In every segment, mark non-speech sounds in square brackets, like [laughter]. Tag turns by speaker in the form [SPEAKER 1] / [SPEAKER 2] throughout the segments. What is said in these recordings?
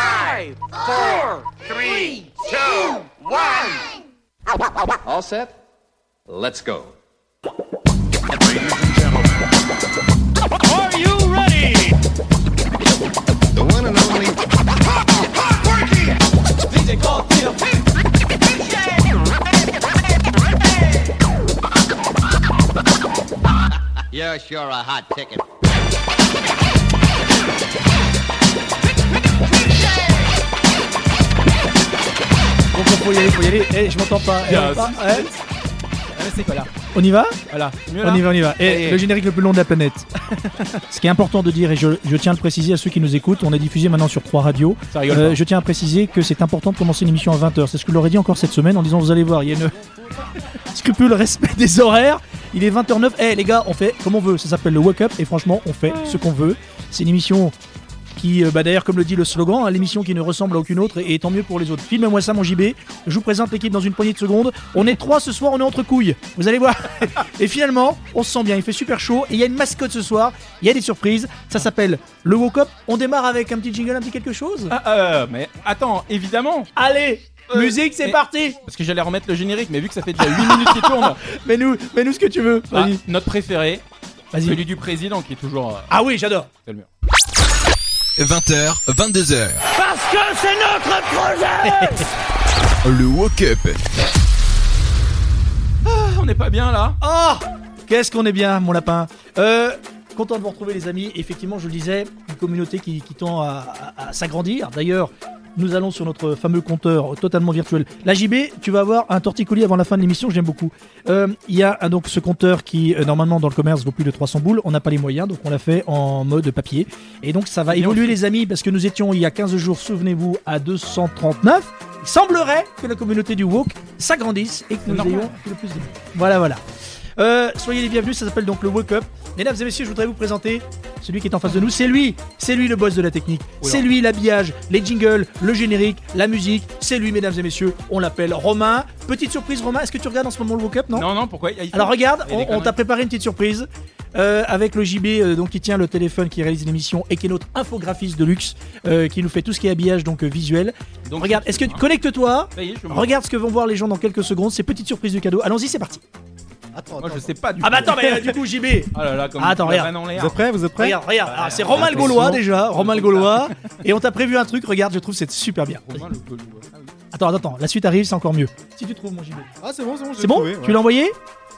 [SPEAKER 1] Five, four, three, two, one.
[SPEAKER 2] All set? Let's go.
[SPEAKER 1] Are you ready?
[SPEAKER 2] The one and only.
[SPEAKER 3] You're sure a hot ticket.
[SPEAKER 4] Donc faut y aller, faut y aller. Eh, je m'entends pas. Eh,
[SPEAKER 5] Bien,
[SPEAKER 4] pas. Eh,
[SPEAKER 5] c'est pas là.
[SPEAKER 4] on y va
[SPEAKER 5] Voilà. Mieux
[SPEAKER 4] On y va, on y va. Et
[SPEAKER 5] Allez.
[SPEAKER 4] le générique le plus long de la planète. [laughs] Ce qui est important de dire, et je, je tiens à le préciser à ceux qui nous écoutent, on est diffusé maintenant sur trois radios. Euh,
[SPEAKER 5] Ça rigole pas.
[SPEAKER 4] je tiens à préciser que c'est important de commencer une émission à 20h. C'est ce que je leur ai dit encore cette semaine en disant Vous allez voir, il y a une [laughs] scrupule respect des horaires. Il est 20h09. Eh les gars, on fait comme on veut. Ça s'appelle le Wake Up et franchement, on fait ce qu'on veut. C'est une émission qui, euh, bah, d'ailleurs, comme le dit le slogan, hein, l'émission qui ne ressemble à aucune autre et, et tant mieux pour les autres. Filme-moi ça, mon JB. Je vous présente l'équipe dans une poignée de secondes. On est trois ce soir, on est entre couilles. Vous allez voir. [laughs] et finalement, on se sent bien. Il fait super chaud et il y a une mascotte ce soir. Il y a des surprises. Ça s'appelle le Woke Up. On démarre avec un petit jingle, un petit quelque chose.
[SPEAKER 5] Ah, euh, mais attends, évidemment.
[SPEAKER 4] Allez,
[SPEAKER 5] Euh,
[SPEAKER 4] musique, c'est
[SPEAKER 5] mais-
[SPEAKER 4] parti.
[SPEAKER 5] Parce que j'allais remettre le générique, mais vu que ça fait déjà 8 minutes qu'il tourne,
[SPEAKER 4] Mets-nous, mets-nous ce que tu veux.
[SPEAKER 5] bah,
[SPEAKER 4] [laughs] Vas-y.
[SPEAKER 5] notre préféré,
[SPEAKER 4] Vas-y.
[SPEAKER 5] celui du président qui est toujours. euh,
[SPEAKER 4] Ah oui, j'adore.
[SPEAKER 5] c'est le mur.
[SPEAKER 6] 20h, 22h. Parce que c'est notre projet Le Woke Up
[SPEAKER 5] Ah, on n'est pas bien là
[SPEAKER 4] Oh Qu'est-ce qu'on est bien, mon lapin euh, Content de vous retrouver, les amis. Effectivement, je le disais, une communauté qui, qui tend à, à- à s'agrandir. D'ailleurs, nous allons sur notre fameux compteur totalement virtuel. La JB, tu vas avoir un torticolis avant la fin de l'émission, j'aime beaucoup. Euh, Il y a euh, donc ce compteur qui, euh, normalement, dans le commerce, vaut plus de 300 boules. On n'a pas les moyens, donc on l'a fait en mode papier. Et donc, ça va évoluer, les amis, parce que nous étions, il y a 15 jours, souvenez-vous, à 239. Il semblerait que la communauté du Walk s'agrandisse et que nous
[SPEAKER 5] normal.
[SPEAKER 4] ayons le plus de... Voilà, voilà. Euh, soyez les bienvenus, ça s'appelle donc le Wake Up. Mesdames et messieurs, je voudrais vous présenter celui qui est en face de nous. C'est lui, c'est lui le boss de la technique.
[SPEAKER 5] Oula.
[SPEAKER 4] C'est lui l'habillage, les jingles, le générique, la musique. C'est lui, mesdames et messieurs, on l'appelle Romain. Petite surprise, Romain, est-ce que tu regardes en ce moment le Wake Up Non
[SPEAKER 5] Non, non, pourquoi Il y a- il faut-
[SPEAKER 4] Alors regarde,
[SPEAKER 5] Il y a des
[SPEAKER 4] on, on
[SPEAKER 5] conneries.
[SPEAKER 4] t'a préparé une petite surprise euh, avec le JB euh, donc qui tient le téléphone, qui réalise l'émission et qui est notre infographiste de luxe, euh, qui nous fait tout ce qui est habillage donc euh, visuel.
[SPEAKER 5] Donc, hein.
[SPEAKER 4] regarde, est-ce que tu connecte-toi
[SPEAKER 5] Ça y est, je suis mort.
[SPEAKER 4] Regarde ce que vont voir les gens dans quelques secondes. C'est petite surprise du cadeau. Allons-y, c'est parti.
[SPEAKER 3] Attends,
[SPEAKER 5] Moi je sais pas du
[SPEAKER 4] Ah bah
[SPEAKER 5] tout.
[SPEAKER 4] attends, mais euh, du coup JB,
[SPEAKER 5] [laughs] Ah là là, comme
[SPEAKER 4] Attends,
[SPEAKER 5] la
[SPEAKER 4] regarde.
[SPEAKER 5] vanne en l'air.
[SPEAKER 7] Vous êtes prêts Vous êtes prêts
[SPEAKER 4] Regarde, regarde, alors, c'est
[SPEAKER 5] Ouais,
[SPEAKER 4] Romain le
[SPEAKER 5] attention.
[SPEAKER 4] Gaulois déjà, Romain le
[SPEAKER 5] comme ça.
[SPEAKER 4] Gaulois, et on t'a prévu un truc, regarde, je trouve c'est super bien.
[SPEAKER 5] Romain, le Gaulois. Ah oui.
[SPEAKER 4] Attends, attends, attends, la suite arrive, c'est encore mieux. Si tu trouves mon gilet.
[SPEAKER 7] Ah, c'est bon, c'est bon. je l'ai
[SPEAKER 4] C'est bon
[SPEAKER 7] trouvé,
[SPEAKER 4] Tu
[SPEAKER 7] voilà.
[SPEAKER 4] l'as envoyé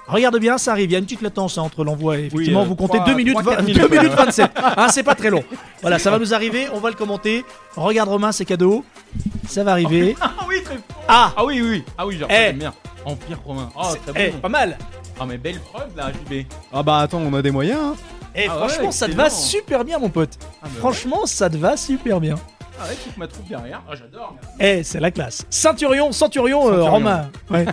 [SPEAKER 4] Regarde bien, ça arrive, il y a une petite latence hein, entre l'envoi et effectivement,
[SPEAKER 5] euh,
[SPEAKER 4] vous comptez
[SPEAKER 5] trois-
[SPEAKER 4] 2 minutes,
[SPEAKER 5] trois, quatre
[SPEAKER 4] vingt-
[SPEAKER 5] minutes,
[SPEAKER 4] deux
[SPEAKER 5] ouais.
[SPEAKER 4] minutes 27, hein, c'est pas très long. Voilà, ça va nous arriver, on va le commenter. Regarde Romain, c'est cadeau, ça va arriver.
[SPEAKER 5] [laughs] Ah oui, très fort.
[SPEAKER 4] Ah
[SPEAKER 5] Ah oui, oui, oui. Ah oui, genre,
[SPEAKER 4] Eh.
[SPEAKER 5] ça, j'aime bien. Empire romain. Oh,
[SPEAKER 4] c'est-
[SPEAKER 5] très
[SPEAKER 4] eh,
[SPEAKER 5] bon.
[SPEAKER 4] pas mal
[SPEAKER 5] Ah, mais belle preuve là, JB.
[SPEAKER 7] Ah, bah attends, on a des moyens. hein.
[SPEAKER 5] Ah
[SPEAKER 4] Et
[SPEAKER 5] ouais,
[SPEAKER 4] Eh, franchement, ça te va
[SPEAKER 5] excellent.
[SPEAKER 4] super bien, mon pote.
[SPEAKER 5] Ah, mais
[SPEAKER 4] Franchement, ça te va super bien.
[SPEAKER 5] ouais. Ah ouais, toute ma troupe derrière. Ah, j'adore.
[SPEAKER 4] Eh, c'est la classe. Ceinturion, Centurion, euh,
[SPEAKER 5] Centurion.
[SPEAKER 4] Romain. [laughs] Ouais.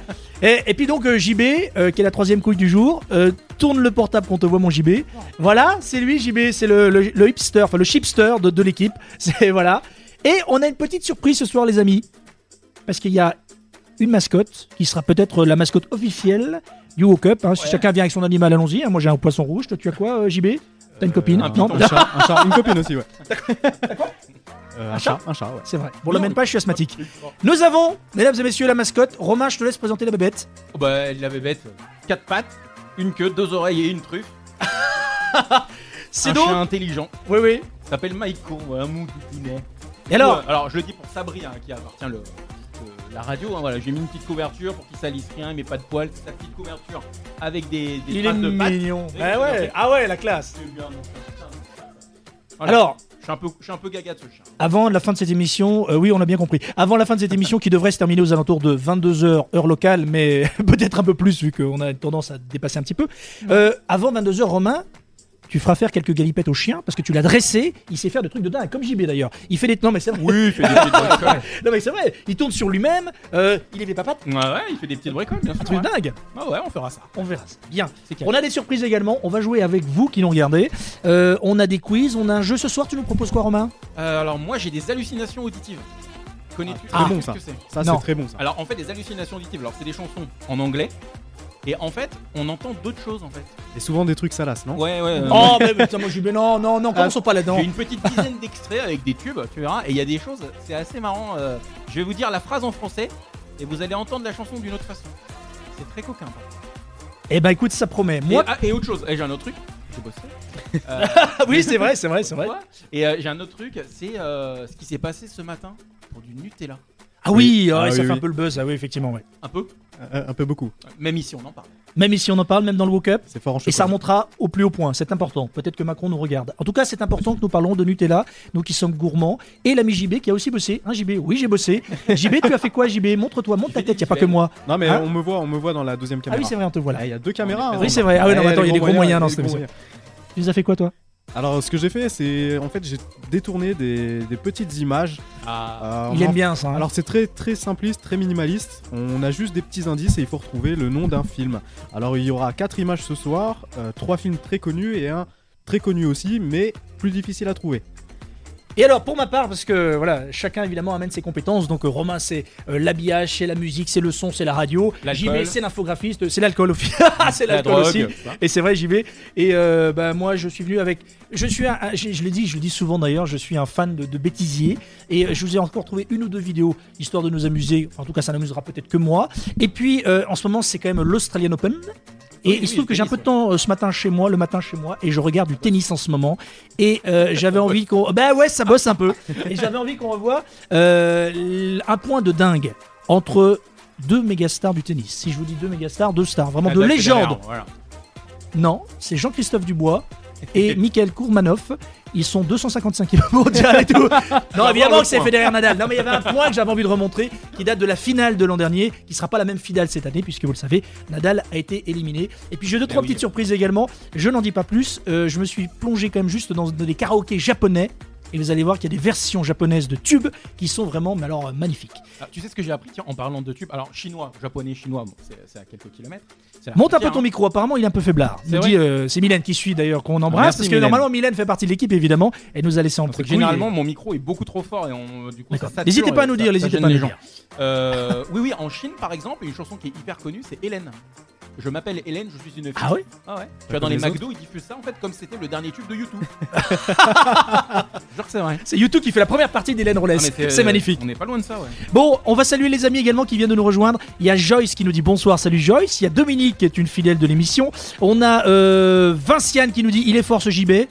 [SPEAKER 4] et, et puis donc euh, JB, euh, qui est la troisième couille du jour, euh, tourne le portable qu'on te voit mon JB. Voilà, c'est lui JB, c'est le, le- le hipster, enfin le chipster de, de l'équipe. [laughs] C'est voilà. Et on a une petite surprise ce soir les amis, parce qu'il y a une mascotte qui sera peut-être la mascotte officielle du Woke Up. hein. Si
[SPEAKER 5] Ouais.
[SPEAKER 4] chacun vient avec son animal, allons-y. hein. Moi j'ai un poisson rouge, toi tu as quoi euh, JB T'as une copine
[SPEAKER 5] un
[SPEAKER 4] Non,
[SPEAKER 5] python.
[SPEAKER 7] Un chat, un chat, une copine aussi, ouais. Euh, un chat, un chat, ouais.
[SPEAKER 4] c'est vrai. Bon, l'emmène pas, je suis asthmatique. Nous avons, mesdames et messieurs, la mascotte. Romain, je te laisse présenter la bébête.
[SPEAKER 5] Oh, bah, elle la bête. Quatre pattes, une queue, deux oreilles et une truffe.
[SPEAKER 4] C'est
[SPEAKER 5] un
[SPEAKER 4] donc.
[SPEAKER 5] chien intelligent.
[SPEAKER 4] Oui, oui.
[SPEAKER 5] s'appelle Maïko, voilà, un mou du Tounet.
[SPEAKER 4] Et alors
[SPEAKER 5] Ouais, Alors je le dis pour Sabri hein, qui appartient le, le- la radio, hein, voilà, j'ai mis une petite couverture pour qu'il salisse rien, mais pas de poils, c'est sa petite couverture avec des, des pattes de pattes.
[SPEAKER 4] mignon.
[SPEAKER 5] Oui,
[SPEAKER 4] Ah
[SPEAKER 5] c'est
[SPEAKER 4] ouais,
[SPEAKER 5] bien.
[SPEAKER 4] ah ouais, la classe.
[SPEAKER 5] C'est bien, mon chien, putain, mon chien, ça. Voilà.
[SPEAKER 4] Alors,
[SPEAKER 5] je suis, un peu, je suis un peu gaga de ce chien.
[SPEAKER 4] avant la fin de cette émission, euh, oui, on a bien compris. Avant la fin de cette émission qui devrait se terminer aux alentours de 22h, heure locale, mais [laughs] peut-être un peu plus vu qu'on a tendance à dépasser un petit peu. Euh, avant 22h, Romain. Tu feras faire quelques galipettes au chien parce que tu l'as dressé, il sait faire de trucs de dingue, comme JB d'ailleurs. Il fait des. Non mais c'est vrai, [laughs]
[SPEAKER 5] Oui, il fait [laughs] des petites bricoles.
[SPEAKER 4] non, mais c'est vrai. il tourne sur lui-même, euh, il est des papates,
[SPEAKER 5] ouais, ouais, il fait des petites bricoles, bien sûr.
[SPEAKER 4] un truc
[SPEAKER 5] ouais.
[SPEAKER 4] dingue.
[SPEAKER 5] Ah ouais, on fera ça.
[SPEAKER 4] On verra ça. Bien.
[SPEAKER 5] C'est
[SPEAKER 4] On a des surprises également, on va jouer avec vous qui nous regardez. Euh, on a des quiz, on a un jeu ce soir, tu nous proposes quoi Romain
[SPEAKER 5] Euh, alors moi j'ai des hallucinations auditives. Connais-tu
[SPEAKER 7] Ah, très
[SPEAKER 5] Qu'est-ce
[SPEAKER 7] bon,
[SPEAKER 5] que c'est
[SPEAKER 7] Ça,
[SPEAKER 4] Non.
[SPEAKER 7] c'est très bon, ça.
[SPEAKER 5] Alors en fait des hallucinations auditives, alors c'est des chansons en anglais Et en fait, on entend d'autres choses en fait.
[SPEAKER 7] Et souvent des trucs salaces, non
[SPEAKER 5] Ouais, ouais.
[SPEAKER 4] Oh, mais putain, moi je dis, mais non, non, non, commençons pas là-dedans.
[SPEAKER 5] J'ai une petite dizaine d'extraits avec des tubes, tu verras. Et il y a des choses, c'est assez marrant. euh, je vais vous dire la phrase en français et vous allez entendre la chanson d'une autre façon. C'est très coquin. par contre.
[SPEAKER 4] Eh bah écoute, ça promet.
[SPEAKER 5] Et-
[SPEAKER 4] Moi,
[SPEAKER 5] ah, et, autre chose, Eh, j'ai un autre truc. J'ai bossé. Euh,
[SPEAKER 4] ah, oui, c'est vrai, c'est vrai, c'est vrai.
[SPEAKER 5] quoi et euh, j'ai un autre truc, c'est euh, ce qui s'est passé ce matin pour du Nutella.
[SPEAKER 4] Ah oui,
[SPEAKER 7] Ah
[SPEAKER 4] ouais, ça
[SPEAKER 7] oui,
[SPEAKER 4] fait un
[SPEAKER 7] oui.
[SPEAKER 4] peu le buzz, ah oui, effectivement, ouais.
[SPEAKER 5] Un peu.
[SPEAKER 7] Euh, Un, un peu beaucoup.
[SPEAKER 5] Même ici, on en parle.
[SPEAKER 4] Même ici, on en parle, même dans le Woke Up.
[SPEAKER 7] C'est fort en
[SPEAKER 4] Et ça
[SPEAKER 7] chocolat.
[SPEAKER 4] remontera au plus haut point, c'est important. Peut-être que Macron nous regarde. En tout cas, c'est important que nous parlons de Nutella, nous qui sommes gourmands, et l'ami JB qui a aussi bossé. Hein, JB Oui, j'ai bossé. JB, tu as fait quoi, JB Montre-toi, montre ta tête, il a pas que moi.
[SPEAKER 7] Non mais
[SPEAKER 4] Hein
[SPEAKER 7] on me voit, on me voit dans la deuxième
[SPEAKER 4] Ah
[SPEAKER 7] caméra.
[SPEAKER 4] oui, c'est vrai, on te voit là.
[SPEAKER 7] Ah, il y a deux caméras. hein.
[SPEAKER 4] Oui, c'est vrai. Ah oui, non, mais
[SPEAKER 7] Eh,
[SPEAKER 4] attends, il y a des gros moyens dans
[SPEAKER 7] les
[SPEAKER 4] cette
[SPEAKER 7] gros
[SPEAKER 4] émission. Tu les as fait quoi, toi
[SPEAKER 7] Alors, ce que j'ai fait, c'est en fait, j'ai détourné des, des petites images.
[SPEAKER 5] Ah.
[SPEAKER 7] Euh,
[SPEAKER 4] Il
[SPEAKER 7] on
[SPEAKER 4] aime
[SPEAKER 7] en-
[SPEAKER 4] bien ça. hein.
[SPEAKER 7] Alors, c'est très très simpliste, très minimaliste. On a juste des petits indices et il faut retrouver le nom d'un film. Alors, il y aura quatre images ce soir, euh, trois films très connus et un très connu aussi, mais plus difficile à trouver.
[SPEAKER 4] Et alors, pour ma part, parce que voilà, chacun évidemment amène ses compétences. Donc, euh, Romain, c'est euh, l'habillage, c'est la musique, c'est le son, c'est la radio.
[SPEAKER 5] L'alcool.
[SPEAKER 4] JB, c'est l'infographiste, euh, c'est l'alcool aussi. [laughs] c'est l'alcool aussi. Et c'est vrai, JB. Et euh, bah, moi, je suis venu avec. Je suis un. un- je, je le dis, je le dis souvent d'ailleurs, je suis un fan de, de bêtisier. Et euh, je vous ai encore trouvé une ou deux vidéos, histoire de nous amuser. Enfin, en tout cas, ça n'amusera peut-être que moi. Et puis, euh, en ce moment, c'est quand même l'Australian Open. Et
[SPEAKER 5] Oui,
[SPEAKER 4] il se trouve
[SPEAKER 5] oui,
[SPEAKER 4] que j'ai un
[SPEAKER 5] tennis,
[SPEAKER 4] peu de temps euh, ce matin chez moi, le matin chez moi, et je regarde du tennis en ce moment. Et
[SPEAKER 5] [laughs]
[SPEAKER 4] euh, j'avais envie qu'on. Bah ouais, ça bosse un peu. Et j'avais envie qu'on revoie euh, l- un point de dingue entre deux mégastars du tennis. Si je vous dis deux mégastars, deux stars, vraiment
[SPEAKER 5] Ah, bah,
[SPEAKER 4] de légende. Non, c'est Jean-Christophe Dubois et Michael Kourmanoff. Ils sont 255 kilos mondial et tout. Non, évidemment que c'est Federer Nadal. Non, mais il y avait un point que j'avais envie de remontrer qui date de la finale de l'an dernier, qui sera pas la même finale cette année, puisque vous le savez, Nadal a été éliminé. Et puis j'ai deux, trois petites surprises également. Je n'en dis pas plus. Euh, je me suis plongé quand même juste dans dans des karaokés japonais. Et vous allez voir qu'il y a des versions japonaises de tubes qui sont vraiment, mais alors, euh, magnifiques.
[SPEAKER 5] Ah, tu sais ce que j'ai appris tiens, en parlant de tubes Alors, chinois, japonais, chinois, bon, c'est c'est à quelques kilomètres. C'est hein. la
[SPEAKER 4] Monte un peu
[SPEAKER 5] frontière,
[SPEAKER 4] ton micro, apparemment il est un peu faiblard.
[SPEAKER 5] C'est
[SPEAKER 4] Nous
[SPEAKER 5] vrai
[SPEAKER 4] dit, euh, C'est Mylène qui suit d'ailleurs, qu'on embrasse,
[SPEAKER 7] Merci,
[SPEAKER 4] parce que
[SPEAKER 7] Mylène.
[SPEAKER 4] normalement Mylène fait partie de l'équipe évidemment, elle nous a laissé en
[SPEAKER 5] Parce que
[SPEAKER 4] truc.
[SPEAKER 5] généralement, mon micro est beaucoup trop fort et on, du coup, ça
[SPEAKER 4] D'accord.
[SPEAKER 5] sature
[SPEAKER 4] N'hésitez pas
[SPEAKER 5] et
[SPEAKER 4] à nous
[SPEAKER 5] ça-
[SPEAKER 4] dire,
[SPEAKER 5] ça
[SPEAKER 4] n'hésitez
[SPEAKER 5] gêne
[SPEAKER 4] pas à
[SPEAKER 5] les
[SPEAKER 4] nous
[SPEAKER 5] gens.
[SPEAKER 4] dire.
[SPEAKER 5] Euh, oui, oui, en Chine, par exemple, il y a une chanson qui est hyper connue, c'est Hélène. Je m'appelle Hélène, je suis une fille.
[SPEAKER 4] Ah ouais
[SPEAKER 5] Ah ouais. Tu vois, dans
[SPEAKER 7] comme
[SPEAKER 5] les
[SPEAKER 7] les
[SPEAKER 5] McDo, ils diffusent ça en fait comme c'était le dernier tube de
[SPEAKER 4] [laughs]
[SPEAKER 5] YouTube. Genre, c'est vrai.
[SPEAKER 4] C'est YouTube qui fait la première partie d'Hélène Rollès.
[SPEAKER 5] Ah, mais
[SPEAKER 4] Ben, C'est magnifique.
[SPEAKER 5] On n'est pas loin de ça, ouais.
[SPEAKER 4] Bon, on va saluer les amis également qui viennent de nous rejoindre. Il y a Joyce qui nous dit bonsoir, salut Joyce. Il y a Dominique qui est une fidèle de l'émission. On a euh, Vinciane qui nous dit il est fort ce JB.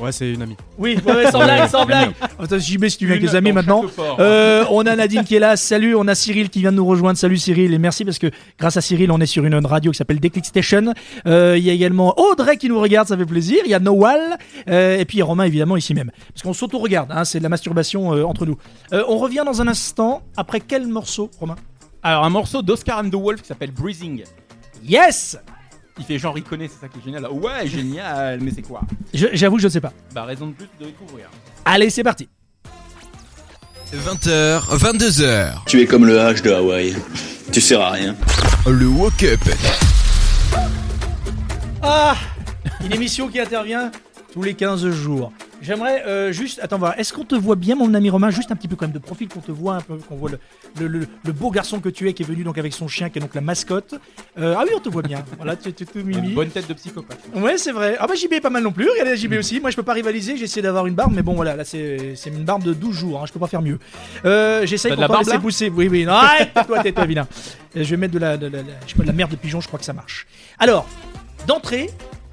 [SPEAKER 7] Ouais, c'est une amie.
[SPEAKER 4] Oui, ouais, ouais, [laughs] sans blague, sans blague. Attends, JB, si tu viens avec
[SPEAKER 5] Une
[SPEAKER 4] les amis
[SPEAKER 5] dans
[SPEAKER 4] maintenant.
[SPEAKER 5] chaque fort.
[SPEAKER 4] Euh, on a Nadine qui est là, salut, on a Cyril qui vient de nous rejoindre, salut Cyril, et merci parce que grâce à Cyril on est sur une radio qui s'appelle Déclic Station, Euh, il y a également Audrey qui nous regarde, ça fait plaisir, il y a Noël, euh, et puis il y a Romain évidemment ici même, parce qu'on s'auto-regarde, hein, c'est de la masturbation euh, entre nous. Euh, on revient dans un instant, après quel morceau Romain
[SPEAKER 5] Alors, un morceau d'Oscar and the Wolf qui s'appelle Breathing.
[SPEAKER 4] Yes
[SPEAKER 5] Il fait genre, il connaît, c'est ça qui est génial. Ouais, génial, mais c'est quoi
[SPEAKER 4] Je- J'avoue, je ne sais pas.
[SPEAKER 5] Bah, raison de plus de découvrir.
[SPEAKER 4] Allez, c'est parti
[SPEAKER 6] 20h, 22h.
[SPEAKER 8] Tu es comme le H de Hawaï. Tu sers à rien.
[SPEAKER 6] Le Woke Up.
[SPEAKER 4] Ah Une émission qui intervient tous les 15 jours. J'aimerais euh, juste. Attends, voir. Est-ce qu'on te voit bien, mon ami Romain Juste un petit peu quand même de profil, qu'on te voit un peu, qu'on voit le, le- le- le beau garçon que tu es, qui est venu donc avec son chien, qui est donc la mascotte. Euh, ah oui, on te voit bien. Voilà, tu tu es tout
[SPEAKER 5] Une
[SPEAKER 4] mimi.
[SPEAKER 5] bonne tête de psychopathe.
[SPEAKER 4] Ouais, c'est vrai. Ah bah JB est pas mal non plus. Regardez JB aussi. Moi, je peux pas rivaliser. J'ai essayé d'avoir une barbe, mais bon, voilà, là, c'est c'est une barbe de 12 jours. hein. Je peux pas faire mieux. Euh, J'essaye
[SPEAKER 5] T'as de
[SPEAKER 4] pour
[SPEAKER 5] la
[SPEAKER 4] pas
[SPEAKER 5] barbe,
[SPEAKER 4] laisser
[SPEAKER 5] là
[SPEAKER 4] pousser. Oui, oui. Non, arrête, toi, t'es toi, vilain. Euh, Je vais mettre de la, de la- la- je sais pas, de la merde de pigeon. Je crois que ça marche. Alors, d'entrée,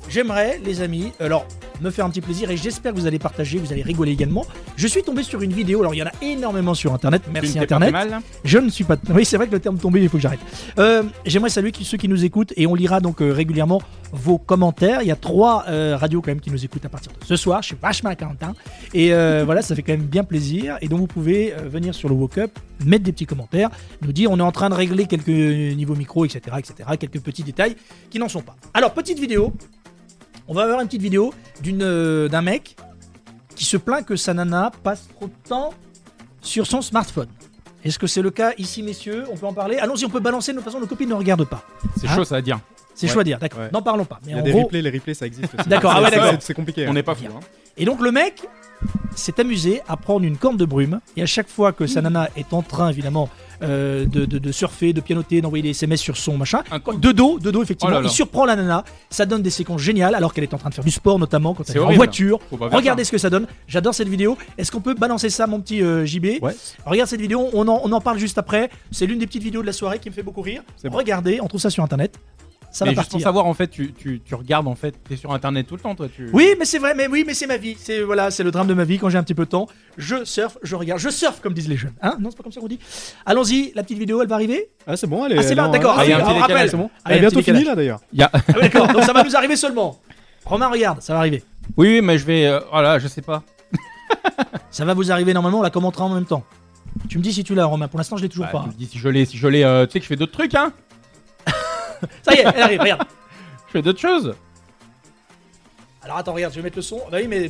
[SPEAKER 4] j'aimerais, les amis, alors me faire un petit plaisir et j'espère que vous allez partager, vous allez rigoler également. Je suis tombé sur une vidéo. Alors, il y en a énormément sur Internet.
[SPEAKER 5] Tu ne
[SPEAKER 4] Merci
[SPEAKER 5] t'es pas
[SPEAKER 4] Internet.
[SPEAKER 5] fait mal
[SPEAKER 4] Je ne suis pas. [laughs] Oui, c'est vrai que le terme tombé, il faut que j'arrête. Euh, J'aimerais saluer qui- ceux qui nous écoutent et on lira donc euh, régulièrement vos commentaires. Il y a trois euh, radios quand même qui nous écoutent à partir de ce soir. Je suis vachement à Quentin. Et euh, voilà, ça fait quand même bien plaisir. Et donc vous pouvez euh, venir sur le Woke Up, mettre des petits commentaires, nous dire on est en train de régler quelques niveaux micro, etc., etc., quelques petits détails qui n'en sont pas. Alors, petite vidéo. On va avoir une petite vidéo d'une euh, d'un mec qui se plaint que sa nana passe trop de temps sur son smartphone. Est-ce que c'est le cas ici, messieurs On peut en parler Allons-y, on peut balancer, de toute façon, nos copines ne regardent pas.
[SPEAKER 5] C'est
[SPEAKER 4] Hein
[SPEAKER 5] chaud, ça à dire.
[SPEAKER 4] C'est
[SPEAKER 7] Ouais.
[SPEAKER 4] chaud à dire, d'accord.
[SPEAKER 7] Ouais.
[SPEAKER 4] N'en parlons pas. Mais
[SPEAKER 7] Il y a
[SPEAKER 4] en
[SPEAKER 7] des
[SPEAKER 4] gros,
[SPEAKER 7] replays, les replays ça existe aussi.
[SPEAKER 4] D'accord, ah ouais,
[SPEAKER 7] C'est-
[SPEAKER 4] d'accord.
[SPEAKER 7] c'est- C'est compliqué.
[SPEAKER 5] On
[SPEAKER 7] ouais.
[SPEAKER 5] n'est pas fou. Hein.
[SPEAKER 4] Et donc le mec s'est amusé à prendre une corne de brume et à chaque fois
[SPEAKER 7] Mmh.
[SPEAKER 4] que sa nana est en train évidemment euh, de, de- de surfer, de pianoter, d'envoyer des SMS sur son machin,
[SPEAKER 5] Un coup.
[SPEAKER 4] de dos, de dos effectivement,
[SPEAKER 5] Oh là là.
[SPEAKER 4] il surprend la nana, ça donne des séquences géniales alors qu'elle est en train de faire du sport notamment quand elle
[SPEAKER 5] C'est
[SPEAKER 4] est en
[SPEAKER 5] horrible.
[SPEAKER 4] voiture.
[SPEAKER 5] Faut pas faire
[SPEAKER 4] Regardez ce que ça donne, j'adore cette vidéo. Est-ce qu'on peut balancer ça mon petit euh, JB
[SPEAKER 7] Ouais.
[SPEAKER 4] Regarde cette vidéo, on en, on en parle juste après. C'est l'une des petites vidéos de la soirée qui me fait beaucoup rire.
[SPEAKER 7] C'est bon.
[SPEAKER 4] Regardez, on trouve ça sur internet. Ça
[SPEAKER 5] mais
[SPEAKER 4] va
[SPEAKER 5] juste pour
[SPEAKER 4] partir.
[SPEAKER 5] savoir, en fait, tu, tu, tu regardes, en fait, t'es sur internet tout le temps, toi. Tu...
[SPEAKER 4] Oui, mais c'est vrai, mais oui, mais c'est ma vie. C'est voilà, c'est le drame de ma vie quand j'ai un petit peu de temps. Je surfe, je regarde, je surfe comme disent les jeunes. Hein Non, c'est pas comme ça qu'on dit. Allons-y, la petite vidéo, elle va arriver.
[SPEAKER 7] Ah, c'est bon, elle est.
[SPEAKER 4] Ah, c'est
[SPEAKER 7] elle est
[SPEAKER 4] là,
[SPEAKER 7] en-
[SPEAKER 4] d'accord.
[SPEAKER 5] Ah, il y a
[SPEAKER 4] oui,
[SPEAKER 5] un petit
[SPEAKER 4] on
[SPEAKER 5] décalage,
[SPEAKER 4] rappelle.
[SPEAKER 5] c'est bon.
[SPEAKER 4] Ah,
[SPEAKER 7] Elle
[SPEAKER 4] il
[SPEAKER 7] est
[SPEAKER 4] y a un
[SPEAKER 7] bientôt
[SPEAKER 4] petit
[SPEAKER 7] finie
[SPEAKER 4] décalage.
[SPEAKER 7] là d'ailleurs.
[SPEAKER 5] Il y a-
[SPEAKER 4] Ah, oui, d'accord. Donc ça va nous arriver seulement. Romain, regarde, ça va arriver.
[SPEAKER 5] oui, oui, mais je vais. euh, Oh là, je sais pas.
[SPEAKER 4] Ça va vous arriver normalement. On la commentera en même temps. Tu me dis si tu l'as, Romain. Pour l'instant, je l'ai toujours
[SPEAKER 5] Bah,
[SPEAKER 4] pas.
[SPEAKER 5] tu me dis si je l'ai, si je l'ai. euh, tu sais que je fais d'autres trucs, hein.
[SPEAKER 4] Ça y est, elle arrive. Regarde.
[SPEAKER 5] Je fais d'autres choses.
[SPEAKER 4] Alors attends, regarde, je vais mettre le son. Bah oui, mais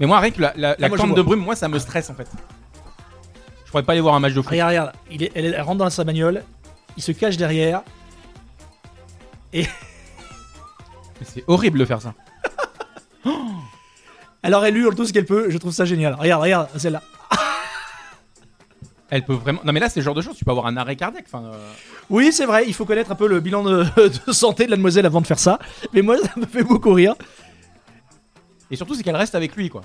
[SPEAKER 5] Mais moi, rien que la, la, la
[SPEAKER 4] moi, je
[SPEAKER 5] corne
[SPEAKER 4] vois.
[SPEAKER 5] de brume, moi, ça me stresse, en fait. Je pourrais pas aller voir un match de foot.
[SPEAKER 4] regarde, regarde. Il est- elle, elle rentre dans sa bagnole. Il se cache derrière.
[SPEAKER 5] Mais C'est horrible de faire ça.
[SPEAKER 4] Alors elle hurle tout ce qu'elle peut. Je trouve ça génial. Regarde, regarde, celle-là.
[SPEAKER 5] Elle peut vraiment. Non, mais là, c'est le genre de choses. Tu peux avoir un arrêt cardiaque. Enfin, euh,
[SPEAKER 4] Oui, c'est vrai, il faut connaître un peu le bilan de, [laughs] de santé de la demoiselle avant de faire ça. Mais moi, [laughs] ça me fait beaucoup rire.
[SPEAKER 5] Et surtout, c'est qu'elle reste avec lui, quoi.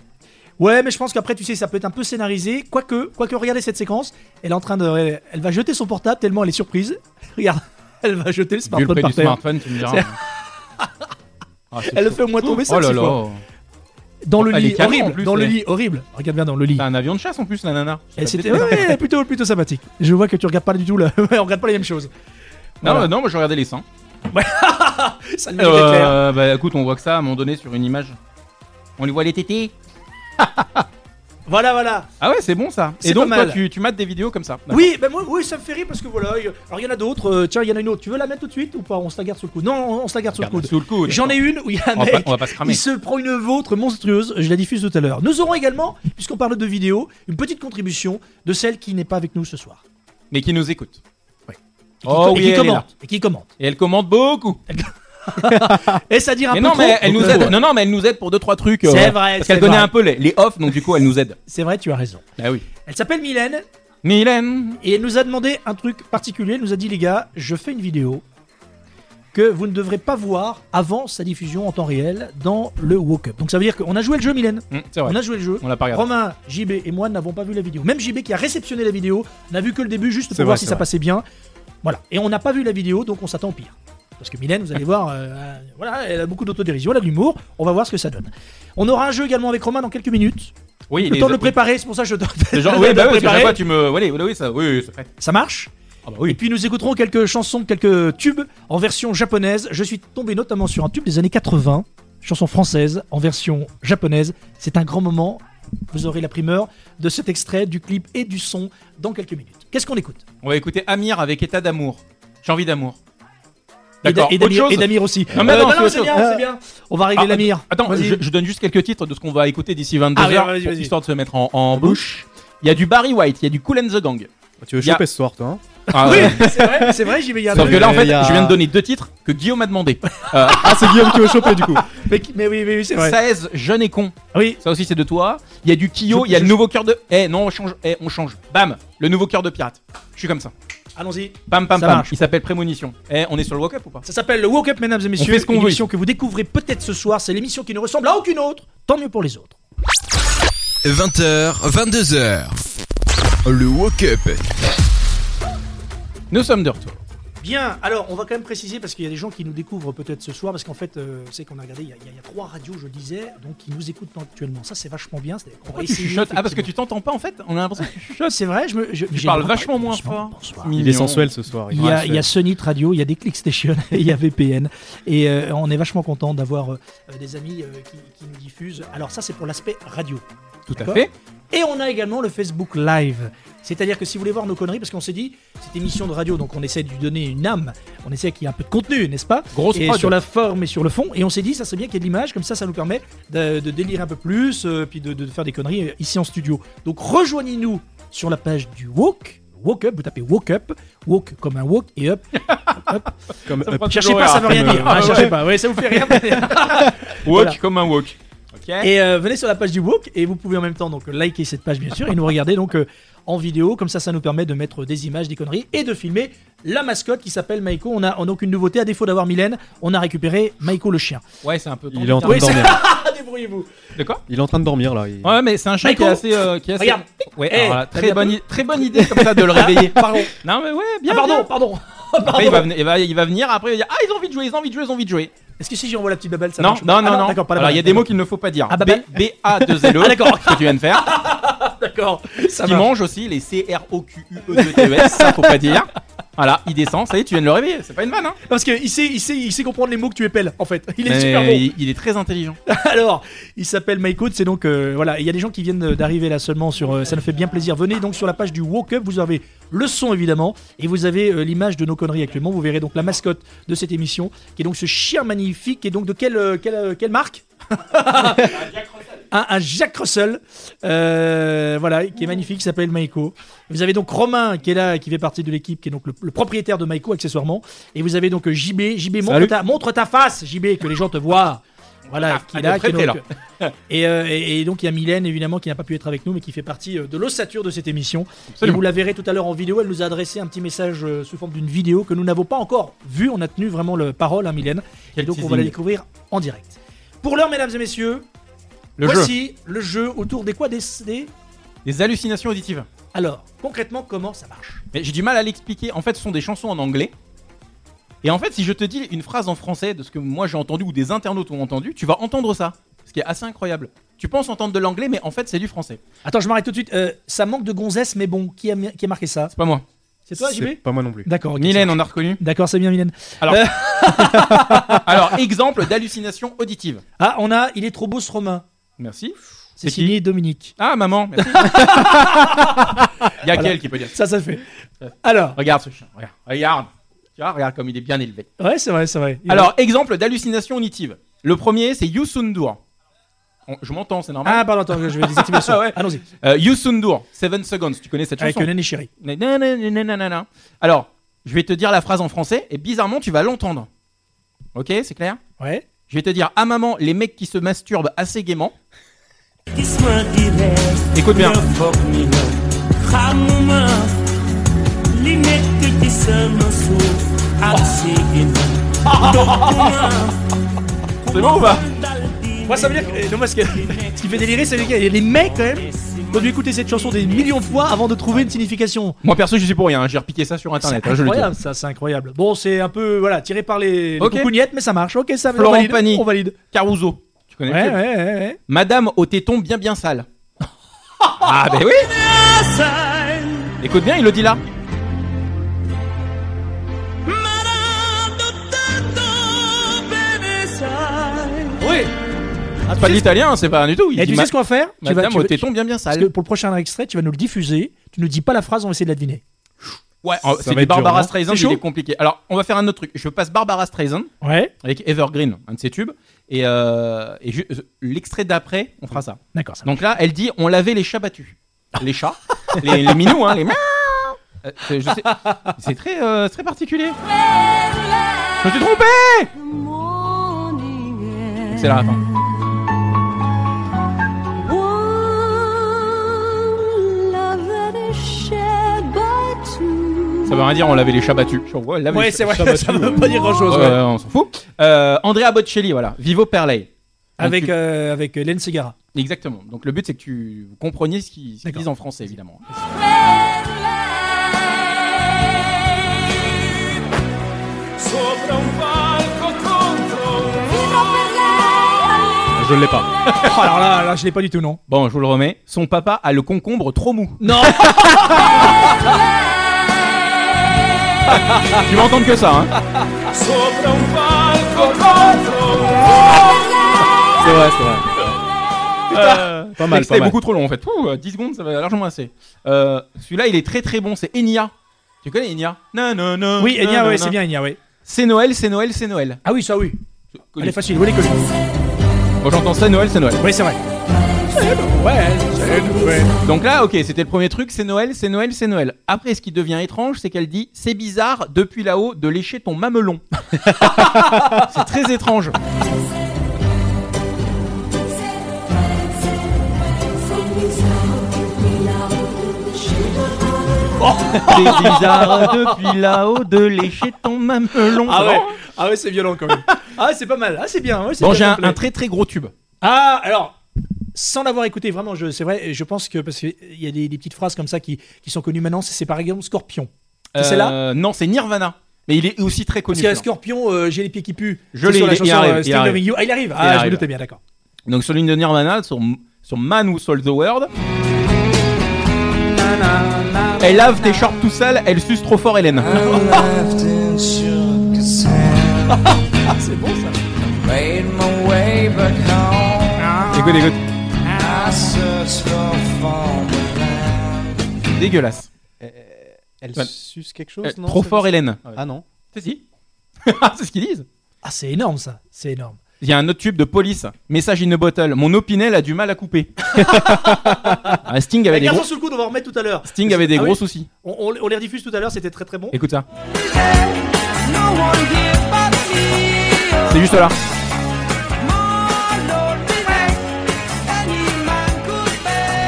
[SPEAKER 4] Ouais, mais je pense qu'après, tu sais, ça peut être un peu scénarisé. Quoique, quoique regardez cette séquence. Elle est en train de. Elle, elle va jeter son portable tellement elle est surprise. Regarde, [laughs] elle va jeter le
[SPEAKER 5] Vu le
[SPEAKER 4] smartphone
[SPEAKER 5] prix
[SPEAKER 4] par
[SPEAKER 5] du
[SPEAKER 4] terre.
[SPEAKER 5] smartphone, tu me diras. [laughs] Ah, c'est
[SPEAKER 4] Elle le
[SPEAKER 5] chaud.
[SPEAKER 4] fait au moins tomber
[SPEAKER 5] Oh
[SPEAKER 4] cinq,
[SPEAKER 5] là
[SPEAKER 4] six fois.
[SPEAKER 5] là.
[SPEAKER 4] Dans le
[SPEAKER 5] Elle est
[SPEAKER 4] lit,
[SPEAKER 5] calme, en
[SPEAKER 4] horrible.
[SPEAKER 5] plus,
[SPEAKER 4] dans le
[SPEAKER 5] elle.
[SPEAKER 4] lit, horrible. Regarde bien dans le lit.
[SPEAKER 5] T'as un avion de chasse en plus, la nana.
[SPEAKER 4] Et c'était ouais, ouais, plutôt, plutôt sympathique. Je vois que tu regardes pas du tout là. [laughs] Ouais, on regarde pas les mêmes choses.
[SPEAKER 5] Non,
[SPEAKER 4] Voilà.
[SPEAKER 5] euh, non, moi je regardais les seins.
[SPEAKER 4] Ça le mérite d'être clair.
[SPEAKER 5] Euh, bah écoute, on voit que ça à un moment donné sur une image. On lui voit les tétés.
[SPEAKER 4] Voilà, voilà.
[SPEAKER 5] Ah ouais, c'est bon ça.
[SPEAKER 4] C'est
[SPEAKER 5] Et donc
[SPEAKER 4] pas
[SPEAKER 5] toi,
[SPEAKER 4] mal.
[SPEAKER 5] tu, tu mates des vidéos comme ça. D'accord.
[SPEAKER 4] Oui, ben moi, oui, ça me fait rire parce que voilà. y- Alors il y en a d'autres. Euh, tiens, il y en a une autre. Tu veux la mettre tout de suite ou pas On se la garde sous le coude. Non, on, on se la garde sous le
[SPEAKER 5] Regarde,
[SPEAKER 4] coude.
[SPEAKER 5] Sous le coude.
[SPEAKER 4] J'en ai une où il y a un
[SPEAKER 5] On va,
[SPEAKER 4] mec.
[SPEAKER 5] pas, on va pas se cramer.
[SPEAKER 4] Il se prend une vôtre monstrueuse, je la diffuse tout à l'heure. Nous aurons également, puisqu'on parle de vidéo, une petite contribution de celle qui n'est pas avec nous ce soir.
[SPEAKER 5] Mais qui nous écoute.
[SPEAKER 4] Et qui,
[SPEAKER 5] Oh
[SPEAKER 4] et
[SPEAKER 5] oui,
[SPEAKER 4] qui
[SPEAKER 5] elle est là.
[SPEAKER 4] commente. Et qui commente.
[SPEAKER 5] Et elle commente beaucoup.
[SPEAKER 4] Et ça dire un
[SPEAKER 5] Mais
[SPEAKER 4] peu
[SPEAKER 5] non,
[SPEAKER 4] trop.
[SPEAKER 5] mais elle nous
[SPEAKER 4] Donc,
[SPEAKER 5] aide.
[SPEAKER 4] euh,
[SPEAKER 5] Non, non, mais elle nous aide pour deux trois trucs. euh,
[SPEAKER 4] C'est vrai,
[SPEAKER 5] Parce
[SPEAKER 4] c'est
[SPEAKER 5] qu'elle connaît
[SPEAKER 4] vrai. Bah
[SPEAKER 5] un peu les, les off, donc du coup elle nous aide.
[SPEAKER 4] C'est vrai, tu as raison.
[SPEAKER 5] Ah oui.
[SPEAKER 4] Elle s'appelle Mylène
[SPEAKER 5] Mylène.
[SPEAKER 4] et elle nous a demandé un truc particulier. Elle nous a dit, les gars, je fais une vidéo que vous ne devrez pas voir avant sa diffusion en temps réel dans le Woke Up. Donc ça veut dire qu'on a joué le jeu, Mylène.
[SPEAKER 5] Hum, c'est vrai.
[SPEAKER 4] On a joué le jeu.
[SPEAKER 5] On l'a pas regardé.
[SPEAKER 4] Romain, JB et moi n'avons pas vu la vidéo. Même JB qui a réceptionné la vidéo n'a vu que le début juste pour
[SPEAKER 7] C'est
[SPEAKER 4] voir
[SPEAKER 7] vrai,
[SPEAKER 4] si
[SPEAKER 7] c'est
[SPEAKER 4] ça
[SPEAKER 7] vrai.
[SPEAKER 4] passait bien. Voilà. Et on n'a pas vu la vidéo, donc on s'attend au pire. Parce que Mylène, vous allez voir, euh, euh, voilà, elle a beaucoup d'autodérision, elle a de l'humour. On va voir ce que ça donne. On aura un jeu également avec Romain dans quelques minutes.
[SPEAKER 5] Oui,
[SPEAKER 4] le
[SPEAKER 5] les-
[SPEAKER 4] temps de le préparer, c'est pour ça que je dois
[SPEAKER 5] les gens-
[SPEAKER 4] [laughs] je dois
[SPEAKER 5] oui,
[SPEAKER 4] le
[SPEAKER 5] bah oui, parce que
[SPEAKER 4] préparer.
[SPEAKER 5] chaque fois, tu me. Oui, oui, oui, ça. Oui, oui, c'est fait.
[SPEAKER 4] Ça marche.
[SPEAKER 5] Ah bah oui.
[SPEAKER 4] Et puis nous écouterons quelques chansons, quelques tubes en version japonaise. Je suis tombé notamment sur un tube des années 80, chanson française en version japonaise. C'est un grand moment. Vous aurez la primeur de cet extrait, du clip et du son dans quelques minutes. Qu'est-ce qu'on écoute
[SPEAKER 5] On va écouter Amir avec État d'amour. J'ai envie d'amour.
[SPEAKER 4] Et
[SPEAKER 5] D'accord.
[SPEAKER 4] da- Et
[SPEAKER 5] Autre
[SPEAKER 4] d'Amir
[SPEAKER 5] chose.
[SPEAKER 4] et d'Amir aussi.
[SPEAKER 5] Non, mais
[SPEAKER 4] Euh,
[SPEAKER 5] attends,
[SPEAKER 4] bah
[SPEAKER 5] c'est autre
[SPEAKER 4] c'est
[SPEAKER 5] chose.
[SPEAKER 4] bien, c'est bien. On va régler
[SPEAKER 5] Ah,
[SPEAKER 4] l'Amir.
[SPEAKER 5] Attends,
[SPEAKER 4] Vas-y.
[SPEAKER 5] je, je donne juste quelques titres de ce qu'on va écouter d'ici 22
[SPEAKER 4] Ah,
[SPEAKER 5] h
[SPEAKER 4] vas-y, vas-y.
[SPEAKER 5] histoire de se mettre en, en bouche. Il y a du Barry White, il y a du Cool and the Gang.
[SPEAKER 7] Tu veux
[SPEAKER 5] Il y a-
[SPEAKER 7] choper ce soir, toi hein
[SPEAKER 5] Ah,
[SPEAKER 4] Oui,
[SPEAKER 5] ouais.
[SPEAKER 4] c'est vrai, c'est vrai, j'y vais y
[SPEAKER 5] Sauf que là, en fait,
[SPEAKER 7] Il y a-
[SPEAKER 5] je viens de donner deux titres que Guillaume m'a demandé. Euh,
[SPEAKER 7] Ah, c'est Guillaume qui veut choper du coup.
[SPEAKER 4] Mais, qui- mais oui, mais oui, c'est vrai.
[SPEAKER 5] 16, jeune et con.
[SPEAKER 4] Oui,
[SPEAKER 5] Ça aussi, c'est de toi. Il y a du Kyo,
[SPEAKER 4] Je-
[SPEAKER 5] il y a le
[SPEAKER 4] je-
[SPEAKER 5] nouveau cœur de. Eh, non, on change. Eh, on change. Bam, le nouveau cœur de pirate. Je suis comme ça.
[SPEAKER 4] allons-y.
[SPEAKER 5] Pam, pam,
[SPEAKER 4] Ça
[SPEAKER 5] pam.
[SPEAKER 4] marche.
[SPEAKER 5] Il s'appelle Prémonition. Eh, on est sur le walk-up ou pas
[SPEAKER 4] Ça s'appelle le Woke Up, mesdames et messieurs.
[SPEAKER 5] fait ce qu'on
[SPEAKER 4] Une
[SPEAKER 5] veut
[SPEAKER 4] émission que vous découvrez peut-être ce soir. C'est l'émission qui ne ressemble à aucune autre. Tant mieux pour les autres.
[SPEAKER 6] 20h, 22h. Le Woke Up.
[SPEAKER 5] Nous sommes de retour.
[SPEAKER 4] Bien, alors on va quand même préciser parce qu'il y a des gens qui nous découvrent peut-être ce soir parce qu'en fait, euh, c'est qu'on a regardé, il y a- il y, a- il y a trois radios, je le disais, donc qui nous écoutent actuellement. Ça, c'est vachement bien. c'est- on va
[SPEAKER 5] Pourquoi tu
[SPEAKER 4] essayer,
[SPEAKER 5] chuchotes Ah, parce que tu
[SPEAKER 4] effectivement.
[SPEAKER 5] t'entends pas en fait On a l'impression que tu chuchotes.
[SPEAKER 4] C'est vrai, je me. Je, j'ai
[SPEAKER 5] parles
[SPEAKER 4] le droit de
[SPEAKER 5] vachement
[SPEAKER 4] parler
[SPEAKER 5] moins
[SPEAKER 4] doucement.
[SPEAKER 5] fort.
[SPEAKER 4] Bonsoir.
[SPEAKER 5] C'est
[SPEAKER 7] Il est
[SPEAKER 5] mignon.
[SPEAKER 7] sensuel ce soir.
[SPEAKER 4] Il y, a, il y a Sunnit Radio, il y a des Click Station, [laughs] et il y a VPN. Et euh, on est vachement content d'avoir euh, des amis euh, qui, qui nous diffusent. Alors, ça, c'est pour l'aspect radio.
[SPEAKER 5] Tout à
[SPEAKER 4] D'accord
[SPEAKER 5] fait.
[SPEAKER 4] Et on a également le Facebook Live. C'est-à-dire que si vous voulez voir nos conneries, parce qu'on s'est dit, cette émission de radio, donc on essaie de lui donner une âme, on essaie qu'il y ait un peu de contenu, n'est-ce pas
[SPEAKER 5] Grosse
[SPEAKER 4] Et
[SPEAKER 5] prod.
[SPEAKER 4] sur la forme et sur le fond. Et on s'est dit, ça serait bien qu'il y ait de l'image, comme ça, ça nous permet de, de délirer un peu plus, euh, puis de, de faire des conneries euh, ici en studio. Donc rejoignez-nous sur la page du Walk, Woke Up, vous tapez Woke Up, Woke comme un Woke et Up.
[SPEAKER 7] Comme
[SPEAKER 5] me
[SPEAKER 7] up.
[SPEAKER 5] prend toujours
[SPEAKER 4] Cherchez pas, ça veut rien
[SPEAKER 7] comme,
[SPEAKER 4] dire.
[SPEAKER 7] euh,
[SPEAKER 4] hein,
[SPEAKER 5] ouais,
[SPEAKER 4] cherchez
[SPEAKER 5] ouais.
[SPEAKER 4] pas, ouais, ça vous fait rien.
[SPEAKER 5] Walk
[SPEAKER 4] Voilà.
[SPEAKER 5] comme un walk. Ok.
[SPEAKER 4] Et euh, venez sur la page du Woke et vous pouvez en même temps donc liker cette page bien sûr et nous regarder donc euh, en vidéo comme ça ça nous permet de mettre des images des conneries et de filmer la mascotte qui s'appelle Maiko. On a on a aucune nouveauté à défaut d'avoir Mylène, on a récupéré Maiko le chien.
[SPEAKER 5] ouais, c'est un peu.
[SPEAKER 7] Il est en train
[SPEAKER 4] Oui,
[SPEAKER 7] de
[SPEAKER 4] c'est-
[SPEAKER 7] dormir.
[SPEAKER 4] Ah débrouillez-vous.
[SPEAKER 5] De quoi
[SPEAKER 7] Il est en train de dormir là. il-
[SPEAKER 5] Ouais, mais c'est un chien qui est
[SPEAKER 4] Michael,
[SPEAKER 5] assez. euh, qui est assez-
[SPEAKER 4] regarde.
[SPEAKER 5] Ouais,
[SPEAKER 4] Eh,
[SPEAKER 5] alors là,
[SPEAKER 4] t'as
[SPEAKER 5] très,
[SPEAKER 4] bien
[SPEAKER 5] bonne, i- très bonne idée comme ça de le réveiller.
[SPEAKER 4] Pardon.
[SPEAKER 5] Non, mais ouais, bien.
[SPEAKER 4] Ah, pardon,
[SPEAKER 5] bien.
[SPEAKER 4] pardon.
[SPEAKER 5] Après, il va, venir- il, va, il va venir, après, il va dire Ah, ils ont envie de jouer, ils ont envie de jouer, ils ont envie de jouer.
[SPEAKER 4] Est-ce que si j'envoie la petite babelle ça
[SPEAKER 5] non,
[SPEAKER 4] marche
[SPEAKER 5] non,
[SPEAKER 4] Ah
[SPEAKER 5] non, non.
[SPEAKER 4] D'accord, pas la
[SPEAKER 5] Alors, il y a des
[SPEAKER 4] babelle.
[SPEAKER 5] mots qu'il ne faut pas dire.
[SPEAKER 4] Ah, bah, bah.
[SPEAKER 5] B-A-2-L-E.
[SPEAKER 4] Ah, d'accord.
[SPEAKER 5] Ce que tu viens de faire.
[SPEAKER 4] D'accord. Ça
[SPEAKER 5] Qui
[SPEAKER 4] marche.
[SPEAKER 5] mange aussi les C-R-O-Q-U-E-D-T-E-S. Ça, faut pas dire. Voilà, il descend, ça y est, tu viens de le réveiller. C'est pas une vanne, hein.
[SPEAKER 4] Parce qu'il sait, il sait, il sait comprendre les mots que tu épelles, en fait. Il est
[SPEAKER 5] Mais
[SPEAKER 4] super bon.
[SPEAKER 5] il- il est très intelligent.
[SPEAKER 4] [laughs] Alors, il s'appelle Maiko, c'est donc, euh, voilà, il y a des gens qui viennent d'arriver là seulement sur, euh, ça nous fait bien plaisir. Venez donc sur la page du Woke Up, vous avez le son évidemment, et vous avez euh, l'image de nos conneries actuellement. Vous verrez donc la mascotte de cette émission, qui est donc ce chien magnifique, qui est donc de quelle, euh, quelle, euh, quelle marque un, un Jack Russell, euh, voilà, qui est magnifique, qui s'appelle Maiko. Vous avez donc Romain qui est là, qui fait partie de l'équipe, qui est donc le, le propriétaire de Maiko accessoirement. Et vous avez donc euh, JB, JB montre
[SPEAKER 7] Salut.
[SPEAKER 4] ta, montre ta face, JB, que les gens te voient. Voilà, qui est
[SPEAKER 5] à
[SPEAKER 4] là,
[SPEAKER 5] peu près,
[SPEAKER 4] qui est
[SPEAKER 5] t'es
[SPEAKER 4] donc-
[SPEAKER 5] [laughs]
[SPEAKER 4] et, euh, et- et donc il y a Mylène évidemment qui n'a pas pu être avec nous, mais qui fait partie euh, de l'ossature de cette émission. Et vous la verrez tout à l'heure en vidéo. Elle nous a adressé un petit message euh, sous forme d'une vidéo que nous n'avons pas encore vue. On a tenu vraiment le parole, hein, Mylène. Et
[SPEAKER 5] Quel
[SPEAKER 4] donc on va
[SPEAKER 5] teasing.
[SPEAKER 4] la découvrir en direct. Pour l'heure, mesdames et messieurs,
[SPEAKER 5] Le jeu.
[SPEAKER 4] voici le jeu autour des quoi des, des-
[SPEAKER 5] Des hallucinations auditives.
[SPEAKER 4] Alors, concrètement, comment ça marche
[SPEAKER 5] Mais j'ai du mal à l'expliquer. En fait, ce sont des chansons en anglais. Et en fait, si je te dis une phrase en français de ce que moi j'ai entendu ou des internautes ont entendu, tu vas entendre ça. Ce qui est assez incroyable. Tu penses entendre de l'anglais, mais en fait, c'est du français.
[SPEAKER 4] Attends, je m'arrête tout de suite. Euh, ça manque de gonzesse, mais bon, qui a, mi- qui a marqué ça
[SPEAKER 5] C'est pas moi.
[SPEAKER 4] C'est toi,
[SPEAKER 7] C'est
[SPEAKER 4] JB
[SPEAKER 7] pas moi non plus.
[SPEAKER 4] D'accord, ok,
[SPEAKER 5] Mylène,
[SPEAKER 4] ça marche.
[SPEAKER 5] on a reconnu.
[SPEAKER 4] D'accord, c'est bien Mylène.
[SPEAKER 5] [laughs] Alors, exemple d'hallucination auditive.
[SPEAKER 4] Ah, on a Il est trop beau ce Romain.
[SPEAKER 5] Merci.
[SPEAKER 4] C'est
[SPEAKER 5] C'est qui
[SPEAKER 4] signé Dominique.
[SPEAKER 5] Ah, maman, [laughs] merci. Il y a quel qui peut dire ça
[SPEAKER 4] Ça, ça fait. Alors,
[SPEAKER 5] Regarde ce chien, regarde. Regarde. Tu vois, regarde comme il est bien élevé.
[SPEAKER 4] ouais, c'est vrai, c'est vrai. Il
[SPEAKER 5] Alors, exemple d'hallucination auditive. Le premier, c'est Youssoundour. On- Je m'entends, c'est normal.
[SPEAKER 4] Ah, pardon, attends, je vais désactiver le
[SPEAKER 5] [laughs]
[SPEAKER 4] son.
[SPEAKER 5] Ah ouais.
[SPEAKER 4] Allons-y.
[SPEAKER 5] Euh, Youssoundour, 7 Seconds, tu connais cette
[SPEAKER 4] Avec
[SPEAKER 5] chanson
[SPEAKER 4] euh, Nenny Chéri.
[SPEAKER 5] Nananananana. Alors, je vais te dire la phrase en français et bizarrement, tu vas l'entendre. Ok, c'est clair
[SPEAKER 4] Ouais.
[SPEAKER 5] Je vais te dire à maman, les mecs qui se masturbent assez gaiement. Écoute bien. C'est bon ou pas
[SPEAKER 4] Moi, ça veut dire que. euh, non, moi, ce, que- [laughs] ce qui fait délirer, c'est que les mecs, quand même, ont dû écouter cette chanson des millions de fois avant de trouver une signification.
[SPEAKER 5] Moi perso, je suis pour rien. hein. J'ai repiqué ça sur internet. hein, je le dis.
[SPEAKER 4] incroyable, ça, c'est incroyable. Bon, c'est un peu, voilà, tiré par les, les
[SPEAKER 5] Ok.
[SPEAKER 4] coucougnettes, mais ça marche. Ok, ça
[SPEAKER 5] Florent
[SPEAKER 4] on valide,
[SPEAKER 5] Pagny.
[SPEAKER 4] On valide.
[SPEAKER 5] Caruso. Tu connais
[SPEAKER 4] Ouais,
[SPEAKER 5] le
[SPEAKER 4] ouais,
[SPEAKER 5] film
[SPEAKER 4] ouais, ouais.
[SPEAKER 5] Madame au téton bien bien
[SPEAKER 4] [laughs]
[SPEAKER 5] sale. ah ben oui Écoute bien, il le dit là.
[SPEAKER 4] Oui.
[SPEAKER 5] Pas
[SPEAKER 4] Ah,
[SPEAKER 5] de
[SPEAKER 4] tu sais,
[SPEAKER 5] l'italien, hein, c'est pas rien du tout. Il
[SPEAKER 4] eh,
[SPEAKER 5] dit
[SPEAKER 4] tu
[SPEAKER 5] ma-
[SPEAKER 4] sais ce qu'on va faire Tu vas,
[SPEAKER 5] Madame
[SPEAKER 4] tu
[SPEAKER 5] au
[SPEAKER 4] vas-
[SPEAKER 5] téton bien bien
[SPEAKER 4] parce
[SPEAKER 5] sale.
[SPEAKER 4] que pour le prochain extrait, tu vas nous le diffuser. Tu ne dis pas la phrase, on va essayer de la deviner.
[SPEAKER 5] Ouais, oh, c'est
[SPEAKER 7] va
[SPEAKER 5] du
[SPEAKER 7] être dur,
[SPEAKER 5] Barbara
[SPEAKER 7] hein.
[SPEAKER 5] Streisand,
[SPEAKER 4] C'est
[SPEAKER 5] il
[SPEAKER 4] chaud
[SPEAKER 5] est compliqué. Alors, on va faire un autre truc. Je passe Barbara Streisand
[SPEAKER 4] Ouais.
[SPEAKER 5] avec Evergreen, un de ses tubes, et, euh, et ju- euh, l'extrait d'après, on fera ça.
[SPEAKER 4] D'accord. ça marche.
[SPEAKER 5] Donc là, elle dit on lavait les chats battus. Les
[SPEAKER 4] [laughs]
[SPEAKER 5] chats, les, les minous, hein, les miaou. Euh, c'est- je sais- C'est très, euh, très particulier. Je me suis trompé C'est là, attends. Ça veut rien dire on lavait les chats battus. Je vois, elle lave les
[SPEAKER 4] Ouais,
[SPEAKER 5] chats-
[SPEAKER 4] c'est vrai,
[SPEAKER 5] chats battus,
[SPEAKER 4] [laughs] ça veut pas dire grand chose.
[SPEAKER 5] hein. ouais, ouais, on s'en fout. Euh, Andrea Bocelli, voilà. Vivo Perley.
[SPEAKER 4] Avec,
[SPEAKER 5] Donc,
[SPEAKER 4] euh, avec euh, Len Segara.
[SPEAKER 5] tu- Exactement. Donc le but, c'est que tu compreniez ce qu'ils ce qu'ils disent en français, évidemment. Ah,
[SPEAKER 7] Je l'ai pas.
[SPEAKER 4] [laughs] Oh, alors là, là, je l'ai pas du tout, non.
[SPEAKER 5] Bon, je vous le remets. Son papa a le concombre trop mou. [laughs]
[SPEAKER 4] Non
[SPEAKER 5] Tu vas entendre que ça, hein
[SPEAKER 7] C'est vrai, c'est vrai.
[SPEAKER 5] Euh, [laughs]
[SPEAKER 7] Pas mal,
[SPEAKER 5] C'était
[SPEAKER 7] pas mal.
[SPEAKER 5] beaucoup trop long en fait. Ouh, euh, 10 secondes, ça va largement assez. Euh, Celui-là, il est très très bon. C'est Enya. Tu connais Enya Non, non, non.
[SPEAKER 4] Oui, Enya,
[SPEAKER 5] non,
[SPEAKER 4] ouais,
[SPEAKER 5] non.
[SPEAKER 4] c'est bien Enya, ouais.
[SPEAKER 5] C'est Noël, c'est Noël, c'est Noël.
[SPEAKER 4] Ah oui, ça oui. Elle
[SPEAKER 5] Connu.
[SPEAKER 4] est facile, vous les connaissez.
[SPEAKER 5] Moi j'entends c'est Noël, c'est Noël.
[SPEAKER 4] Oui, c'est vrai.
[SPEAKER 5] Donc là, ok, c'était le premier truc, c'est Noël, c'est Noël, c'est Noël. Après, ce qui devient étrange, c'est qu'elle dit c'est bizarre depuis là-haut de lécher ton mamelon.
[SPEAKER 4] [laughs]
[SPEAKER 5] c'est très étrange. C'est bizarre depuis là-haut de lécher ton mamelon.
[SPEAKER 4] Ah ouais, ah ouais c'est violent quand même. [laughs] ah c'est pas mal, ah c'est bien. ouais, c'est
[SPEAKER 5] Bon,
[SPEAKER 4] bien
[SPEAKER 5] j'ai un,
[SPEAKER 4] complet.
[SPEAKER 5] un très très gros tube.
[SPEAKER 4] Ah, alors, sans l'avoir écouté, vraiment, je- c'est vrai, je pense que, parce qu'il y a des, des petites phrases comme ça qui, qui sont connues maintenant, c'est c'est par exemple Scorpion. C'est celle-là
[SPEAKER 5] Euh, Non, c'est Nirvana. Mais il est aussi très connu.
[SPEAKER 4] Parce qu'il y a
[SPEAKER 5] celui-là.
[SPEAKER 4] Scorpion, euh, j'ai les pieds qui puent.
[SPEAKER 5] Je
[SPEAKER 4] C'est
[SPEAKER 5] l'ai,
[SPEAKER 4] sur la
[SPEAKER 5] il- il
[SPEAKER 4] chanson,
[SPEAKER 5] arrive,
[SPEAKER 4] euh,
[SPEAKER 5] il
[SPEAKER 4] Still
[SPEAKER 5] arrive.
[SPEAKER 4] Loving You. Ah, il arrive.
[SPEAKER 5] Il
[SPEAKER 4] Ah, je me
[SPEAKER 5] arrive.
[SPEAKER 4] doutais bien, d'accord.
[SPEAKER 5] Donc sur l'une de Nirvana, sur, sur Man Who Sold the World. Elle lave tes shorts tout sale, elle suce trop fort Hélène. [laughs]
[SPEAKER 4] C'est bon ça.
[SPEAKER 5] écoute, écoute. Dégueulasse.
[SPEAKER 7] Elle
[SPEAKER 5] Ouais.
[SPEAKER 7] suce quelque
[SPEAKER 5] Euh,
[SPEAKER 7] chose, non
[SPEAKER 5] trop
[SPEAKER 7] Oh, c'est-
[SPEAKER 5] fort Hélène.
[SPEAKER 7] Ah non.
[SPEAKER 5] C'est si. [laughs] c'est ce qu'ils disent.
[SPEAKER 4] Ah, c'est énorme ça. C'est énorme.
[SPEAKER 5] Il y a un autre tube de police. Message in a bottle. Mon opinel a du mal à
[SPEAKER 7] [laughs]
[SPEAKER 5] couper. Ah, Sting avait
[SPEAKER 4] Mais
[SPEAKER 5] des
[SPEAKER 4] garde
[SPEAKER 5] gros,
[SPEAKER 4] ça Eh, sous le coude, on va en remettre tout à l'heure.
[SPEAKER 5] Sting avait des
[SPEAKER 4] Ah
[SPEAKER 5] gros
[SPEAKER 4] oui.
[SPEAKER 5] soucis.
[SPEAKER 4] On, on- on les rediffuse tout à l'heure, c'était très très bon.
[SPEAKER 5] Écoute ça. C'est juste là.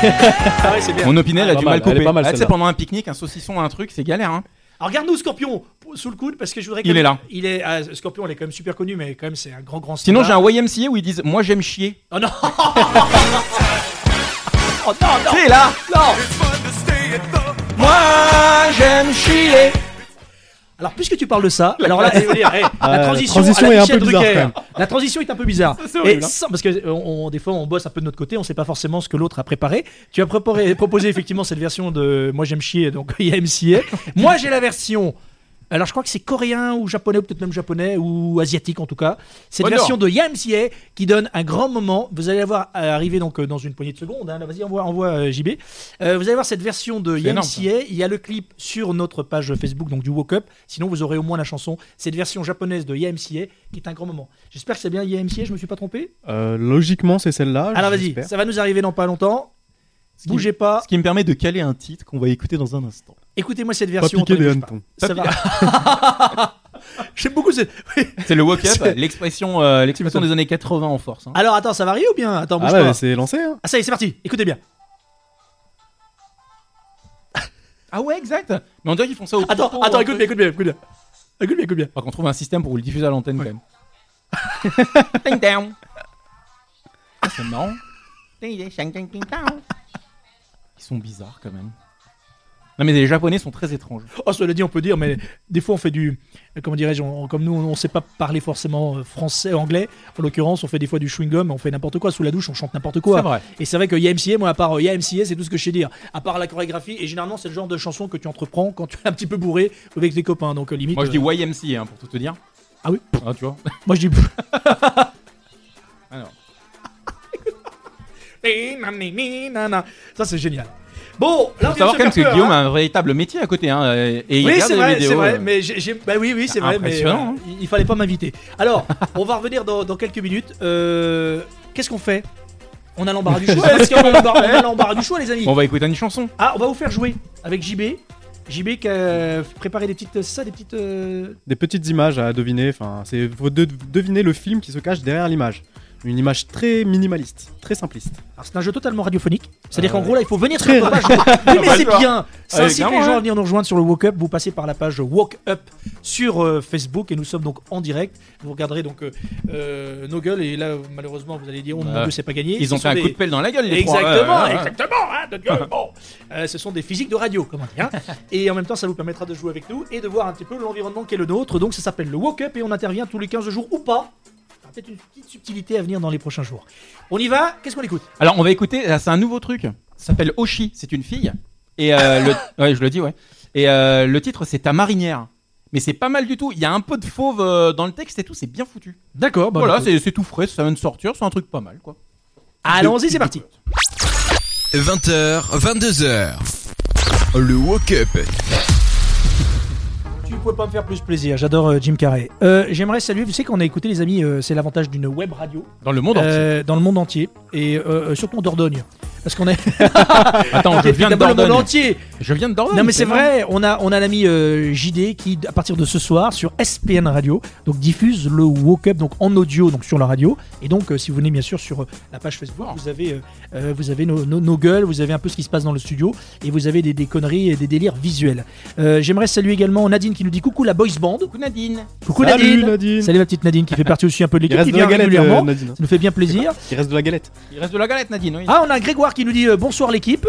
[SPEAKER 4] Ah ouais, c'est bien.
[SPEAKER 5] Mon opinel a
[SPEAKER 7] pas
[SPEAKER 5] du
[SPEAKER 7] mal,
[SPEAKER 5] mal
[SPEAKER 7] elle est
[SPEAKER 5] coupé.
[SPEAKER 7] pas mal,
[SPEAKER 5] Ah, tu sais,
[SPEAKER 7] celle-là.
[SPEAKER 5] pendant un pique-nique, un saucisson, un truc, c'est galère. Hein.
[SPEAKER 4] Alors, garde-nous Scorpion p- sous le coude parce que je voudrais que-
[SPEAKER 5] Il est là.
[SPEAKER 4] Il est, ah, Scorpion, il est quand même super connu, mais quand même, c'est un grand grand
[SPEAKER 5] Sinon, j'ai
[SPEAKER 4] standard.
[SPEAKER 5] un YMCA où ils disent Moi j'aime chier.
[SPEAKER 4] Oh non [laughs] Oh non, non
[SPEAKER 5] C'est là Moi j'aime chier
[SPEAKER 4] Alors, puisque tu parles de ça, alors là, je veux dire, eh, la
[SPEAKER 7] la
[SPEAKER 4] transition,
[SPEAKER 7] transition
[SPEAKER 4] à la
[SPEAKER 7] est un
[SPEAKER 4] Michel
[SPEAKER 7] peu bizarre,
[SPEAKER 4] Drucker.
[SPEAKER 7] quand même.
[SPEAKER 4] La transition est un peu bizarre.
[SPEAKER 5] c'est horrible,
[SPEAKER 4] Et
[SPEAKER 5] hein.
[SPEAKER 4] sans- parce que euh, on, des fois, on bosse un peu de notre côté, on sait pas forcément ce que l'autre a préparé. Tu as préparé, [laughs] proposé effectivement cette version de Moi j'aime chier, donc [laughs] il y a MCA. Moi j'ai la version. Alors je crois que c'est coréen ou japonais, ou peut-être même japonais ou asiatique en tout cas. C'est une
[SPEAKER 5] Au nord.
[SPEAKER 4] version de YMCA qui donne un grand moment. Vous allez avoir arriver donc euh, dans une poignée de secondes. hein. Là, Vas-y envoie, envoie euh, JB. Euh, vous allez voir cette version de
[SPEAKER 5] C'est énorme,
[SPEAKER 4] YMCA. Il y a le clip sur notre page Facebook donc du Woke Up. Sinon, vous aurez au moins la chanson. Cette version japonaise de YMCA qui est un grand moment. J'espère que c'est bien YMCA. Je me suis pas trompé.
[SPEAKER 7] Euh, logiquement, c'est celle-là.
[SPEAKER 4] Alors vas-y,
[SPEAKER 7] j'espère.
[SPEAKER 4] ça va nous arriver dans pas longtemps.
[SPEAKER 5] Ah, Ce qui-
[SPEAKER 4] Bougez pas.
[SPEAKER 5] Ce qui me permet de caler un titre qu'on va écouter dans un instant.
[SPEAKER 4] Écoutez-moi cette
[SPEAKER 7] Pas
[SPEAKER 4] version.
[SPEAKER 7] piquer des
[SPEAKER 4] attendez, bouge
[SPEAKER 7] hannetons.
[SPEAKER 4] pas. Ça va. [laughs] J'aime beaucoup cette. Oui.
[SPEAKER 5] [laughs] C'est le walk-up,
[SPEAKER 4] C'est-
[SPEAKER 5] l'expression euh, l'expression des années 80 en force. hein.
[SPEAKER 4] Alors attends, ça varie ou bien Attends, bouge
[SPEAKER 7] Ah
[SPEAKER 4] pas.
[SPEAKER 7] ouais, c'est lancé, hein.
[SPEAKER 4] Ah ça y est, c'est parti. Écoutez bien.
[SPEAKER 5] Oh, Ah ouais, exact Mais on dirait qu'ils font ça au
[SPEAKER 4] Attends,
[SPEAKER 5] pipeau,
[SPEAKER 4] attends,
[SPEAKER 5] un
[SPEAKER 4] écoute
[SPEAKER 5] peu.
[SPEAKER 4] bien, écoute bien, écoute bien. Écoute bien, écoute bien.
[SPEAKER 5] Faut qu'on trouve un système pour le diffuser à l'antenne quand même. Ding dong. Ah, C'est marrant. Ils sont bizarres quand même. Non mais les japonais sont très étranges.
[SPEAKER 4] Oh, cela dit, on peut dire, mais des fois, on fait du. Comment dirais-je on- Comme nous, on ne sait pas parler forcément euh, français, anglais. En l'occurrence, on fait des fois du chewing-gum, on fait n'importe quoi. Sous la douche, on chante n'importe quoi.
[SPEAKER 5] C'est vrai.
[SPEAKER 4] Et c'est vrai que YMCA, moi, à part euh, YMCA, c'est tout ce que je sais dire. À part la chorégraphie, et généralement, c'est le genre de chanson que tu entreprends quand tu es un petit peu bourré ou avec tes copains. Donc, euh, limite.
[SPEAKER 5] Moi je
[SPEAKER 4] euh,
[SPEAKER 5] dis YMCA hein, pour tout te dire.
[SPEAKER 4] Ah oui
[SPEAKER 5] Ah tu vois
[SPEAKER 4] Moi, je dis.
[SPEAKER 5] [laughs]
[SPEAKER 4] [laughs]
[SPEAKER 5] Alors.
[SPEAKER 4] Ça, c'est génial. Bon, là, on
[SPEAKER 5] Faut savoir quand
[SPEAKER 4] vient
[SPEAKER 5] même
[SPEAKER 4] de
[SPEAKER 5] que
[SPEAKER 4] se faire peur,
[SPEAKER 5] Guillaume
[SPEAKER 4] hein.
[SPEAKER 5] a un véritable métier à côté. Hein, et il
[SPEAKER 4] Oui,
[SPEAKER 5] regarde
[SPEAKER 4] c'est
[SPEAKER 5] des
[SPEAKER 4] vrai,
[SPEAKER 5] vidéos,
[SPEAKER 4] c'est vrai.
[SPEAKER 5] euh,
[SPEAKER 4] Mais j'ai, j'ai- bah oui, oui, c'est vrai. Mais
[SPEAKER 5] Impressionnant, hein.
[SPEAKER 4] voilà, il, il fallait pas m'inviter. Alors, [laughs] on va revenir dans, dans quelques minutes. Euh, qu'est-ce qu'on fait On a l'embarras du
[SPEAKER 5] [laughs]
[SPEAKER 4] choix. parce qu'on a l'embarras- on a l'embarras du choix, les amis.
[SPEAKER 5] On va écouter une chanson.
[SPEAKER 4] Ah, on va vous faire jouer avec JB. JB qui a préparé des petites, c'est ça, des petites. euh,
[SPEAKER 7] Des petites images à deviner. Enfin, c'est faut de- deviner le film qui se cache derrière l'image. Une image très minimaliste, très simpliste.
[SPEAKER 4] Alors c'est un jeu totalement radiophonique. C'est-à-dire
[SPEAKER 5] Ah
[SPEAKER 7] Euh,
[SPEAKER 4] qu'en gros là, il faut venir sur
[SPEAKER 7] très
[SPEAKER 4] la
[SPEAKER 5] [laughs]
[SPEAKER 4] page. Oui, mais c'est bien. Ça
[SPEAKER 5] Ouais,
[SPEAKER 4] incite les
[SPEAKER 5] clairement,
[SPEAKER 4] gens
[SPEAKER 5] ouais.
[SPEAKER 4] à venir nous rejoindre sur le Walk Up. Vous passez par la page Walk Up sur euh, Facebook et nous sommes donc en direct. Vous regarderez donc euh, euh, nos gueules et là malheureusement vous allez dire oh mon
[SPEAKER 5] Ouais.
[SPEAKER 4] dieu c'est pas gagné.
[SPEAKER 5] Ah. Ils ont
[SPEAKER 4] Ce
[SPEAKER 5] fait
[SPEAKER 4] sont
[SPEAKER 5] un
[SPEAKER 4] des-
[SPEAKER 5] coup de pelle dans la gueule, les
[SPEAKER 4] Exactement,
[SPEAKER 5] trois. Ouais, ouais, ouais.
[SPEAKER 4] exactement. hein, notre gueule, bon. Euh, ce sont des physiques de radio, comme on dit. hein. et en même temps, ça vous permettra de jouer avec nous et de voir un petit peu l'environnement qui est le nôtre. Donc, ça s'appelle le Woke Up et on intervient tous les 15 jours ou pas. Il y aura Peut-être une petite subtilité à venir dans les prochains jours. On y va Qu'est-ce qu'on écoute
[SPEAKER 5] Alors, on va écouter. là, C'est un nouveau truc. Ça s'appelle Oshi. C'est une fille. Et euh,
[SPEAKER 4] [laughs]
[SPEAKER 5] le... ouais, je le dis, ouais. Et euh, le titre, c'est Ta marinière. Mais c'est pas mal du tout. Il y a un peu de fauve euh, dans le texte et tout. C'est bien foutu.
[SPEAKER 4] D'accord, bah, Ah,
[SPEAKER 5] voilà, c'est c'est tout frais. Ça vient de sortir. C'est un truc pas mal, quoi.
[SPEAKER 4] Allons-y, c'est parti.
[SPEAKER 6] 20h, 22h. Le Woke Up.
[SPEAKER 4] Tu pouvez pas me faire plus plaisir. J'adore euh, Jim Carrey. Euh, J'aimerais saluer. Vous savez qu'on a écouté, les amis, euh, c'est l'avantage d'une web radio
[SPEAKER 5] Dans le monde entier.
[SPEAKER 4] euh, dans le monde entier et euh, euh, surtout en Dordogne. Parce qu'on est [laughs]
[SPEAKER 5] Attends, je viens de
[SPEAKER 4] d'abord le monde
[SPEAKER 5] Ah, Dordogne.
[SPEAKER 4] entier.
[SPEAKER 5] Je viens de Dordogne.
[SPEAKER 4] Non mais c'est vrai, on a on a l'ami euh, JD qui à partir de ce soir sur SPN Radio donc diffuse le Woke Up donc en audio donc sur la radio et donc euh, si vous venez bien sûr sur euh, la page Facebook vous avez euh, euh, vous avez nos, nos- nos gueules, vous avez un peu ce qui se passe dans le studio et vous avez des, des conneries et des délires visuels. Euh, J'aimerais saluer également Nadine qui nous dit coucou la boys band.
[SPEAKER 5] Coucou Nadine.
[SPEAKER 4] Coucou
[SPEAKER 7] Salut,
[SPEAKER 4] Nadine.
[SPEAKER 7] Nadine.
[SPEAKER 4] Salut ma petite Nadine qui fait partie aussi un peu de
[SPEAKER 7] Il
[SPEAKER 4] l'équipe
[SPEAKER 7] reste
[SPEAKER 4] qui
[SPEAKER 7] de la
[SPEAKER 4] vient
[SPEAKER 7] galette, euh,
[SPEAKER 4] régulièrement.
[SPEAKER 7] Nadine.
[SPEAKER 4] Ça nous fait bien plaisir.
[SPEAKER 7] Il reste de la galette.
[SPEAKER 5] Il reste de la galette, Nadine. Oui.
[SPEAKER 4] Ah, on a Grégoire qui nous dit euh, bonsoir l'équipe.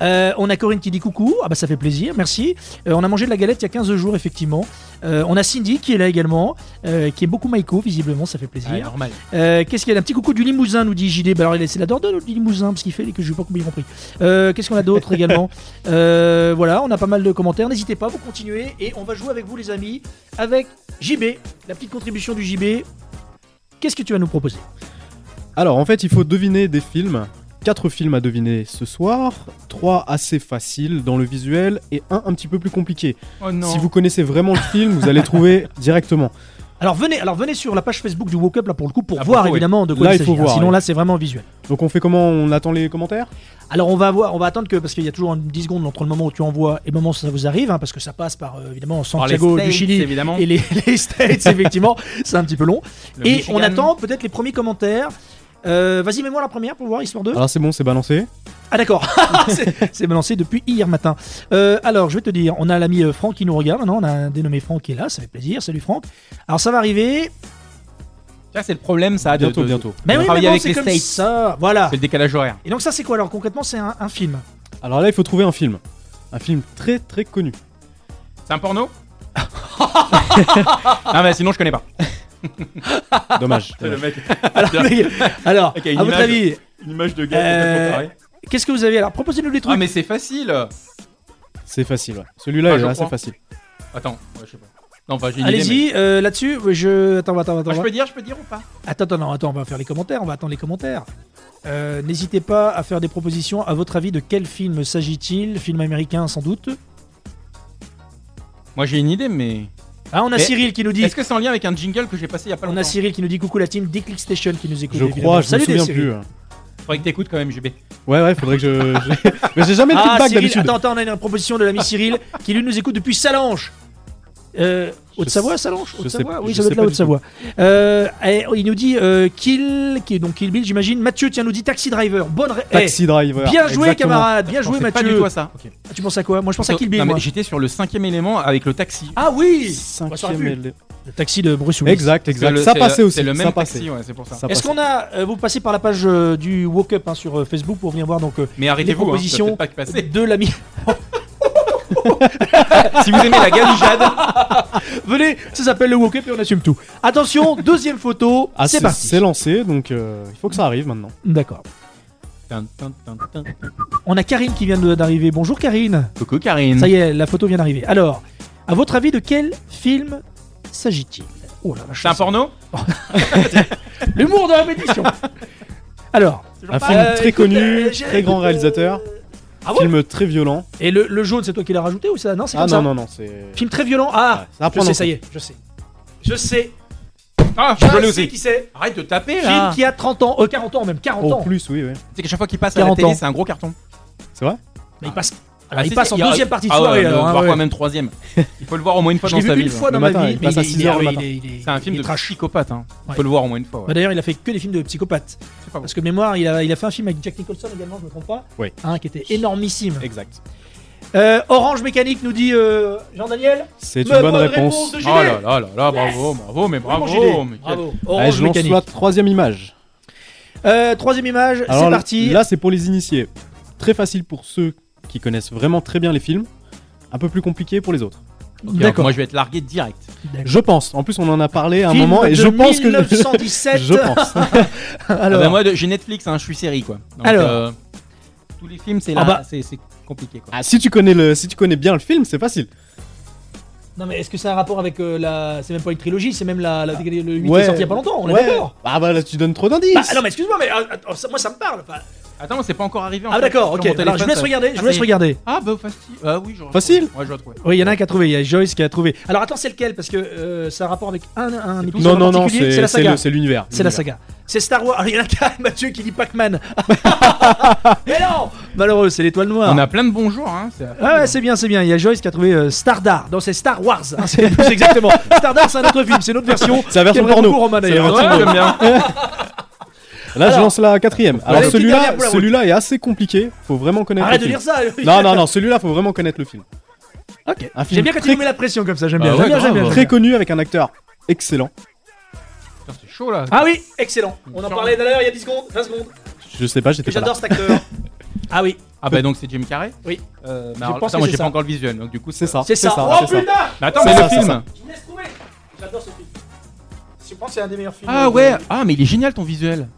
[SPEAKER 4] Euh, on a Corinne qui dit coucou. Ah bah ça fait plaisir, merci. Euh, on a mangé de la galette il y a 15 jours effectivement. Euh, on a Cindy qui est là également, euh, qui est beaucoup Maïko visiblement, ça fait
[SPEAKER 5] Ouais,
[SPEAKER 4] plaisir.
[SPEAKER 5] normal.
[SPEAKER 4] Euh, Qu'est-ce qu'il y a Un petit coucou du Limousin nous dit JD. Bah alors il est- c'est la Dordogne ou du Limousin parce qu'il fait les que je n'ai pas bien compris. Euh, Qu'est-ce qu'on a d'autre également Euh, Voilà, on a pas mal de commentaires. N'hésitez pas, vous continuez et on va jouer avec vous les amis avec JB, la petite contribution du JB. Qu'est-ce que tu vas nous proposer
[SPEAKER 7] Alors en fait, il faut deviner des films. Quatre films à deviner ce soir, trois assez faciles dans le visuel et un un petit peu plus compliqué.
[SPEAKER 5] Oh non.
[SPEAKER 7] Si vous connaissez vraiment le film, vous allez trouver
[SPEAKER 4] [laughs]
[SPEAKER 7] directement.
[SPEAKER 4] Alors venez, alors venez sur la page Facebook du Woke Up là pour le coup pour
[SPEAKER 5] Ah, pour
[SPEAKER 4] voir
[SPEAKER 5] le coup, oui.
[SPEAKER 4] évidemment de quoi
[SPEAKER 7] Là,
[SPEAKER 4] il
[SPEAKER 7] il
[SPEAKER 4] s'agit.
[SPEAKER 7] faut
[SPEAKER 4] hein.
[SPEAKER 7] voir,
[SPEAKER 4] Sinon
[SPEAKER 7] oui.
[SPEAKER 4] là c'est vraiment visuel.
[SPEAKER 7] Donc on fait comment On attend les commentaires
[SPEAKER 4] Alors on va voir, on va attendre que parce qu'il y a toujours une 10 secondes entre le moment où tu envoies et le moment où ça vous arrive, hein, parce que ça passe par euh, évidemment
[SPEAKER 5] Par les
[SPEAKER 4] Santiago
[SPEAKER 5] States,
[SPEAKER 4] du Chili
[SPEAKER 5] évidemment.
[SPEAKER 4] et les, les States
[SPEAKER 5] [laughs]
[SPEAKER 4] effectivement, c'est un petit peu long.
[SPEAKER 5] Le
[SPEAKER 4] et
[SPEAKER 5] Michigan.
[SPEAKER 4] on attend peut-être les premiers commentaires. Euh, Vas-y mets-moi la première pour voir histoire de.
[SPEAKER 7] Alors c'est bon, c'est balancé.
[SPEAKER 4] Ah d'accord, [laughs] c'est c'est balancé depuis hier matin. Euh, alors je vais te dire, on a l'ami euh, Franck qui nous regarde, maintenant on a un dénommé Franck qui est là, ça fait plaisir, salut Franck. Alors ça va arriver,
[SPEAKER 5] Ça, c'est le problème,
[SPEAKER 4] Ah,
[SPEAKER 5] ça. de-
[SPEAKER 7] Bientôt,
[SPEAKER 5] de-
[SPEAKER 7] bientôt.
[SPEAKER 4] mais
[SPEAKER 5] On
[SPEAKER 4] oui, mais
[SPEAKER 5] travaille
[SPEAKER 4] bon,
[SPEAKER 5] avec
[SPEAKER 4] c'est
[SPEAKER 5] les
[SPEAKER 4] comme
[SPEAKER 5] States.
[SPEAKER 4] ça, voilà.
[SPEAKER 5] C'est le décalage horaire.
[SPEAKER 4] Et donc ça c'est quoi alors concrètement c'est un,
[SPEAKER 5] [laughs]
[SPEAKER 4] un film
[SPEAKER 7] Alors là, il faut trouver un film. Un film très
[SPEAKER 4] [laughs]
[SPEAKER 7] très connu.
[SPEAKER 5] C'est un porno [laughs] Ah mais sinon je connais pas.
[SPEAKER 7] Dommage.
[SPEAKER 5] mec.
[SPEAKER 4] Alors, les gars, alors,
[SPEAKER 5] Ok,
[SPEAKER 4] à
[SPEAKER 5] une
[SPEAKER 4] votre
[SPEAKER 5] image.
[SPEAKER 4] avis,
[SPEAKER 5] Une image de
[SPEAKER 4] Euh, qu'est-ce que vous avez alors Proposez-nous des trucs.
[SPEAKER 5] Ah mais c'est facile.
[SPEAKER 7] c'est facile. ouais. Celui-là,
[SPEAKER 5] Ah,
[SPEAKER 7] il
[SPEAKER 5] je
[SPEAKER 7] est assez
[SPEAKER 5] crois.
[SPEAKER 7] facile.
[SPEAKER 5] Attends, ouais, je sais pas. Non, enfin j'ai une idée, mais-
[SPEAKER 4] Allez-y, euh, là-dessus, je... Attends, attends, attends.
[SPEAKER 5] Ah, je peux dire, je peux dire ou pas
[SPEAKER 4] Attends, attends, non, attends, on va faire les commentaires, on va attendre les commentaires. Euh, N'hésitez pas à faire des propositions. À votre avis, de quel film s'agit-il Film américain, sans doute.
[SPEAKER 5] Moi j'ai une idée mais.
[SPEAKER 4] Ah, on a
[SPEAKER 5] Mais-
[SPEAKER 4] Cyril qui nous dit...
[SPEAKER 5] Est-ce que c'est en lien avec un jingle que j'ai passé il y a pas
[SPEAKER 4] On
[SPEAKER 5] longtemps
[SPEAKER 4] a Cyril qui nous dit coucou la team Déclic Station qui nous écoute.
[SPEAKER 7] Je
[SPEAKER 4] évidemment.
[SPEAKER 7] crois, je me
[SPEAKER 4] Salut les
[SPEAKER 7] souviens
[SPEAKER 4] Cyril.
[SPEAKER 7] plus. hein.
[SPEAKER 5] Faudrait que t'écoutes quand même JB.
[SPEAKER 7] Ouais, ouais, faudrait que je.
[SPEAKER 4] [laughs]
[SPEAKER 7] je- Mais j'ai jamais de
[SPEAKER 4] Ah,
[SPEAKER 7] feedback
[SPEAKER 4] Cyril,
[SPEAKER 7] d'habitude.
[SPEAKER 4] attends, attends, on a une proposition de l'ami
[SPEAKER 7] [laughs]
[SPEAKER 4] Cyril qui lui nous écoute depuis Salange. Euh, Haute-Savoie, Salange
[SPEAKER 7] je
[SPEAKER 4] Haute-Savoie
[SPEAKER 7] sais-
[SPEAKER 4] Oui, ça
[SPEAKER 7] je
[SPEAKER 4] doit
[SPEAKER 7] sais
[SPEAKER 4] être la
[SPEAKER 7] pas du
[SPEAKER 4] Haute-Savoie. Euh, et il nous dit euh, Kill, qui est donc Kill Bill, j'imagine. Mathieu, tiens, nous dit Taxi Driver. Bonne ré-
[SPEAKER 7] Taxi
[SPEAKER 4] Eh,
[SPEAKER 7] Driver.
[SPEAKER 4] bien joué,
[SPEAKER 7] exactement.
[SPEAKER 4] camarade. Bien joué,
[SPEAKER 5] Pensais
[SPEAKER 4] Mathieu.
[SPEAKER 5] Pas du tout à ça. Ok.
[SPEAKER 4] Ah, Tu penses à quoi Moi, je pense à Kill Bill.
[SPEAKER 5] Non, mais
[SPEAKER 4] moi.
[SPEAKER 5] J'étais sur le cinquième élément avec le taxi.
[SPEAKER 4] Ah oui ça
[SPEAKER 7] Cinquième
[SPEAKER 4] aurait
[SPEAKER 7] élément.
[SPEAKER 4] Le taxi de Bruce Willis.
[SPEAKER 7] Exact,
[SPEAKER 5] Parce que
[SPEAKER 7] exact.
[SPEAKER 5] le-
[SPEAKER 7] ça
[SPEAKER 5] c'est-
[SPEAKER 7] passait aussi.
[SPEAKER 5] C'est le
[SPEAKER 7] ça
[SPEAKER 5] même
[SPEAKER 7] passait.
[SPEAKER 5] taxi, ouais, c'est pour ça.
[SPEAKER 7] Ça
[SPEAKER 4] Est-ce
[SPEAKER 7] passait.
[SPEAKER 4] qu'on a. euh, vous passez par la page euh, du Woke Up hein, sur euh, Facebook pour venir voir donc. euh,
[SPEAKER 5] Mais arrêtez-vous, hein, ça
[SPEAKER 4] propositions
[SPEAKER 5] peut pas que passer.
[SPEAKER 4] de l'ami.
[SPEAKER 5] si vous aimez la galijade,
[SPEAKER 4] [laughs] Venez, ça s'appelle le Woke Up et on assume tout. Attention, deuxième photo,
[SPEAKER 7] Ah,
[SPEAKER 4] c'est
[SPEAKER 7] c'est
[SPEAKER 4] parti.
[SPEAKER 7] c'est lancé, donc euh, il faut que ça arrive maintenant.
[SPEAKER 4] D'accord.
[SPEAKER 5] [laughs] Tin, tin, tin, tin.
[SPEAKER 4] On a Karine qui vient de- d'arriver. Bonjour Karine.
[SPEAKER 5] Coucou Karine.
[SPEAKER 7] Mm.
[SPEAKER 4] Ça y est, la photo vient d'arriver. Alors, à votre avis, de quel film s'agit-il Oh la vache.
[SPEAKER 5] C'est un porno
[SPEAKER 4] L'humour de
[SPEAKER 7] [laughs]
[SPEAKER 4] répétition. Alors,
[SPEAKER 7] Un
[SPEAKER 4] pas-
[SPEAKER 7] film
[SPEAKER 4] Euh,
[SPEAKER 7] très
[SPEAKER 4] écoute,
[SPEAKER 7] connu,
[SPEAKER 4] euh, j'ai-
[SPEAKER 7] très grand réalisateur,
[SPEAKER 4] ah ouais
[SPEAKER 7] film très violent.
[SPEAKER 4] Et le, le jaune, c'est toi qui l'as rajouté ou ça Non, c'est
[SPEAKER 7] Ah
[SPEAKER 4] comme
[SPEAKER 7] non,
[SPEAKER 4] ça.
[SPEAKER 7] non, non, c'est.
[SPEAKER 4] Film très violent. Ah,
[SPEAKER 7] Ouais, ça va
[SPEAKER 4] je
[SPEAKER 7] prendre
[SPEAKER 4] sais,
[SPEAKER 7] en
[SPEAKER 4] ça y est, je sais. Je sais.
[SPEAKER 5] Ah, je
[SPEAKER 4] Ah,
[SPEAKER 5] l'ai
[SPEAKER 4] c'est
[SPEAKER 5] aussi.
[SPEAKER 4] qui c'est
[SPEAKER 5] Arrête de taper
[SPEAKER 4] Film
[SPEAKER 5] là.
[SPEAKER 4] qui a 30 ans, euh, 40 ans même, 40
[SPEAKER 7] Au
[SPEAKER 4] ans.
[SPEAKER 7] Oh, plus, oui, oui.
[SPEAKER 5] C'est qu'à chaque fois qu'il passe à la
[SPEAKER 4] 40
[SPEAKER 5] télé,
[SPEAKER 4] ans.
[SPEAKER 5] c'est un gros carton.
[SPEAKER 7] C'est vrai
[SPEAKER 4] Mais il passe.
[SPEAKER 5] Ah,
[SPEAKER 4] Alors, il
[SPEAKER 5] si,
[SPEAKER 4] passe
[SPEAKER 5] si,
[SPEAKER 4] en
[SPEAKER 5] y a-
[SPEAKER 4] deuxième partie de
[SPEAKER 5] ah ouais,
[SPEAKER 4] soirée.
[SPEAKER 5] le-
[SPEAKER 4] alors, hein,
[SPEAKER 5] parfois
[SPEAKER 4] ouais.
[SPEAKER 5] même
[SPEAKER 4] [laughs]
[SPEAKER 5] troisième. Il faut le voir au moins une fois
[SPEAKER 4] Je
[SPEAKER 5] dans
[SPEAKER 4] l'ai
[SPEAKER 5] sa
[SPEAKER 4] vu
[SPEAKER 5] vie. hein.
[SPEAKER 4] une fois
[SPEAKER 7] Le
[SPEAKER 4] dans ma
[SPEAKER 7] matin,
[SPEAKER 4] vie,
[SPEAKER 7] il
[SPEAKER 4] mais
[SPEAKER 7] passe
[SPEAKER 4] il
[SPEAKER 7] à
[SPEAKER 4] est-
[SPEAKER 7] 6
[SPEAKER 4] il est-
[SPEAKER 7] heures le
[SPEAKER 4] il
[SPEAKER 7] matin.
[SPEAKER 4] est- il est-
[SPEAKER 5] C'est un film
[SPEAKER 4] il est
[SPEAKER 5] de
[SPEAKER 4] trash.
[SPEAKER 5] psychopathe. Hein. Il
[SPEAKER 4] Ouais.
[SPEAKER 5] faut le voir au moins une fois. ouais.
[SPEAKER 4] Bah, D'ailleurs, il a fait que des films de psychopathes.
[SPEAKER 5] C'est pas bon.
[SPEAKER 4] Parce que mémoire, il a, il a fait un film avec Jack Nicholson également, je me trompe pas.
[SPEAKER 7] Oui.
[SPEAKER 4] Hein, qui était énormissime.
[SPEAKER 7] Exact.
[SPEAKER 4] Euh, Orange Mécanique nous dit euh, Jean-Daniel.
[SPEAKER 7] C'est une
[SPEAKER 4] me-
[SPEAKER 7] bonne réponse.
[SPEAKER 4] de
[SPEAKER 5] Oh
[SPEAKER 4] JD.
[SPEAKER 5] là là là là, bravo, bravo, mais
[SPEAKER 4] Vraiment,
[SPEAKER 5] bravo.
[SPEAKER 4] JD.
[SPEAKER 5] mais quel-
[SPEAKER 4] Bravo.
[SPEAKER 7] Allez,
[SPEAKER 4] Orange
[SPEAKER 7] Eh, je lance
[SPEAKER 4] Mécanique.
[SPEAKER 7] la troisième image.
[SPEAKER 4] Euh, troisième image, c'est
[SPEAKER 7] Alors,
[SPEAKER 4] parti.
[SPEAKER 7] Là, c'est pour les initiés. Très facile pour ceux qui connaissent vraiment très bien les films. Un peu plus compliqué pour les autres.
[SPEAKER 5] Ok, alors,
[SPEAKER 4] D'accord.
[SPEAKER 5] Moi, je vais être largué direct.
[SPEAKER 7] Je pense. En plus, on en a parlé à un
[SPEAKER 4] Film
[SPEAKER 7] moment et
[SPEAKER 4] de
[SPEAKER 7] [laughs] je pense que.
[SPEAKER 4] 1917.
[SPEAKER 7] je pense.
[SPEAKER 5] Ah
[SPEAKER 4] Alors,
[SPEAKER 5] bah, moi, de- j'ai Netflix, hein, je suis série quoi. Donc,
[SPEAKER 4] Alors.
[SPEAKER 5] euh, tous les films, c'est
[SPEAKER 4] Ah
[SPEAKER 5] là,
[SPEAKER 4] bah.
[SPEAKER 5] c'est c'est compliqué quoi.
[SPEAKER 7] Ah, si tu connais le, si tu connais bien le film, c'est facile.
[SPEAKER 4] non mais est-ce que ça a un rapport avec euh, la C'est même pas une trilogie, c'est même la, la... le 8
[SPEAKER 7] Ouais.
[SPEAKER 4] est sorti il y a pas longtemps. On est
[SPEAKER 7] Ouais.
[SPEAKER 4] d'accord.
[SPEAKER 7] Ah bah là, tu donnes trop d'indices.
[SPEAKER 4] Bah, non mais excuse-moi, mais euh, attends, ça- euh, moi ça me parle. enfin,
[SPEAKER 5] Attends, c'est pas encore arrivé. en
[SPEAKER 4] Ah
[SPEAKER 5] fait,
[SPEAKER 4] d'accord,
[SPEAKER 5] sur
[SPEAKER 4] ok.
[SPEAKER 5] mon
[SPEAKER 4] Alors, je
[SPEAKER 5] téléphone,
[SPEAKER 4] vous laisse
[SPEAKER 5] ça-
[SPEAKER 4] regarder, je
[SPEAKER 5] Ah,
[SPEAKER 4] vous
[SPEAKER 5] ça y
[SPEAKER 4] laisse
[SPEAKER 5] est.
[SPEAKER 4] regarder.
[SPEAKER 5] Ah bah facile. Ah oui, j'aurais
[SPEAKER 7] Facile.
[SPEAKER 5] trouvé. Ouais, j'aurais trouvé.
[SPEAKER 4] Oui, il y en a un qui a trouvé, il y a Joyce qui a trouvé. Alors attends, c'est lequel Parce que euh, ça a rapport avec un, un épisode
[SPEAKER 7] Non,
[SPEAKER 4] en
[SPEAKER 7] non, non,
[SPEAKER 4] particulier.
[SPEAKER 7] c'est
[SPEAKER 4] la
[SPEAKER 7] c'est
[SPEAKER 4] saga.
[SPEAKER 7] le- c'est l'univers.
[SPEAKER 4] C'est la saga. C'est Star Wars. Ah, Il y en a un qui a- [laughs] Mathieu qui dit
[SPEAKER 7] [laughs]
[SPEAKER 4] Pac-Man. Mais non Malheureux, c'est l'étoile noire.
[SPEAKER 5] On a plein de bonjours. Hein. c'est-
[SPEAKER 4] Ah ouais, c'est bien, c'est bien. Il y a Joyce qui a trouvé euh, Stardar. Non, c'est Star
[SPEAKER 7] [laughs]
[SPEAKER 4] Wars. hein, c'est plus exactement. Stardar, c'est un autre film, c'est notre version.
[SPEAKER 7] C'est la version
[SPEAKER 4] Qu'aimerait
[SPEAKER 7] porno.
[SPEAKER 4] beaucoup Romain,
[SPEAKER 7] C'est la
[SPEAKER 4] d'ailleurs.
[SPEAKER 7] version
[SPEAKER 4] Ouais.
[SPEAKER 7] porno.
[SPEAKER 5] Ah, J'aime bien.
[SPEAKER 7] Là, je lance la quatrième. Alors
[SPEAKER 4] Allez, petite dernière
[SPEAKER 7] celui-là,
[SPEAKER 4] pour la route.
[SPEAKER 7] celui-là est assez compliqué. Faut vraiment connaître.
[SPEAKER 4] Arrête
[SPEAKER 7] le
[SPEAKER 4] de
[SPEAKER 7] film.
[SPEAKER 4] dire ça.
[SPEAKER 7] Non, non, non. Celui-là, faut vraiment connaître le film.
[SPEAKER 4] Ok.
[SPEAKER 7] Un film
[SPEAKER 4] J'aime bien quand tu
[SPEAKER 7] très- Bah
[SPEAKER 4] nous mets la pression comme ça. J'aime
[SPEAKER 5] Ah
[SPEAKER 4] bien.
[SPEAKER 5] ouais,
[SPEAKER 4] j'aime bien,
[SPEAKER 5] grave.
[SPEAKER 4] j'aime bien, j'aime
[SPEAKER 7] Très
[SPEAKER 4] bien.
[SPEAKER 7] connu avec un acteur excellent.
[SPEAKER 5] Putain, C'est chaud là.
[SPEAKER 4] Ah oui, excellent. On en parlait tout à l'heure il y a 10 secondes, 20 secondes.
[SPEAKER 7] Je sais pas, j'étais pas là.
[SPEAKER 4] J'adore cet
[SPEAKER 7] [laughs]
[SPEAKER 4] acteur. ah oui,
[SPEAKER 5] Ah bah donc c'est Jim Carrey.
[SPEAKER 4] Oui.
[SPEAKER 5] Euh, mais
[SPEAKER 4] Je
[SPEAKER 5] alors,
[SPEAKER 4] pense
[SPEAKER 5] ça,
[SPEAKER 4] que
[SPEAKER 5] moi
[SPEAKER 4] c'est
[SPEAKER 5] j'ai
[SPEAKER 4] ça.
[SPEAKER 5] pas encore le visuel. Donc du coup
[SPEAKER 7] C'est ça.
[SPEAKER 4] c'est ça.
[SPEAKER 7] C'est
[SPEAKER 4] Oh putain
[SPEAKER 5] Mais attends,
[SPEAKER 7] C'est
[SPEAKER 5] mais
[SPEAKER 7] ça,
[SPEAKER 5] le
[SPEAKER 7] c'est
[SPEAKER 5] film.
[SPEAKER 7] ça.
[SPEAKER 4] Je me laisse trouver. J'adore ce film. Je pense que c'est un des meilleurs films.
[SPEAKER 5] Ah
[SPEAKER 4] euh,
[SPEAKER 5] ouais. Ah mais il est génial ton visuel.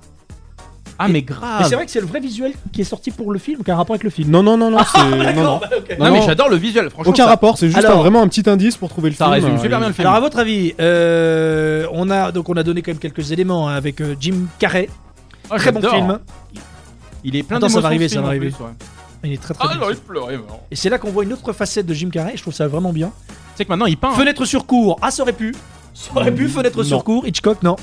[SPEAKER 5] Ah mais grave.
[SPEAKER 4] Mais c'est vrai que c'est le vrai visuel qui est sorti pour le film, qui a un rapport avec le film.
[SPEAKER 7] Non, non, non, non. c'est- non, non.
[SPEAKER 4] [laughs] D'accord, bah, ok.
[SPEAKER 5] Non,
[SPEAKER 7] Non,
[SPEAKER 5] mais
[SPEAKER 7] non.
[SPEAKER 5] j'adore le visuel. Franchement.
[SPEAKER 7] Aucun
[SPEAKER 5] ça-
[SPEAKER 7] rapport. C'est juste
[SPEAKER 4] Alors-
[SPEAKER 7] un- vraiment un petit indice pour trouver le
[SPEAKER 5] Ça
[SPEAKER 7] film.
[SPEAKER 5] résume
[SPEAKER 7] euh,
[SPEAKER 5] super bien
[SPEAKER 7] et-
[SPEAKER 5] le film.
[SPEAKER 4] Alors à votre avis, euh, on a donc on a donné quand même quelques éléments hein, avec euh, Jim Carrey,
[SPEAKER 5] Ah,
[SPEAKER 4] très bon
[SPEAKER 5] j'adore.
[SPEAKER 4] film.
[SPEAKER 5] Il est plein
[SPEAKER 4] Attends,
[SPEAKER 5] de
[SPEAKER 4] ça va arriver, ça va arriver. Il est très très
[SPEAKER 5] Ah
[SPEAKER 4] bien.
[SPEAKER 5] non, il pleurait. vraiment.
[SPEAKER 4] Et c'est là qu'on voit une autre facette de Jim Carrey. Je trouve ça vraiment bien.
[SPEAKER 5] Tu sais que maintenant il peint. hein.
[SPEAKER 4] Fenêtre sur cours. Ah, ça aurait pu. Ça aurait
[SPEAKER 5] Mm,
[SPEAKER 4] pu. Fenêtre sur
[SPEAKER 7] Non.
[SPEAKER 4] cours. Hitchcock, non.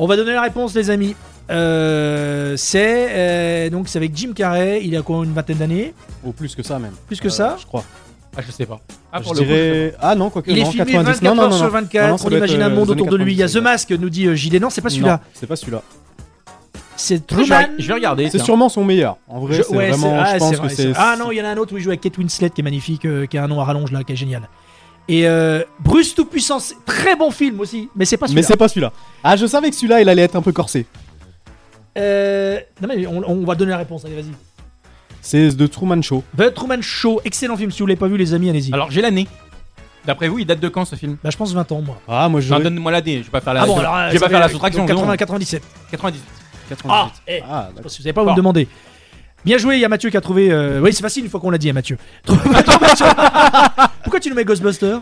[SPEAKER 4] On va donner la réponse, les amis. Euh, c'est euh, donc c'est avec Jim Carrey. Il a quoi une vingtaine d'années,
[SPEAKER 7] Ou plus que ça même. euh,
[SPEAKER 4] plus
[SPEAKER 5] Euh,
[SPEAKER 4] que ça.
[SPEAKER 7] Je crois.
[SPEAKER 5] Ah je sais pas. Ah
[SPEAKER 7] Je dirais. Ah non, quoi que
[SPEAKER 4] Il est
[SPEAKER 7] non.
[SPEAKER 4] filmé
[SPEAKER 7] 90.
[SPEAKER 4] 24
[SPEAKER 7] Non, non,
[SPEAKER 4] heures
[SPEAKER 7] non,
[SPEAKER 4] sur
[SPEAKER 7] non.
[SPEAKER 4] 24.
[SPEAKER 7] Non, non, ça
[SPEAKER 4] on
[SPEAKER 7] doit être,
[SPEAKER 4] imagine un
[SPEAKER 7] euh,
[SPEAKER 4] monde
[SPEAKER 7] les
[SPEAKER 4] autour de lui. Il y a
[SPEAKER 7] années
[SPEAKER 4] The Mask, nous dit euh, JD. Non, c'est pas celui-là.
[SPEAKER 7] Non, C'est pas celui-là.
[SPEAKER 4] C'est
[SPEAKER 5] Je
[SPEAKER 4] Truman.
[SPEAKER 5] vais, je vais regarder.
[SPEAKER 7] C'est
[SPEAKER 5] tiens.
[SPEAKER 7] sûrement son meilleur. En vrai,
[SPEAKER 4] Je-
[SPEAKER 7] c'est
[SPEAKER 4] ouais, c'est-
[SPEAKER 7] vraiment.
[SPEAKER 4] ah,
[SPEAKER 7] Je
[SPEAKER 4] c'est
[SPEAKER 7] pense
[SPEAKER 4] vrai,
[SPEAKER 7] que
[SPEAKER 4] c'est-
[SPEAKER 7] c'est.
[SPEAKER 4] Ah non, il y en a un autre où il joue avec Kate Winslet qui est magnifique, euh, qui a un nom à rallonge là, qui est génial. Et euh, Bruce tout puissant, très bon film aussi, mais c'est pas
[SPEAKER 7] Mais
[SPEAKER 4] celui-là.
[SPEAKER 7] c'est pas celui-là. Ah, je savais que celui-là, il allait être un peu corsé.
[SPEAKER 4] Euh, non mais on, on va donner la réponse, allez vas-y.
[SPEAKER 7] C'est The Truman Show.
[SPEAKER 4] The Truman Show, excellent film. Si vous l'avez pas vu, les amis, allez-y.
[SPEAKER 5] Alors j'ai l'année. D'après vous, il date de quand ce film
[SPEAKER 4] Bah, je pense 20 ans moi.
[SPEAKER 7] Ah, moi je.
[SPEAKER 5] Non, donne-moi l'année. bah, Je vais pas faire la.
[SPEAKER 4] Ah bon, alors euh,
[SPEAKER 5] je vais
[SPEAKER 4] ça
[SPEAKER 5] pas faire la
[SPEAKER 4] fait-
[SPEAKER 5] soustraction.
[SPEAKER 4] donc,
[SPEAKER 5] c'est bon.
[SPEAKER 4] 80, 97.
[SPEAKER 5] 98.
[SPEAKER 4] Ah, eh, je
[SPEAKER 7] Ah, d'accord.
[SPEAKER 4] pense que vous savez pas où me
[SPEAKER 5] Fort.
[SPEAKER 4] demander. Bien joué, il y a Mathieu qui a trouvé. euh, Oui, c'est facile une fois qu'on l'a dit à Mathieu. [laughs] Trouve- trouve- Pourquoi tu nous mets Ghostbuster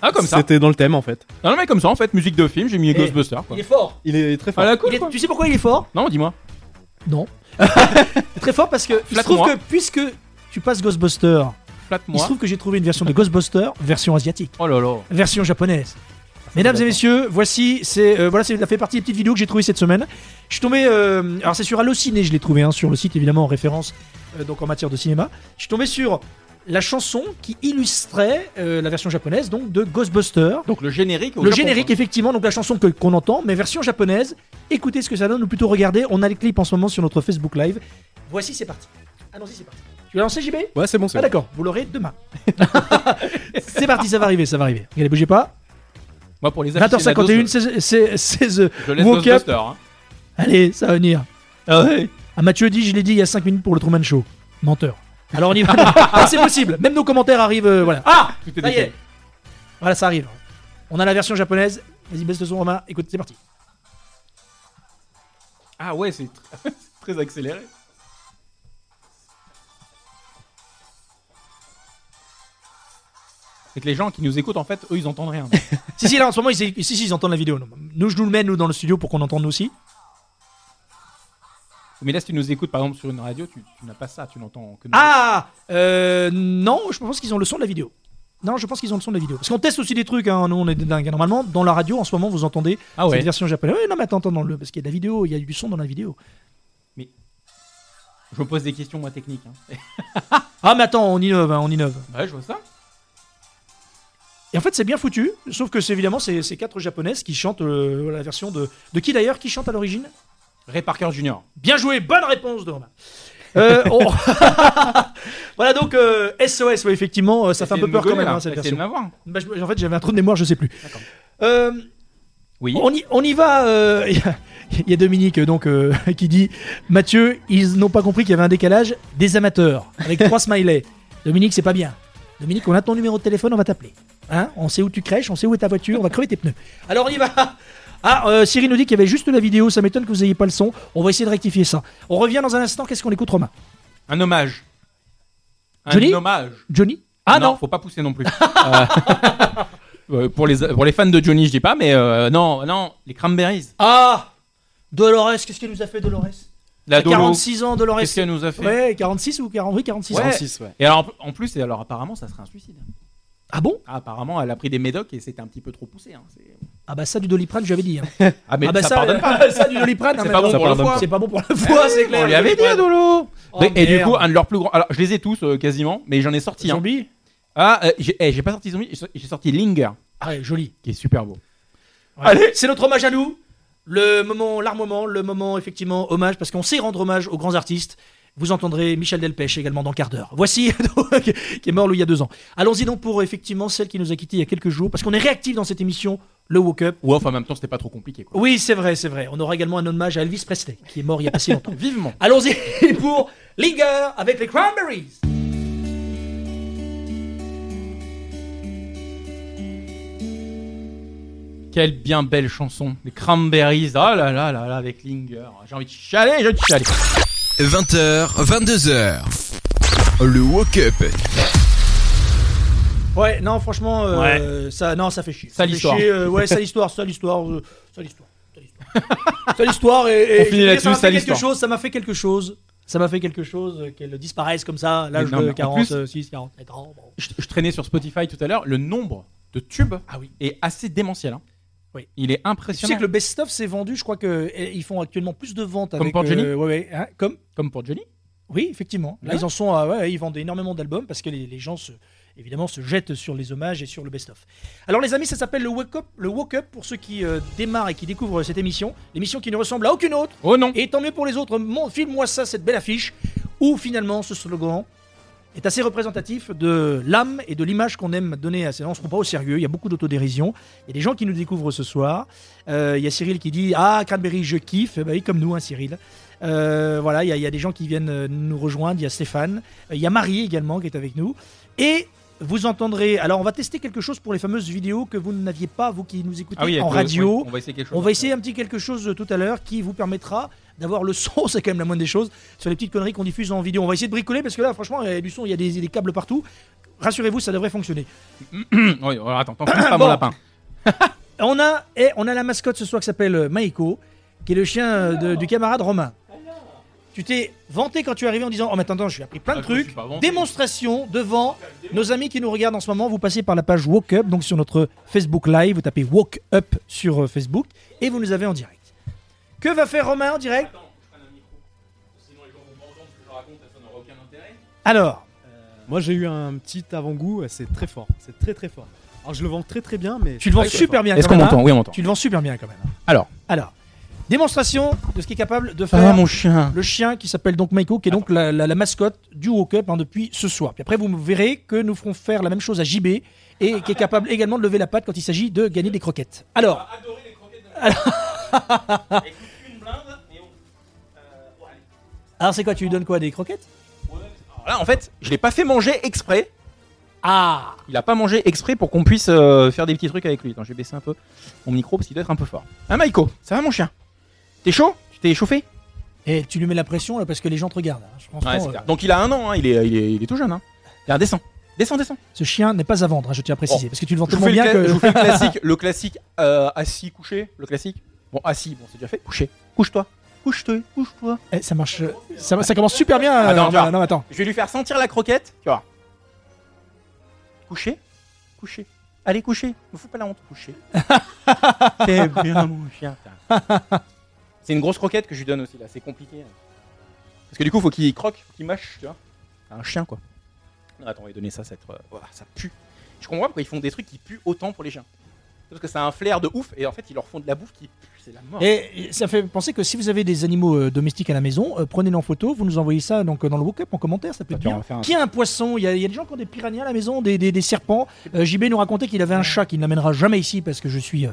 [SPEAKER 5] Ah comme ça.
[SPEAKER 7] C'était dans le thème en fait.
[SPEAKER 5] Non non, mais comme ça en fait, musique de film, j'ai mis Ghostbusters quoi.
[SPEAKER 4] Il est fort.
[SPEAKER 7] Il est très fort.
[SPEAKER 5] Ah la cool
[SPEAKER 4] Il est-
[SPEAKER 5] quoi.
[SPEAKER 4] Tu sais pourquoi il est fort
[SPEAKER 5] Non dis-moi.
[SPEAKER 4] Non. C'est très fort parce que il se trouve
[SPEAKER 5] Flatte-moi.
[SPEAKER 4] que puisque tu passes Ghostbuster, il se
[SPEAKER 5] Flatte-moi.
[SPEAKER 4] trouve que j'ai trouvé une version de Ghostbuster, version asiatique,
[SPEAKER 5] Oh là là.
[SPEAKER 4] version japonaise. Mesdames et messieurs, voici, c'est euh, voilà, c'est- ça fait partie des petites vidéos que j'ai trouvées cette semaine. Je suis tombé, euh, alors c'est sur Allociné, je l'ai trouvé hein, sur le site évidemment en référence, euh, donc en matière de cinéma. Je suis tombé sur la chanson qui illustrait euh, la version japonaise donc de Ghostbuster.
[SPEAKER 5] Donc le générique. au
[SPEAKER 4] Le
[SPEAKER 5] Japon, hein.
[SPEAKER 4] générique,
[SPEAKER 5] quoi.
[SPEAKER 4] effectivement, donc la chanson que- qu'on entend, mais version japonaise. Écoutez ce que ça donne, ou plutôt regardez. On a les clips en ce moment sur notre Facebook Live. Voici, c'est parti. Allons-y, c'est parti. Tu l'as lancé, JB
[SPEAKER 7] Ouais, c'est bon, c'est
[SPEAKER 4] Ah,
[SPEAKER 7] bon.
[SPEAKER 4] d'accord, vous l'aurez demain. [laughs] c'est parti, ça va arriver, ça va arriver. Regardez, bougez pas.
[SPEAKER 5] Moi pour les
[SPEAKER 4] 20h51,
[SPEAKER 5] aficionados,
[SPEAKER 4] 16, c'est- 16,
[SPEAKER 5] je- Je laisse
[SPEAKER 4] Woke up.
[SPEAKER 5] Ghostbusters. hein.
[SPEAKER 4] Allez, ça va venir. Ah ouais Ah, Mathieu dit, je l'ai dit il y a 5 minutes pour le Truman Show. Menteur. Alors on y va. Ah, c'est possible. Même nos commentaires arrivent. euh, voilà. Ah
[SPEAKER 5] Tout est
[SPEAKER 4] Ça y
[SPEAKER 5] décalé.
[SPEAKER 4] est. Voilà, ça arrive. On a la version japonaise. Vas-y, baisse le son, Romain. Écoute, c'est parti.
[SPEAKER 5] Ah ouais, c'est tr- [laughs] très accéléré. C'est que les gens qui nous écoutent, en fait, eux, ils entendent
[SPEAKER 4] [laughs]
[SPEAKER 5] rien.
[SPEAKER 4] [laughs] Si, si, là en ce moment, ils, si, si, ils entendent la vidéo. Nous, je nous le mets, nous, dans le studio pour qu'on entende nous aussi.
[SPEAKER 5] Mais là, si tu nous écoutes, par exemple, sur une radio, tu, tu n'as pas ça, tu n'entends que nous.
[SPEAKER 4] Ah euh, Non, je pense qu'ils ont le son de la vidéo. Non, je pense qu'ils ont le son de la vidéo. Parce qu'on teste aussi des trucs, hein, nous, on est des dingues. Normalement, dans la radio, en ce moment, vous entendez
[SPEAKER 5] Ah ouais.
[SPEAKER 4] cette version japonaise. Oui, non, mais attends, attends, dans le- parce qu'il y a de la vidéo, il y a du son dans la vidéo.
[SPEAKER 5] Je me pose des questions, moi, techniques. hein.
[SPEAKER 4] Ah, mais attends, on innove, hein, on innove.
[SPEAKER 5] Ouais, je vois ça.
[SPEAKER 4] Et en fait, c'est bien foutu, sauf que c'est évidemment ces ces quatre japonaises qui chantent euh, la version de. De qui d'ailleurs Qui chante à l'origine
[SPEAKER 5] Ray Parker Jr.
[SPEAKER 4] Bien joué, bonne réponse de Romain. Euh, on- [laughs] voilà donc euh, SOS, ouais, effectivement, euh, ça fait un
[SPEAKER 5] Essayez
[SPEAKER 4] peu
[SPEAKER 5] de
[SPEAKER 4] peur
[SPEAKER 5] me
[SPEAKER 4] quand même
[SPEAKER 5] gauler,
[SPEAKER 4] hein,
[SPEAKER 5] là.
[SPEAKER 4] cette
[SPEAKER 5] Essayez de
[SPEAKER 4] version.
[SPEAKER 5] m'avoir.
[SPEAKER 4] Bah, je- en fait, j'avais un trou de mémoire, je sais plus. Euh,
[SPEAKER 5] Oui.
[SPEAKER 4] on, y, on y va. euh, [laughs] Il y a- il y a Dominique euh, donc euh, qui dit Mathieu, ils n'ont pas compris qu'il y avait un décalage des amateurs avec trois [laughs] smileys. Dominique, c'est pas bien. Dominique, on a ton numéro de téléphone, on va t'appeler. Hein on sait où tu crèches, on sait où est ta voiture, on va crever tes pneus. Alors on y va. Ah, euh, Cyril nous dit qu'il y avait juste la vidéo, ça m'étonne que vous ayez pas le son. On va essayer de rectifier ça. On revient dans un instant, qu'est-ce qu'on écoute Romain
[SPEAKER 5] Un hommage. Un
[SPEAKER 4] Johnny
[SPEAKER 5] hommage.
[SPEAKER 4] Johnny Ah non,
[SPEAKER 5] Faut pas pousser
[SPEAKER 4] [laughs]
[SPEAKER 5] non plus. Euh, [laughs] euh, pour, les, pour les fans de Johnny, je dis pas, mais euh, non, non, les Cranberries.
[SPEAKER 4] Ah Dolores, qu'est-ce qu'elle nous a fait Dolores
[SPEAKER 5] La Dolo,
[SPEAKER 4] 46 ans de Dolores.
[SPEAKER 5] Qu'est-ce qu'elle nous a fait
[SPEAKER 4] Ouais, 46 ou 40 oui, 46
[SPEAKER 5] Ouais.
[SPEAKER 4] ans.
[SPEAKER 7] 106, ouais.
[SPEAKER 5] Et alors, en plus, et alors apparemment, ça serait un suicide.
[SPEAKER 4] Ah bon
[SPEAKER 5] Ah, apparemment, elle a pris des médocs et c'était un petit peu trop poussé. hein, c'est-
[SPEAKER 4] Ah bah ça du Doliprane, j'avais dit. hein.
[SPEAKER 5] Ah, mais
[SPEAKER 4] [laughs] ah bah
[SPEAKER 5] ça, pardonne pas.
[SPEAKER 4] ça du Doliprane, hein,
[SPEAKER 5] C'est pas
[SPEAKER 4] mais
[SPEAKER 5] bon pour le foie.
[SPEAKER 4] C'est pas bon [laughs] pour la foi, c'est clair.
[SPEAKER 5] On lui avait dit à Dolo.
[SPEAKER 4] Oh,
[SPEAKER 5] et du
[SPEAKER 4] merde.
[SPEAKER 5] coup, un de leurs plus grands. Alors, je les ai tous euh, quasiment, mais j'en ai sorti un.
[SPEAKER 4] Zombie
[SPEAKER 5] Ah, euh, j'ai eh, j'ai pas sorti Zombie, j'ai sorti- j'ai sorti Linger,
[SPEAKER 4] Ah ouais, joli.
[SPEAKER 5] qui est super beau.
[SPEAKER 4] Allez, c'est notre hommage à nous. Le moment, l'armement, le moment effectivement hommage, parce qu'on sait rendre hommage aux grands artistes. Vous entendrez Michel Delpech également dans quart d'heure. Voici, [laughs] donc, qui est mort lui, il y a deux ans. Allons-y donc pour effectivement celle qui nous a quittés il y a quelques jours, parce qu'on est réactif dans cette émission, le Woke Up.
[SPEAKER 5] Ouais, enfin, en même temps, c'était pas trop compliqué, quoi.
[SPEAKER 4] Oui, c'est vrai, c'est vrai. On aura également un hommage à Elvis Presley, qui est mort il y a pas si [laughs] longtemps.
[SPEAKER 5] Vivement.
[SPEAKER 4] Allons-y pour Linger avec les Cranberries.
[SPEAKER 5] Quelle bien belle chanson. Les Cranberries, ah là là là là, avec Linger. J'ai envie de chialer, je chiale.
[SPEAKER 6] 20h, 22h. Le Woke Up
[SPEAKER 4] Ouais, non, franchement, euh, ça, non, ça fait chier.
[SPEAKER 5] Sale
[SPEAKER 4] Ça fait
[SPEAKER 5] histoire.
[SPEAKER 4] chier, euh, ouais, sale histoire, sale histoire, euh, sale histoire, sale histoire.
[SPEAKER 5] [laughs]
[SPEAKER 4] Sale histoire et, et
[SPEAKER 5] On finit
[SPEAKER 4] je-
[SPEAKER 5] là-dessus,
[SPEAKER 4] ça m'a fait
[SPEAKER 5] sale
[SPEAKER 4] quelque
[SPEAKER 5] histoire.
[SPEAKER 4] chose, ça m'a fait quelque chose. Ça m'a fait quelque chose euh, qu'elle disparaisse comme ça, à l'âge
[SPEAKER 5] Mais non, mais
[SPEAKER 4] de euh,
[SPEAKER 5] en
[SPEAKER 4] 46,
[SPEAKER 5] plus-
[SPEAKER 4] 47 ans. bon.
[SPEAKER 5] Je, je traînais sur Spotify tout à l'heure, le nombre de tubes
[SPEAKER 4] Ah oui.
[SPEAKER 5] est assez démentiel. hein.
[SPEAKER 4] Oui.
[SPEAKER 5] Il est
[SPEAKER 4] Tu
[SPEAKER 5] impressionnant.
[SPEAKER 4] sais que le best-of s'est vendu, je crois qu'ils font actuellement plus de ventes
[SPEAKER 5] Comme
[SPEAKER 4] avec.
[SPEAKER 5] pour Johnny
[SPEAKER 4] euh, ouais, ouais, hein, comme
[SPEAKER 5] Comme pour Johnny.
[SPEAKER 4] Oui, effectivement. Là,
[SPEAKER 5] Ouais.
[SPEAKER 4] ils en sont à, ouais, ils vendent énormément d'albums parce que les, les gens se, évidemment se jettent sur les hommages et sur le best-of. Alors, les amis, ça s'appelle le Wake Up, le Wake Up pour ceux qui euh, démarrent et qui découvrent cette émission, l'émission qui ne ressemble à aucune autre.
[SPEAKER 5] Oh non.
[SPEAKER 4] Et tant mieux pour les autres. Mon- File-moi ça, cette belle affiche où finalement ce slogan est assez représentatif de l'âme et de l'image qu'on aime donner à ces gens. On se prend pas au sérieux, il y a beaucoup d'autodérision. Il y a des gens qui nous découvrent ce soir. Euh, il y a Cyril qui dit Ah, Cranberry, je kiffe. Eh ben oui, comme nous, hein, Cyril. Euh, voilà, il y, a- il y a des gens qui viennent euh, nous rejoindre. Il y a Stéphane, Euh, il y a Marie également qui est avec nous. Et vous entendrez. Alors, on va tester quelque chose pour les fameuses vidéos que vous n'aviez pas, vous qui nous écoutez en
[SPEAKER 5] avec le-
[SPEAKER 4] radio.
[SPEAKER 5] Ah oui, on va essayer quelque chose.
[SPEAKER 4] On va essayer un petit quelque chose euh, tout à l'heure qui vous permettra d'avoir le [laughs] son, c'est quand même la moindre des choses, sur les petites conneries qu'on diffuse en vidéo. On va essayer de bricoler parce que là, franchement, euh, du son, il y a des, des câbles partout. Rassurez-vous, ça devrait fonctionner.
[SPEAKER 5] Hum, Oui, alors, attends, t'en finis pas
[SPEAKER 4] Ah, Bon.
[SPEAKER 5] mon lapin.
[SPEAKER 4] On a, eh, on a la mascotte ce soir qui s'appelle euh, Maiko, qui est le chien euh, de- du camarade Romain. Tu t'es vanté quand tu es arrivé en disant Oh, mais attends, attends, j'ai appris plein de
[SPEAKER 5] Ah, je me suis
[SPEAKER 4] trucs.
[SPEAKER 5] pas vanté.
[SPEAKER 4] Démonstration devant nos amis qui nous regardent en ce moment. Vous passez par la page Walk Up, donc sur notre Facebook Live. Vous tapez Walk Up sur euh, Facebook et vous nous avez en direct. Que va faire Romain en direct Alors,
[SPEAKER 7] Moi, j'ai eu un petit avant-goût, c'est très fort. C'est très très fort. Alors, je le vends très très bien, mais.
[SPEAKER 4] tu le vends
[SPEAKER 7] c'est très, très
[SPEAKER 4] super bien.
[SPEAKER 5] Est-ce
[SPEAKER 4] quand
[SPEAKER 5] qu'on
[SPEAKER 4] même,
[SPEAKER 5] m'entend
[SPEAKER 4] hein.
[SPEAKER 5] Oui, on m'entend.
[SPEAKER 4] Tu le vends super bien quand même. hein.
[SPEAKER 5] Alors.
[SPEAKER 4] Alors, démonstration de ce qui est capable de faire
[SPEAKER 5] Ah mon chien.
[SPEAKER 4] le chien qui s'appelle donc Maiko, qui est donc la, la- la mascotte du Walk Up hein, depuis ce soir. Puis après, vous verrez que nous ferons faire la même chose à JB et qui est capable également de lever la patte quand il s'agit de gagner des croquettes. Alors, alors c'est quoi Tu lui donnes quoi des croquettes
[SPEAKER 5] Là, en fait, je l'ai pas fait manger exprès.
[SPEAKER 4] Ah
[SPEAKER 5] Il a pas mangé exprès pour qu'on puisse euh, faire des petits trucs avec lui. Attends, je vais baisser un peu mon micro parce qu'il doit être un peu fort. Ah, Maiko, ça va mon chien T'es chaud Tu t'es échauffé
[SPEAKER 4] Et tu lui mets la pression là parce que les gens te regardent. hein. Je pense
[SPEAKER 5] Ouais,
[SPEAKER 4] pas,
[SPEAKER 5] c'est
[SPEAKER 4] euh,
[SPEAKER 5] clair. Donc il a un an, hein, il, est, il, est, il est tout jeune. Hein. Tiens, descends, descends, descends.
[SPEAKER 4] ce chien n'est pas à vendre, hein, je tiens à préciser, parce que tu le vends
[SPEAKER 5] Je vous
[SPEAKER 4] tellement
[SPEAKER 5] fais, le,
[SPEAKER 4] bien
[SPEAKER 5] cla-
[SPEAKER 4] que.
[SPEAKER 5] je vous fais
[SPEAKER 4] [laughs]
[SPEAKER 5] le classique, le classique euh, assis, couché, le classique. Bon, assis, bon, c'est déjà fait. Couché, couche-toi, couche-toi, couche-toi.
[SPEAKER 4] Eh, ça marche, euh, ça, ça commence super bien. euh,
[SPEAKER 5] Attends,
[SPEAKER 4] Romain.
[SPEAKER 5] tu vois.
[SPEAKER 4] non, mais attends.
[SPEAKER 5] Je vais lui faire sentir la croquette, tu vois. Couché, couché. Allez, couché, me fous pas la honte,
[SPEAKER 4] [laughs]
[SPEAKER 5] couché. T'es bien mon chien. C'est une grosse croquette que je lui donne aussi là, c'est compliqué. hein. Parce que du coup, faut qu'il croque, faut qu'il mâche, tu vois. C'est Un chien quoi. Non, attends, on va lui donner ça, cette... euh, ouah, ça pue. Je comprends pas pourquoi ils font des trucs qui puent autant pour les chiens. Parce que c'est un flair de ouf et en fait ils leur font de la bouffe qui pue, c'est la mort.
[SPEAKER 4] Et ça fait penser que si vous avez des animaux euh, domestiques à la maison, euh, prenez-les en photo, vous nous envoyez ça donc, euh, dans le Woke Up en commentaire, ça peut être
[SPEAKER 5] tu en
[SPEAKER 4] bien.
[SPEAKER 5] as fait un-
[SPEAKER 4] Qui a un poisson Il y, a- il y a des gens qui ont des piranhas à la maison, des, des- des serpents. Euh, JB nous racontait qu'il avait un chat qu'il n'amènera jamais ici parce que je suis, euh,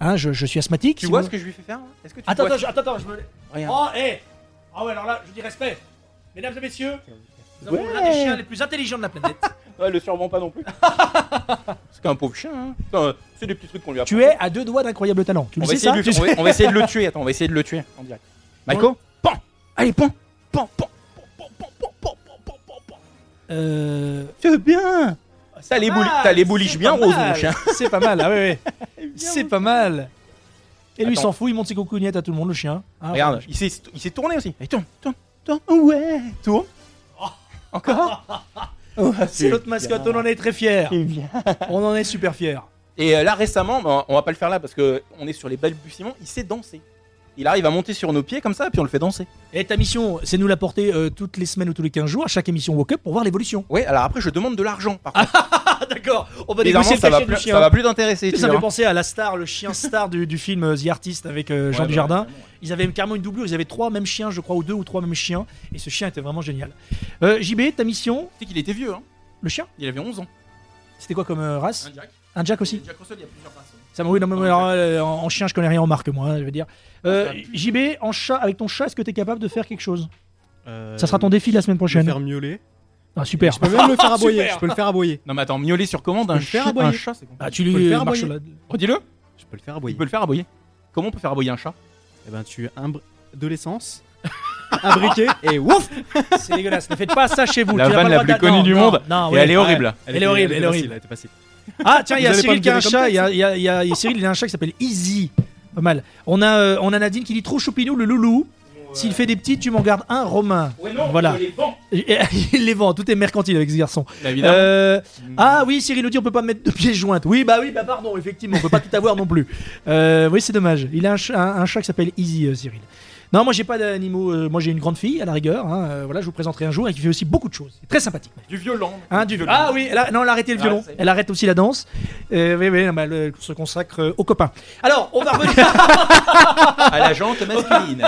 [SPEAKER 4] hein, je, je suis asthmatique.
[SPEAKER 5] Tu
[SPEAKER 4] Si
[SPEAKER 5] vois
[SPEAKER 4] vous-
[SPEAKER 5] ce que je lui fais faire là Est-ce que tu
[SPEAKER 4] Attends,
[SPEAKER 5] vois
[SPEAKER 4] attends, je- attends, attends, je me.
[SPEAKER 5] Regarde.
[SPEAKER 4] Oh, hé Ah ouais, alors là, je dis respect Mesdames et messieurs, nous avons
[SPEAKER 5] Ouais.
[SPEAKER 4] l'un des chiens les plus intelligents de
[SPEAKER 5] [laughs]
[SPEAKER 4] la planète.
[SPEAKER 5] Ouais, le survend pas non
[SPEAKER 4] [laughs]
[SPEAKER 5] plus. c'est qu'un pauvre chien. Hein. Putain, euh, c'est des petits trucs qu'on lui a.
[SPEAKER 4] tu es à deux doigts d'incroyable talent. Tu
[SPEAKER 5] on
[SPEAKER 4] le
[SPEAKER 5] va,
[SPEAKER 4] sais
[SPEAKER 5] essayer
[SPEAKER 4] ça
[SPEAKER 5] de
[SPEAKER 4] Tu
[SPEAKER 5] lui- on,
[SPEAKER 4] sais-
[SPEAKER 5] va, on va essayer
[SPEAKER 4] [laughs]
[SPEAKER 5] de le tuer. Attends, on va essayer de le tuer en direct. Maiko, pan. Allez, pan, pan, pan, pan, pan, pan, pan, pan, pan, pan, pan.
[SPEAKER 4] Euh, Ah,
[SPEAKER 5] C'est bien. T'as les, bouli-
[SPEAKER 4] mal,
[SPEAKER 5] t'as les bouliches
[SPEAKER 4] c'est
[SPEAKER 5] bien
[SPEAKER 4] pas
[SPEAKER 5] roses,
[SPEAKER 4] mal. [laughs]
[SPEAKER 5] mon chien.
[SPEAKER 4] Eh C'est pas mal, ah ouais, ouais. C'est pas mal. Et lui, il
[SPEAKER 5] Attends.
[SPEAKER 4] s'en fout, il monte ses coucougnettes à tout le monde, le chien. Hein,
[SPEAKER 5] Regarde,
[SPEAKER 4] enfin,
[SPEAKER 5] Ah, il s'est, il s'est tourné aussi. Et tourne, tourne, tourne. Ah Ouais, tourne. Encore
[SPEAKER 4] Oh. Ah.
[SPEAKER 5] [laughs]
[SPEAKER 4] C'est notre mascotte, on en est très fiers. On en est super fiers.
[SPEAKER 5] Et euh, là récemment, bah, on va pas le faire là parce que on est sur les balbutiements, il sait danser. Il arrive à monter sur nos pieds comme ça, puis on le fait danser.
[SPEAKER 4] Et ta mission, c'est nous la porter euh, toutes les semaines ou tous les 15 jours à chaque émission Woke Up pour voir l'évolution.
[SPEAKER 5] Oui, alors après je demande de l'argent par contre.
[SPEAKER 4] Ah d'accord, on va
[SPEAKER 5] Bizarrement,
[SPEAKER 4] négocier le
[SPEAKER 5] ça va,
[SPEAKER 4] cachet du
[SPEAKER 5] plus,
[SPEAKER 4] chien.
[SPEAKER 5] ça va plus t'intéresser.
[SPEAKER 4] Tu sais,
[SPEAKER 5] tu
[SPEAKER 4] Ça me fait
[SPEAKER 5] verras.
[SPEAKER 4] penser à la star, le chien star du, du film euh, The Artist avec euh, Jean
[SPEAKER 5] bah,
[SPEAKER 4] Dujardin. ils avaient carrément une doublure, ils avaient trois mêmes chiens, je crois, ou deux ou trois mêmes chiens. Et ce chien était vraiment génial. Euh, JB, ta mission,
[SPEAKER 5] Tu sais qu'il était vieux, hein.
[SPEAKER 4] le chien,
[SPEAKER 5] il avait 11 ans.
[SPEAKER 4] c'était quoi comme euh, race
[SPEAKER 5] Un Jack.
[SPEAKER 4] Un Jack aussi
[SPEAKER 5] Jack Russell, il y a plusieurs races.
[SPEAKER 4] Ça m'a- oui, non, mais-
[SPEAKER 5] Un
[SPEAKER 4] mais
[SPEAKER 5] Jack.
[SPEAKER 4] alors, euh, en, en chien, je connais rien en marque, moi, hein, je veux dire. Euh,
[SPEAKER 5] Ça pue.
[SPEAKER 4] JB, en chat, avec ton chat, est-ce que tu es capable de faire quelque chose
[SPEAKER 7] Euh,
[SPEAKER 4] Ça sera ton défi la semaine
[SPEAKER 7] Je vais
[SPEAKER 4] prochaine.
[SPEAKER 7] faire miauler.
[SPEAKER 4] Ah, super.
[SPEAKER 7] Je peux même le
[SPEAKER 4] [laughs]
[SPEAKER 7] faire aboyer.
[SPEAKER 4] Super.
[SPEAKER 7] Je peux le faire aboyer.
[SPEAKER 5] Non mais attends, miauler sur commande, un,
[SPEAKER 7] le faire
[SPEAKER 5] chi-
[SPEAKER 7] aboyer.
[SPEAKER 5] un chat, c'est compliqué.
[SPEAKER 4] Ah, tu
[SPEAKER 7] peux le
[SPEAKER 4] lui
[SPEAKER 7] faire
[SPEAKER 4] marches
[SPEAKER 7] aboyer.
[SPEAKER 4] là-
[SPEAKER 5] Redis-le,
[SPEAKER 7] Je peux le faire
[SPEAKER 5] il
[SPEAKER 7] aboyer.
[SPEAKER 5] peut le faire aboyer. Comment on peut faire aboyer un chat
[SPEAKER 7] Eh ben, tu imbr... de l'essence, [laughs]
[SPEAKER 4] [laughs]
[SPEAKER 7] un briquet et ouf
[SPEAKER 4] C'est dégueulasse, ne faites pas ça chez vous.
[SPEAKER 5] La
[SPEAKER 4] tu n'as
[SPEAKER 5] vanne
[SPEAKER 4] pas
[SPEAKER 5] la
[SPEAKER 4] le droit
[SPEAKER 5] plus
[SPEAKER 4] d'a-
[SPEAKER 5] connue
[SPEAKER 4] non,
[SPEAKER 5] du
[SPEAKER 4] non,
[SPEAKER 5] monde.
[SPEAKER 4] non,
[SPEAKER 5] Et
[SPEAKER 4] Ah ouais.
[SPEAKER 5] elle est horrible.
[SPEAKER 4] [laughs] Elle est horrible, elle est horrible.
[SPEAKER 7] Elle était facile.
[SPEAKER 4] Ah tiens, il y a
[SPEAKER 7] Vous allez pas
[SPEAKER 4] Cyril
[SPEAKER 7] me
[SPEAKER 4] qui a un
[SPEAKER 7] donner comme
[SPEAKER 4] chat,
[SPEAKER 7] texte.
[SPEAKER 4] il y a, il y a- il y a- il y a Cyril, il a un chat qui s'appelle Easy. Pas mal. On a, euh, on a Nadine qui dit trop choupinou le loulou. S'il fait des petits, tu m'en gardes un, Romain. voilà. [laughs] il les vend, tout est mercantile avec ce garçon.
[SPEAKER 7] Bah,
[SPEAKER 5] Évidemment.
[SPEAKER 4] Euh, ah oui, Cyril nous dit on peut pas mettre de pièces jointes. Oui, bah oui, bah pardon, effectivement, on peut pas tout avoir non
[SPEAKER 7] [laughs]
[SPEAKER 4] plus. Euh, oui, c'est dommage. Il a un, ch- un- un chat qui s'appelle Easy, euh, Cyril. Non, moi j'ai pas d'animaux. euh, moi j'ai une grande fille à la rigueur. hein, euh, voilà, je vous présenterai un jour et qui fait aussi beaucoup de choses. C'est Très sympathique.
[SPEAKER 5] Du violent.
[SPEAKER 4] Hein, du violon. Ah oui, elle a- non, elle a arrêté le
[SPEAKER 5] Ah,
[SPEAKER 4] violon.
[SPEAKER 5] c'est-
[SPEAKER 4] Elle arrête aussi la danse. Euh, oui, oui, non, bah, elle euh, se consacre euh, aux copains. Alors, on va [laughs] revenir.
[SPEAKER 5] À la jante masculine.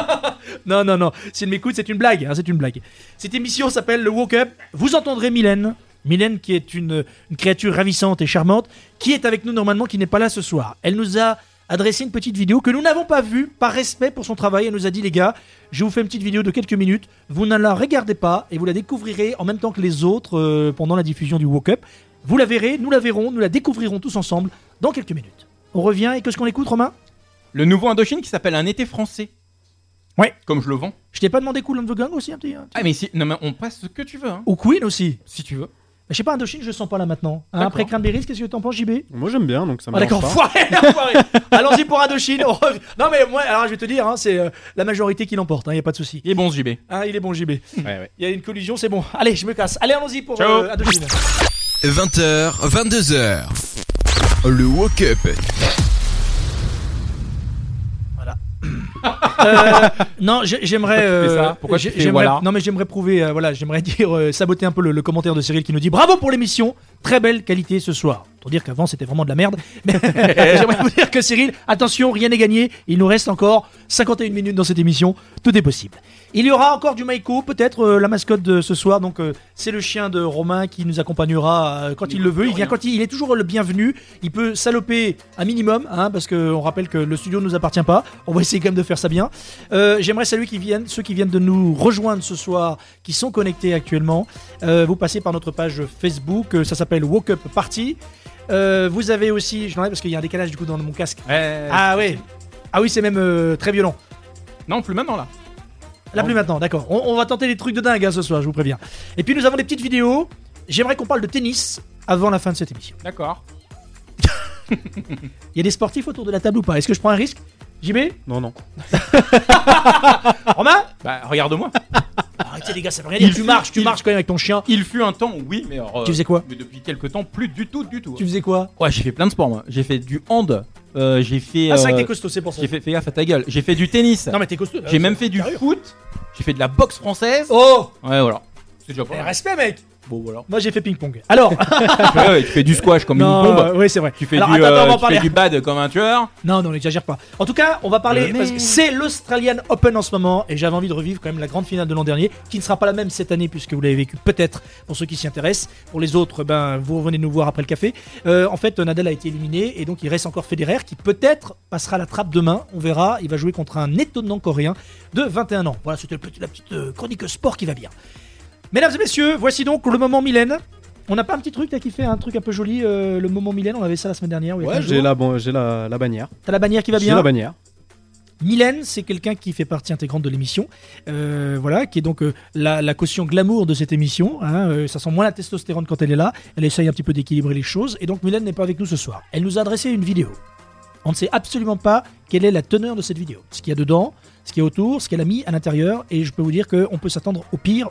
[SPEAKER 4] non, non, non. Si elle m'écoute, c'est une blague. hein, c'est une blague. Cette émission s'appelle le Woke Up. Vous entendrez Mylène. Mylène, qui est une, une créature ravissante et charmante, qui est avec nous normalement, qui n'est pas là ce soir. Elle nous a adressé une petite vidéo que nous n'avons pas vue par respect pour son travail. Elle nous a dit, les gars, je vous fais une petite vidéo de quelques minutes. Vous ne la regardez pas et vous la découvrirez en même temps que les autres euh, pendant la diffusion du Woke Up. Vous la verrez, nous la verrons, nous la découvrirons tous ensemble dans quelques minutes. On revient et qu'est-ce qu'on écoute, Romain
[SPEAKER 5] [laughs] Le nouveau Indochine qui s'appelle Un été français.
[SPEAKER 4] Ouais.
[SPEAKER 5] Comme je le vends.
[SPEAKER 4] Je t'ai pas demandé Cool and the Gang aussi un petit, un petit-
[SPEAKER 5] Ah mais si, non mais on passe ce que tu veux, hein,
[SPEAKER 4] Ou Queen aussi
[SPEAKER 5] si tu veux.
[SPEAKER 4] Mais je sais pas, Indochine, je le sens pas là maintenant. Hein,
[SPEAKER 5] D'accord.
[SPEAKER 4] après Cranberries, qu'est-ce que t'en penses, JB
[SPEAKER 7] Moi j'aime bien donc ça me
[SPEAKER 4] Ah d'accord,
[SPEAKER 7] dérange
[SPEAKER 4] [laughs]
[SPEAKER 7] pas.
[SPEAKER 4] foiré, foiré. Allons-y pour Indochine. on revient. Non mais moi, alors je vais te dire, hein, c'est euh, la majorité qui l'emporte, il n'y a pas de souci.
[SPEAKER 5] Il est bon ce JB.
[SPEAKER 4] Hein, il est bon JB. Il
[SPEAKER 7] Ouais, ouais.
[SPEAKER 4] y a une collusion, c'est bon. Allez, je me casse. Allez, allons-y pour
[SPEAKER 5] Ciao.
[SPEAKER 4] euh, Indochine.
[SPEAKER 6] 20h, 22h. Le Woke Up.
[SPEAKER 4] Non, j'ai- j'aimerais.
[SPEAKER 5] Pourquoi tu fais ça
[SPEAKER 4] euh,
[SPEAKER 5] Pourquoi tu
[SPEAKER 4] j'ai-
[SPEAKER 5] fais
[SPEAKER 4] j'aimerais-
[SPEAKER 5] voilà
[SPEAKER 4] Non, mais j'aimerais prouver. euh, voilà, j'aimerais [laughs] dire euh, saboter un peu le, le commentaire de Cyril qui nous dit bravo pour l'émission, très belle qualité ce soir. Pour dire qu'avant c'était vraiment de la merde. [laughs] Mais j'aimerais vous dire que Cyril, attention, rien n'est gagné. Il nous reste encore 51 minutes dans cette émission. Tout est possible. Il y aura encore du Maiko, peut-être euh, la mascotte de ce soir. Donc euh, c'est le chien de Romain qui nous accompagnera euh, quand il le veut. Il vient quand il, il est toujours le bienvenu. Il peut saloper un minimum, hein, parce qu'on rappelle que le studio ne nous appartient pas. On va essayer quand même de faire ça bien. Euh, J'aimerais saluer qui viennent, ceux qui viennent de nous rejoindre ce soir, qui sont connectés actuellement. Euh, vous passez par notre page Facebook, euh, ça s'appelle Woke Up Party. Euh, vous avez aussi, je l'enlève parce qu'il y a un décalage du coup dans mon casque.
[SPEAKER 5] Ouais.
[SPEAKER 4] Ah oui, ah oui, c'est même euh, très violent.
[SPEAKER 5] Non, plus maintenant là.
[SPEAKER 4] Là plus maintenant, d'accord. On, on va tenter des trucs de dingue hein, ce soir, je vous préviens. Et puis nous avons des petites vidéos. J'aimerais qu'on parle de tennis avant la fin de cette émission.
[SPEAKER 5] D'accord.
[SPEAKER 4] Il y a des sportifs autour de la table ou pas Est-ce que je prends un risque JB
[SPEAKER 7] Non non.
[SPEAKER 4] Romain
[SPEAKER 5] Bah regarde-moi.
[SPEAKER 4] Ah. Arrêtez les gars, ça veut rien dire.
[SPEAKER 5] Il
[SPEAKER 4] Tu
[SPEAKER 5] fut-
[SPEAKER 4] marches, tu
[SPEAKER 5] il-
[SPEAKER 4] marches quand même avec ton chien.
[SPEAKER 5] Il fut un temps, oui, mais. alors, euh,
[SPEAKER 4] Tu faisais quoi
[SPEAKER 5] Mais depuis quelques temps, plus du tout, du tout.
[SPEAKER 4] Tu faisais quoi
[SPEAKER 5] Ouais, j'ai fait plein de sports moi. J'ai fait du hand. euh, j'ai fait.
[SPEAKER 4] Ah, c'est vrai que
[SPEAKER 5] euh,
[SPEAKER 4] t'es costaud, c'est pour ça.
[SPEAKER 5] J'ai fait, fais gaffe à ta gueule. J'ai fait du tennis.
[SPEAKER 4] Non mais t'es costaud. là,
[SPEAKER 5] j'ai
[SPEAKER 4] ça-
[SPEAKER 5] même fait du
[SPEAKER 4] sérieux.
[SPEAKER 5] foot. J'ai fait de la boxe française.
[SPEAKER 4] Oh
[SPEAKER 5] Ouais, voilà. C'est déjà
[SPEAKER 4] Eh,
[SPEAKER 5] pas mal.
[SPEAKER 4] Respect mec
[SPEAKER 5] Bon, voilà.
[SPEAKER 4] Moi j'ai fait ping-pong. Alors,
[SPEAKER 5] Ouais, ouais, tu fais du squash comme
[SPEAKER 4] non,
[SPEAKER 5] une bombe.
[SPEAKER 4] euh, oui, c'est vrai.
[SPEAKER 5] Tu fais,
[SPEAKER 4] Alors,
[SPEAKER 5] du,
[SPEAKER 4] attends,
[SPEAKER 5] euh,
[SPEAKER 4] attends, on va
[SPEAKER 5] tu fais
[SPEAKER 4] parler.
[SPEAKER 5] du bad comme un tueur.
[SPEAKER 4] Non, non, n'exagère pas. En tout cas, on va parler.
[SPEAKER 5] Le
[SPEAKER 4] parce que
[SPEAKER 5] mec.
[SPEAKER 4] C'est l'Australian Open en ce moment et j'avais envie de revivre quand même la grande finale de l'an dernier qui ne sera pas la même cette année puisque vous l'avez vécu peut-être pour ceux qui s'y intéressent. Pour les autres, ben, vous revenez nous voir après le café. Euh, en fait, Nadal a été éliminé et donc il reste encore Federer qui peut-être passera la trappe demain. On verra. Il va jouer contre un étonnant coréen de 21 ans. Voilà, c'était le petit- la petite euh, chronique sport qui va bien. Mesdames et messieurs, voici donc le moment Mylène. On n'a pas un petit truc là qui fait un truc un peu joli, euh, le moment Mylène, on avait ça la semaine dernière. ou il y a
[SPEAKER 7] Ouais,
[SPEAKER 4] 15
[SPEAKER 7] j'ai
[SPEAKER 4] jours.
[SPEAKER 7] la ban- j'ai la, la bannière.
[SPEAKER 4] T'as la bannière qui va
[SPEAKER 7] J'ai
[SPEAKER 4] bien
[SPEAKER 7] la bannière.
[SPEAKER 4] Mylène, c'est quelqu'un qui fait partie intégrante de l'émission, euh, voilà, qui est donc euh, la, la caution glamour de cette émission. hein, euh, ça sent moins la testostérone quand elle est là. Elle essaye un petit peu d'équilibrer les choses. Et donc Mylène n'est pas avec nous ce soir. Elle nous a adressé une vidéo. On ne sait absolument pas quelle est la teneur de cette vidéo, ce qu'il y a dedans, ce qu'il y a autour, ce qu'elle a mis à l'intérieur, et je peux vous dire qu'on peut s'attendre au pire,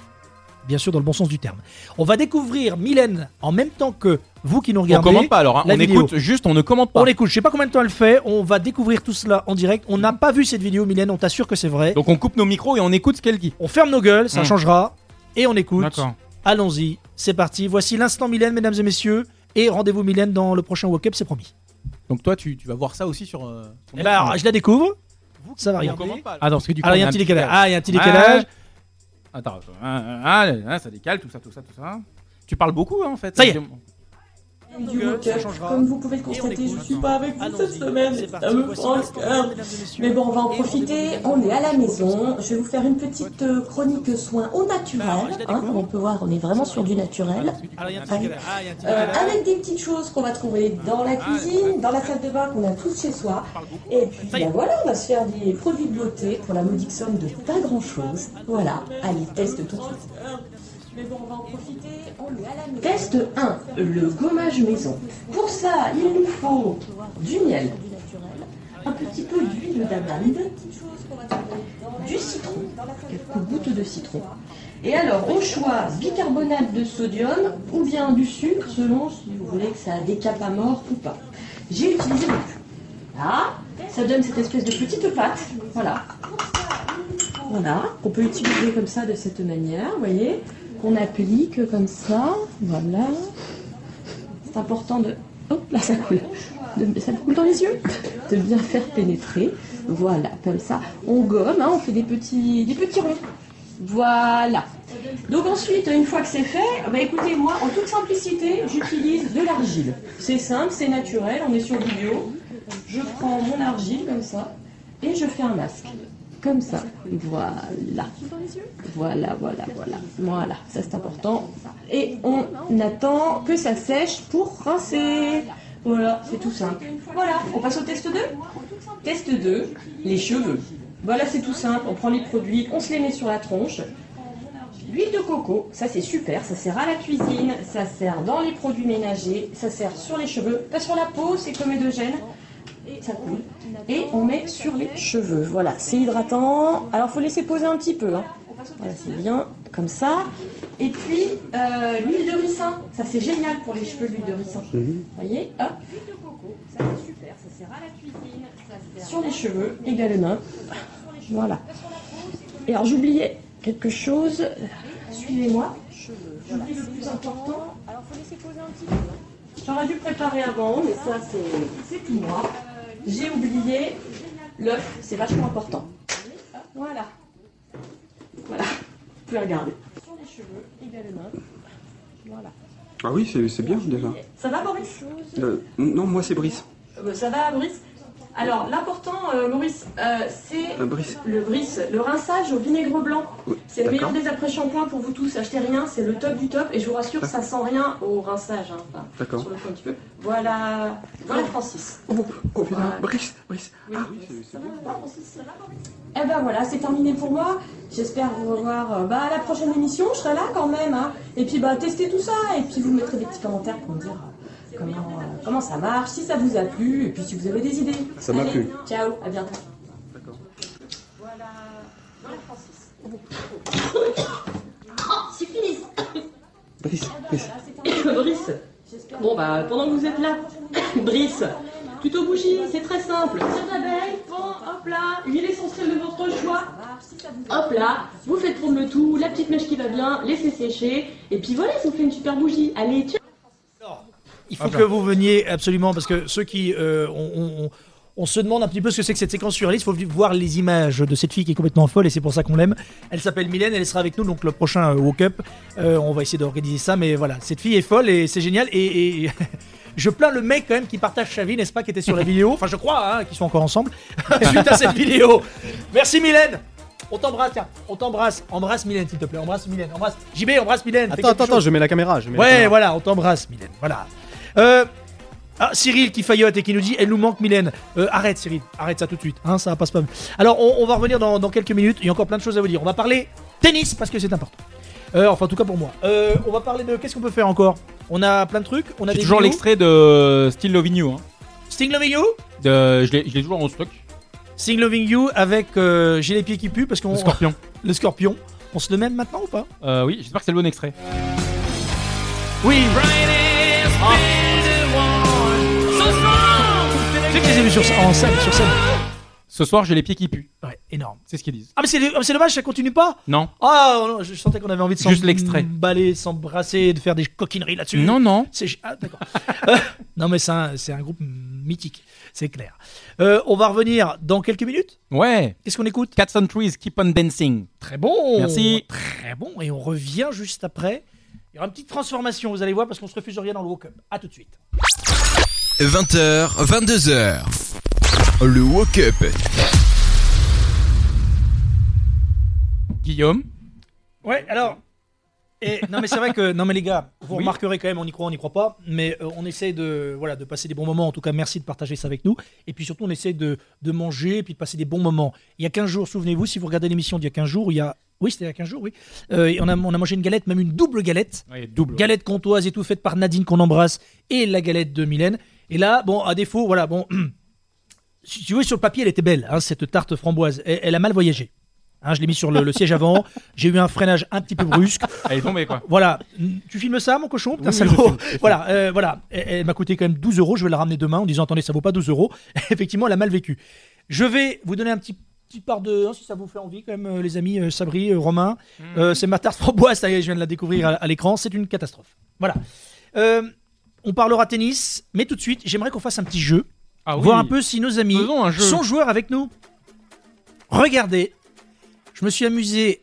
[SPEAKER 4] bien sûr dans le bon sens du terme. On va découvrir Mylène en même temps que vous qui nous
[SPEAKER 5] On
[SPEAKER 4] regardez.
[SPEAKER 5] commente pas alors, hein.
[SPEAKER 4] la
[SPEAKER 5] on
[SPEAKER 4] vidéo.
[SPEAKER 5] écoute juste, on ne commente pas.
[SPEAKER 4] On l'écoute, je sais pas combien de temps elle fait, on va découvrir tout cela en direct. On n'a pas vu cette vidéo, Mylène, on t'assure que c'est vrai.
[SPEAKER 5] Donc on coupe nos micros et on écoute ce qu'elle dit.
[SPEAKER 4] on ferme nos gueules, ça
[SPEAKER 5] Mm.
[SPEAKER 4] changera, et on écoute.
[SPEAKER 5] D'accord.
[SPEAKER 4] Allons-y, c'est parti. Voici l'instant Mylène, mesdames et messieurs. Et rendez-vous Mylène dans le prochain Woke Up, c'est promis.
[SPEAKER 5] Donc toi, tu, tu vas voir ça aussi sur. euh, ton
[SPEAKER 4] Eh ben, alors, je la découvre. Ça va
[SPEAKER 5] On
[SPEAKER 4] regarder.
[SPEAKER 5] commente pas, alors. Ah non, parce que du coup,
[SPEAKER 4] Alors, il y
[SPEAKER 5] on
[SPEAKER 4] a un petit décalage.
[SPEAKER 5] décalage.
[SPEAKER 4] Ah, il y a un petit décalage.
[SPEAKER 5] Ah, Attends, attends. Ah, ah, ah, ah, ça décale, tout ça, tout ça, tout ça. Tu parles beaucoup hein, en fait.
[SPEAKER 4] Ça y est.
[SPEAKER 9] du
[SPEAKER 4] Ça
[SPEAKER 9] week-end.
[SPEAKER 4] changera.
[SPEAKER 9] Comme vous pouvez le
[SPEAKER 4] Et on
[SPEAKER 9] constater, je
[SPEAKER 4] l'écoute.
[SPEAKER 9] suis pas avec vous cette
[SPEAKER 4] Allons-y,
[SPEAKER 9] semaine. Euh,
[SPEAKER 4] c'est parti.
[SPEAKER 9] Ça me
[SPEAKER 4] Voici
[SPEAKER 9] prend le
[SPEAKER 4] l'instant,
[SPEAKER 9] cœur.
[SPEAKER 4] mesdames et messieurs.
[SPEAKER 9] Mais bon, on va en
[SPEAKER 4] Et
[SPEAKER 9] profiter.
[SPEAKER 4] rendez-vous
[SPEAKER 9] On est à la
[SPEAKER 4] Mylène dans le prochain
[SPEAKER 9] maison. Je vais vous faire une petite euh, chronique soin au
[SPEAKER 4] Alors, Ah, je la
[SPEAKER 9] naturel. hein,
[SPEAKER 4] découvre.
[SPEAKER 9] comme on peut voir, on est vraiment sur du naturel.
[SPEAKER 4] Alors, il y a un petit décalage. Ah, il y a un petit
[SPEAKER 9] Euh,
[SPEAKER 4] décalage.
[SPEAKER 9] avec des petites choses qu'on va trouver dans la cuisine, dans la salle de bain qu'on a tous chez soi. Et puis
[SPEAKER 4] Ça y est.
[SPEAKER 9] ben voilà, on va se faire des produits de beauté pour la modique somme de pas grand chose. Voilà, allez, teste tout de suite. Test 1, le gommage maison. Pour ça, il nous faut du miel, un petit peu d'huile d'amande, du citron, quelques gouttes de citron. Et alors, au choix, bicarbonate de sodium ou bien du sucre, selon si vous voulez que ça décape à mort ou pas. J'ai utilisé le cul. Là, ça donne cette espèce de petite pâte, voilà. Voilà, qu'on peut utiliser comme ça, de cette manière, vous voyez, qu'on applique comme ça, voilà. C'est important de... Hop, là, ça coule. De- ça coule dans les yeux. De bien faire pénétrer. Voilà, comme ça. On gomme, hein, on fait des petits, des petits ronds. Voilà. Donc ensuite, une fois que c'est fait, bah écoutez, moi, en toute simplicité, j'utilise de l'argile. C'est simple, c'est naturel, on est sur du bio. Je prends mon argile comme ça et je fais un masque. Comme ça. Voilà. Voilà, voilà, voilà. Voilà, ça c'est important. Et on attend que ça sèche pour rincer. Voilà, c'est tout simple. Voilà, on passe au test 2 Test 2, les cheveux. Voilà, c'est tout simple. On prend les produits, on se les met sur la tronche. L'huile de coco, ça c'est super, ça sert à la cuisine, ça sert dans les produits ménagers, ça sert sur les cheveux, pas sur la peau, c'est comme gène ça coule. Et on met sur les cheveux. Voilà, c'est hydratant. Alors, faut laisser poser un petit peu. hein. Voilà, c'est bien, comme ça. Et puis, euh, l'huile de ricin. Ça, c'est génial pour les cheveux, l'huile de ricin. Vous voyez Hop. Sur les cheveux également. Voilà. Et alors, j'oubliais quelque chose. Suivez-moi. J'oublie le plus important. Alors, faut laisser poser un petit peu. J'aurais dû préparer avant, mais ça, c'est- c'est tout moi. J'ai oublié l'œuf, c'est vachement important. Voilà. Voilà, vous pouvez regarder. Sur les cheveux également. Voilà.
[SPEAKER 10] Ah oui, c'est c'est bien déjà.
[SPEAKER 9] Ça va, Boris
[SPEAKER 10] Euh, non, moi c'est Brice.
[SPEAKER 9] Euh, Ça va, Boris Alors, l'important, euh, Maurice, euh, c'est
[SPEAKER 10] Euh, Brice.
[SPEAKER 9] le Brice, le rinçage au vinaigre blanc.
[SPEAKER 10] Oui,
[SPEAKER 9] C'est le meilleur
[SPEAKER 10] D'accord.
[SPEAKER 9] des après-shampoings pour vous tous. Achetez rien, c'est le top du top. Et je vous rassure, ça sent rien au rinçage. hein. Enfin,
[SPEAKER 10] D'accord.
[SPEAKER 9] sur le coup, un petit peu. Voilà, voilà Francis.
[SPEAKER 10] Oh, oh putain,
[SPEAKER 9] Ouais.
[SPEAKER 10] Brice, Brice.
[SPEAKER 9] Oui.
[SPEAKER 10] Ah oui, c'est- c'est bien.
[SPEAKER 9] Eh ben voilà, c'est terminé pour moi. J'espère vous revoir euh, bah, à la prochaine émission. Je serai là quand même. hein. Et puis bah, testez tout ça. Et puis vous mettrez des petits commentaires pour me dire euh, comment, euh, comment ça marche, si ça vous a plu, et puis si vous avez des idées.
[SPEAKER 10] Ça m'a
[SPEAKER 9] Allez,
[SPEAKER 10] plu.
[SPEAKER 9] Ciao, à bientôt.
[SPEAKER 10] D'accord.
[SPEAKER 9] Voilà, voilà Francis. Oh, [coughs] c'est fini.
[SPEAKER 10] Brice, Brice.
[SPEAKER 9] [coughs] Brice, bon bah pendant que vous êtes là, [coughs] Brice, plutôt bougie, c'est très simple. Cire d'abeille, bon, hop là, huile essentielle de votre choix. Hop là, vous faites tourner le tout, la petite mèche qui va bien, laissez sécher, et puis voilà, ça vous fait une super bougie. Allez, ciao
[SPEAKER 7] Ah,
[SPEAKER 4] Il
[SPEAKER 7] ben.
[SPEAKER 4] faut que vous veniez absolument, parce que ceux qui. euh, on, on- on- on se demande un petit peu ce que c'est que cette séquence sur Alice. Il faut venir voir les images de cette fille qui est complètement folle et c'est pour ça qu'on l'aime. Elle s'appelle Mylène, elle sera avec nous donc le prochain euh, Woke Up. Euh, on va essayer d'organiser ça, mais voilà, cette fille est folle et c'est génial. Et, [laughs] et- je plains le mec quand même qui partage sa vie, n'est-ce pas, qui était sur la vidéo. Enfin, je crois hein, qu'ils sont encore ensemble [laughs] suite à cette vidéo. Merci Mylène. On t'embrasse, tiens, on t'embrasse. Embrasse Mylène, s'il te plaît. Embrasse Mylène, embrasse. JB, embrasse Mylène. Fais
[SPEAKER 7] Attends,
[SPEAKER 4] quelque
[SPEAKER 7] attends, attends,
[SPEAKER 4] chose.
[SPEAKER 7] je mets la caméra. Je mets la
[SPEAKER 4] Ouais,
[SPEAKER 7] caméra.
[SPEAKER 4] voilà, on t'embrasse, Mylène. Voilà. Euh, ah, Cyril qui faillote et qui nous dit Elle nous manque, Mylène. Euh, arrête, Cyril, arrête ça tout de suite. Hein, ça passe pas. Alors, on, on va revenir dans, dans quelques minutes. Il y a encore plein de choses à vous dire. On va parler tennis parce que c'est important. Euh, enfin, en tout cas pour moi. Euh, on va parler de. Qu'est-ce qu'on peut faire encore On a plein de trucs. On a
[SPEAKER 5] J'ai
[SPEAKER 4] des
[SPEAKER 5] toujours
[SPEAKER 4] vidéos.
[SPEAKER 5] l'extrait de Still Loving You. hein.
[SPEAKER 4] Sting Loving You
[SPEAKER 5] Euh, je l'ai je l'ai toujours en stock.
[SPEAKER 4] Sing Loving You avec euh, J'ai les pieds qui puent parce qu'on.
[SPEAKER 5] Le scorpion.
[SPEAKER 4] Le scorpion. On se le mène maintenant ou pas
[SPEAKER 5] Euh, oui, j'espère que c'est le bon extrait.
[SPEAKER 4] Oui Tu sais que je les ai vus sur, en scène, sur scène.
[SPEAKER 5] Ce soir, j'ai les pieds qui puent.
[SPEAKER 4] Ouais, énorme.
[SPEAKER 5] C'est ce qu'ils disent.
[SPEAKER 4] Ah, mais c'est ah, mais c'est dommage, ça continue pas
[SPEAKER 5] Non.
[SPEAKER 4] Ah, non, je sentais qu'on avait envie de
[SPEAKER 5] Juste l'extrait.
[SPEAKER 4] s'emballer, s'embrasser, de faire des coquineries là-dessus.
[SPEAKER 5] Non, non.
[SPEAKER 4] C'est... Ah, d'accord. [laughs] Euh, non, mais c'est un, c'est un groupe mythique, c'est clair. Euh, on va revenir dans quelques minutes.
[SPEAKER 5] Ouais.
[SPEAKER 4] Qu'est-ce qu'on écoute
[SPEAKER 5] Cats and Trees, Keep on Dancing.
[SPEAKER 4] Très bon
[SPEAKER 5] Merci.
[SPEAKER 4] Très bon, et on revient juste après. Il y aura une petite transformation, vous allez voir, parce qu'on se refuse rien dans le walk-up. A tout de suite.
[SPEAKER 6] 20h, 22h. Le Woke Up.
[SPEAKER 5] Guillaume.
[SPEAKER 4] Ouais, alors. Et, non mais c'est vrai que non mais les gars, vous
[SPEAKER 5] Oui.
[SPEAKER 4] remarquerez quand même, on y croit, on n'y croit pas, mais euh, on essaie de voilà de passer des bons moments. En tout cas, merci de partager ça avec nous. Et puis surtout, on essaie de, de manger et puis de passer des bons moments. Il y a 15 jours, souvenez-vous, si vous regardez l'émission d'il y a 15 jours, il y a oui c'était il y a 15 jours, oui, Euh, et on a on a mangé une galette, même une double galette.
[SPEAKER 5] Ouais, double.
[SPEAKER 4] Galette comtoise et tout faite par Nadine qu'on embrasse et la galette de Mylène. Et là, bon, à défaut, voilà, bon, [clears throat] si tu veux, sur le papier, elle était belle, hein, cette tarte framboise. Elle, elle a mal voyagé. Hein, je l'ai mis sur le, le siège avant. J'ai eu un freinage un petit peu brusque.
[SPEAKER 5] Elle est tombée, quoi.
[SPEAKER 4] Voilà. Mm, Tu filmes ça, mon cochon Putain,
[SPEAKER 5] Oui,
[SPEAKER 4] salaud.
[SPEAKER 5] je filme, je filme.
[SPEAKER 4] Voilà, euh, voilà. Elle, elle m'a coûté quand même 12 euros. Je vais la ramener demain en disant attendez, ça vaut pas 12 euros. [laughs] Effectivement, elle a mal vécu. Je vais vous donner un petit petit part de hein, si ça vous fait envie quand même euh, les amis euh, Sabri euh, Romain
[SPEAKER 5] Mmh.
[SPEAKER 4] Euh, c'est ma tarte framboise ça y est, je viens de la découvrir à, à l'écran c'est une catastrophe voilà Euh, on parlera tennis mais tout de suite j'aimerais qu'on fasse un petit jeu
[SPEAKER 5] Ah oui.
[SPEAKER 4] voir un peu si nos amis
[SPEAKER 5] Faisons un jeu.
[SPEAKER 4] sont joueurs avec nous. Regardez, je me suis amusé